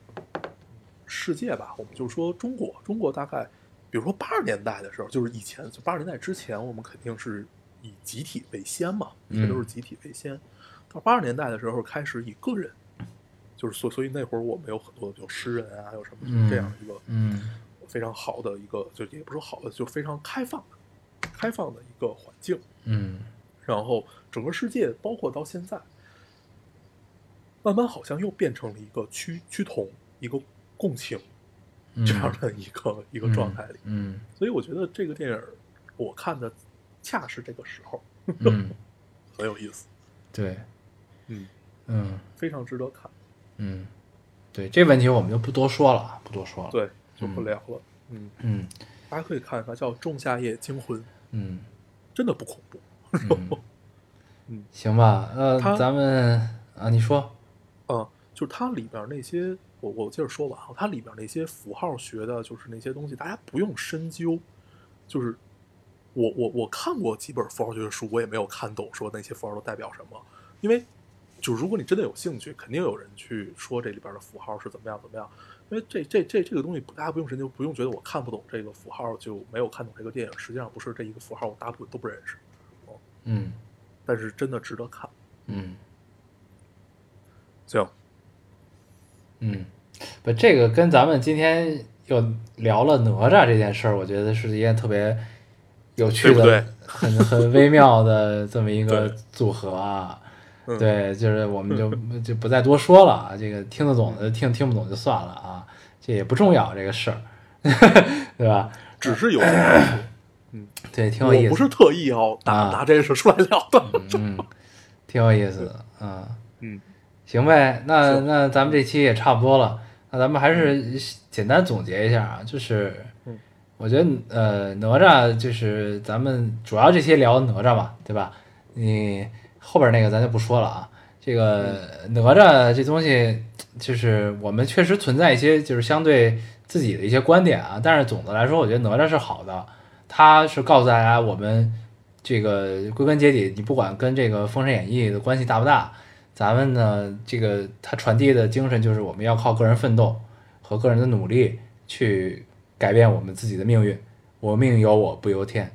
Speaker 2: 世界吧，我们就说中国，中国大概比如说八十年代的时候，就是以前就八十年代之前，我们肯定是以集体为先嘛，一切都
Speaker 1: 嗯
Speaker 2: 是集体为先。到八十年代的时候开始以个人，就是所所以那会儿我们有很多有诗人啊，有什么就是这样一个
Speaker 1: 嗯
Speaker 2: 非常好的一个，就也不是好的，就非常开放的、开放的一个环境。
Speaker 1: 嗯
Speaker 2: 然后整个世界，包括到现在，慢慢好像又变成了一个趋趋同、一个共情
Speaker 1: 嗯，
Speaker 2: 这样的一个、一个状态里。
Speaker 1: 嗯
Speaker 2: 所以我觉得这个电影儿我看的恰是这个时候，
Speaker 1: 嗯嗯，
Speaker 2: 很有意思，
Speaker 1: 对，
Speaker 2: 嗯，
Speaker 1: 嗯
Speaker 2: 非常值得看。
Speaker 1: 嗯，对，这问题我们就不多说了啊，不多说了。，
Speaker 2: 对，就不聊了。嗯，
Speaker 1: 嗯
Speaker 2: 大家可以看一看，叫《仲夏夜惊魂》，
Speaker 1: 嗯。
Speaker 2: 真的不恐怖。
Speaker 1: 嗯
Speaker 2: <laughs> 嗯，
Speaker 1: 行吧，呃，
Speaker 2: 他
Speaker 1: 咱们啊，你说，
Speaker 2: 啊，就是它里边儿那些，我我接着说吧啊，它里边儿那些符号学的，就是那些东西，大家不用深究。就是我我我看过几本符号学的书，我也没有看懂说那些符号都代表什么，因为就如果你真的有兴趣，肯定有人去说这里边儿的符号是怎么样怎么样。因为这这这这个东西不，大家不用深究，不用觉得我看不懂这个符号就没有看懂这个电影。实际上不是这一个符号，我大部分都不认识，
Speaker 1: 嗯
Speaker 2: 但是真的值得看。
Speaker 1: 嗯
Speaker 2: 行，
Speaker 1: 嗯，不，这个跟咱们今天又聊了哪吒这件事儿，我觉得是一件特别有趣的、
Speaker 2: 对不对
Speaker 1: 很 <laughs> 很微妙的这么一个
Speaker 2: 对
Speaker 1: 组合啊。
Speaker 2: 嗯
Speaker 1: 对，就是我们就 <laughs> 就不再多说了啊，这个听得懂的
Speaker 2: 嗯
Speaker 1: 就听，听不懂就算了啊，这也不重要这个事儿， <laughs> 对吧？
Speaker 2: 只是有这个东西。
Speaker 1: 对，挺有意思。
Speaker 2: 我不是特意要拿、
Speaker 1: 啊
Speaker 2: 拿这个事出来聊的。
Speaker 1: 嗯，挺有意思的，嗯
Speaker 2: 嗯，
Speaker 1: 行呗，那那咱们这期也差不多了，那咱们还是简单总结一下啊，就是，
Speaker 2: 嗯
Speaker 1: 我觉得呃哪吒就是咱们主要这些聊哪吒嘛，对吧？你后边那个咱就不说了啊，这个
Speaker 2: 嗯
Speaker 1: 哪吒这东西就是我们确实存在一些就是相对自己的一些观点啊，但是总的来说，我觉得哪吒是好的，它是告诉大家我们。这个归根结底，你不管跟这个《封神演义》的关系大不大，咱们呢，这个它传递的精神就是我们要靠个人奋斗和个人的努力去改变我们自己的命运。我命由我不由天。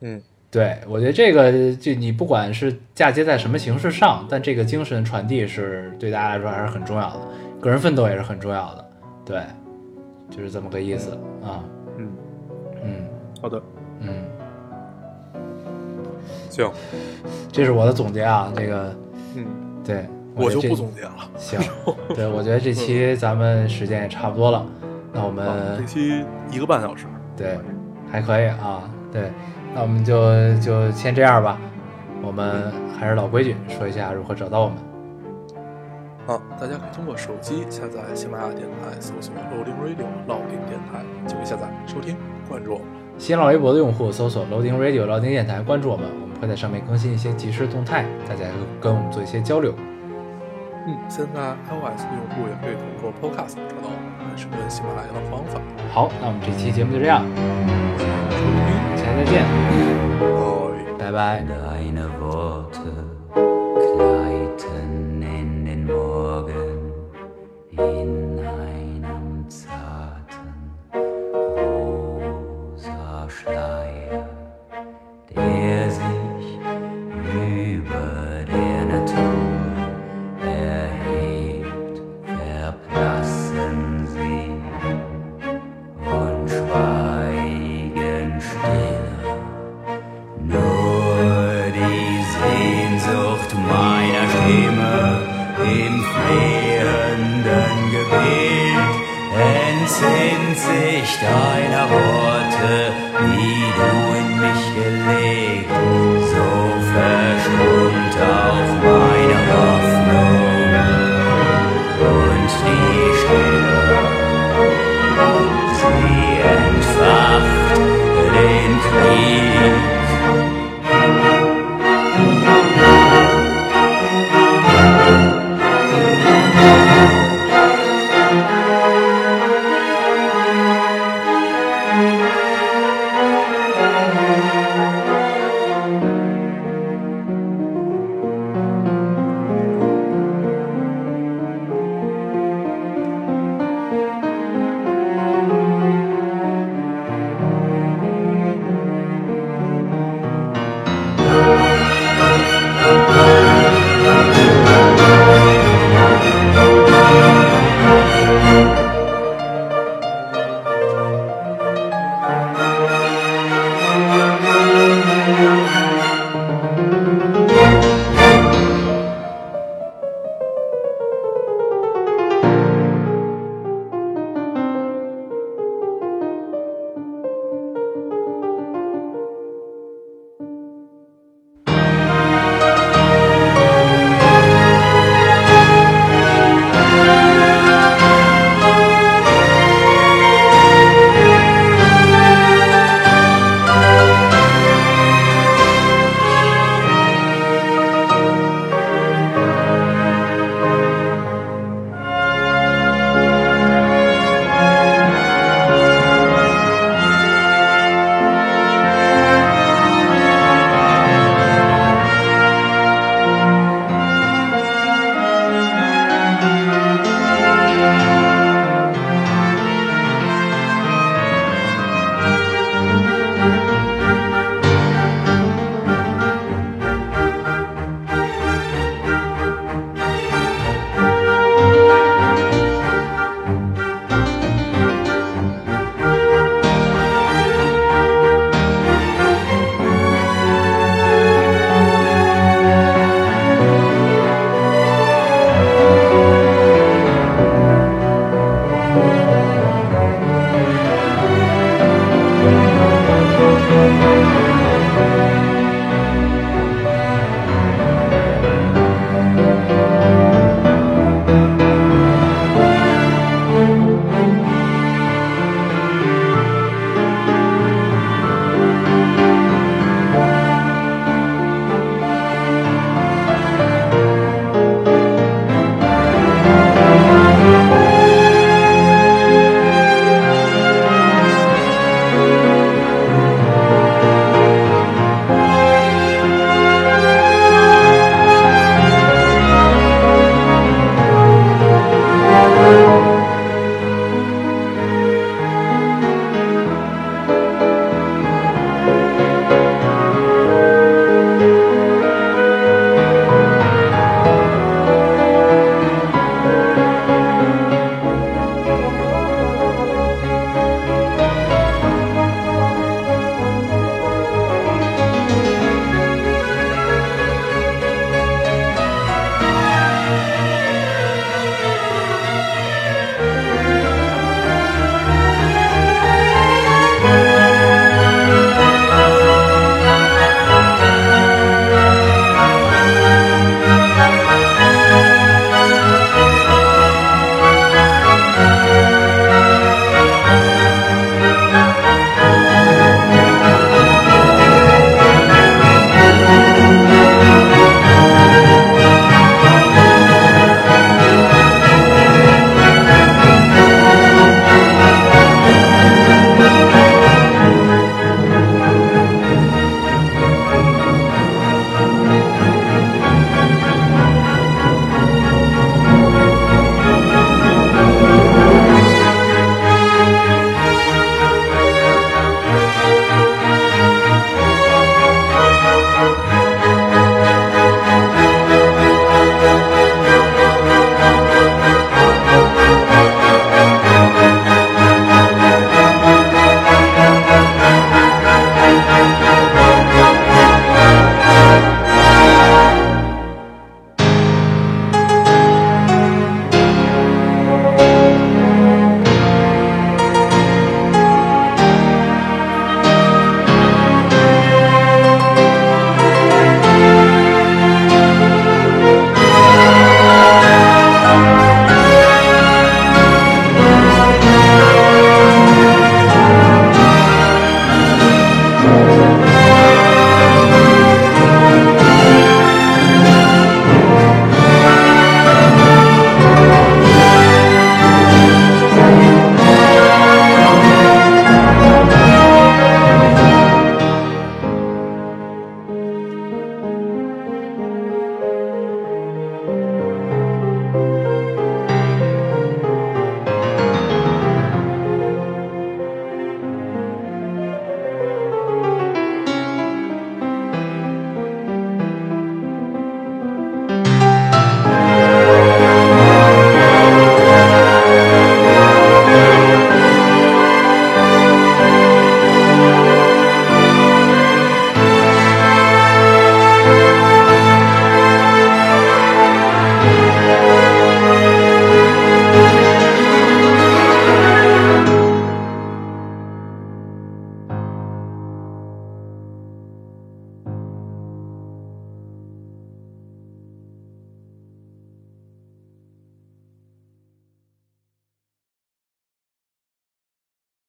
Speaker 2: 嗯，
Speaker 1: 对我觉得这个就你不管是嫁接在什么形式上，但这个精神传递是对大家来说还是很重要的，个人奋斗也是很重要的。对，就是这么个意思啊。
Speaker 2: 嗯，
Speaker 1: 嗯
Speaker 2: 好的，
Speaker 1: 嗯。
Speaker 2: 行，
Speaker 1: 这是我的总结啊，这个
Speaker 2: 嗯，
Speaker 1: 对觉
Speaker 2: 我就
Speaker 1: 得这
Speaker 2: 不总结嗯了。 <laughs>
Speaker 1: 行。对，我觉得这期咱们时间也差不多了，那我
Speaker 2: 啊
Speaker 1: 们
Speaker 2: 这期一个半小时，
Speaker 1: 呃对还可以啊，对，那我们就就先这样吧。我们还是老规矩，说一下如何找到我们。
Speaker 2: 啊，大家可以通过手机下载喜马拉雅电台，搜索 Loading Radio 老丁电台，就可以下载收听关注我们。
Speaker 1: 新浪微博的用户搜索 Loading Radio 老丁电台，关注我们，我们会在上面更新一些即时动态，大家跟我们做一些交流。
Speaker 2: 嗯，现在 iOS 用户也可以通过 Podcast 找到我们，是跟喜马拉雅的方法。
Speaker 1: 好，那我们这期节目就这样，
Speaker 2: 嗯
Speaker 1: 下期再见，
Speaker 2: 哎。
Speaker 1: 拜拜。
Speaker 4: Deine Worte gleiten in den Morgen in einem zarten rosa Schleier, der sich über der Natur erhebt, verblassen sie und schweigen stille. Nur die Sehnsucht meiner Stimme im flehenden Gebet entsinnt sich deiner Worte, die du in mich gelegt. So verstummt auch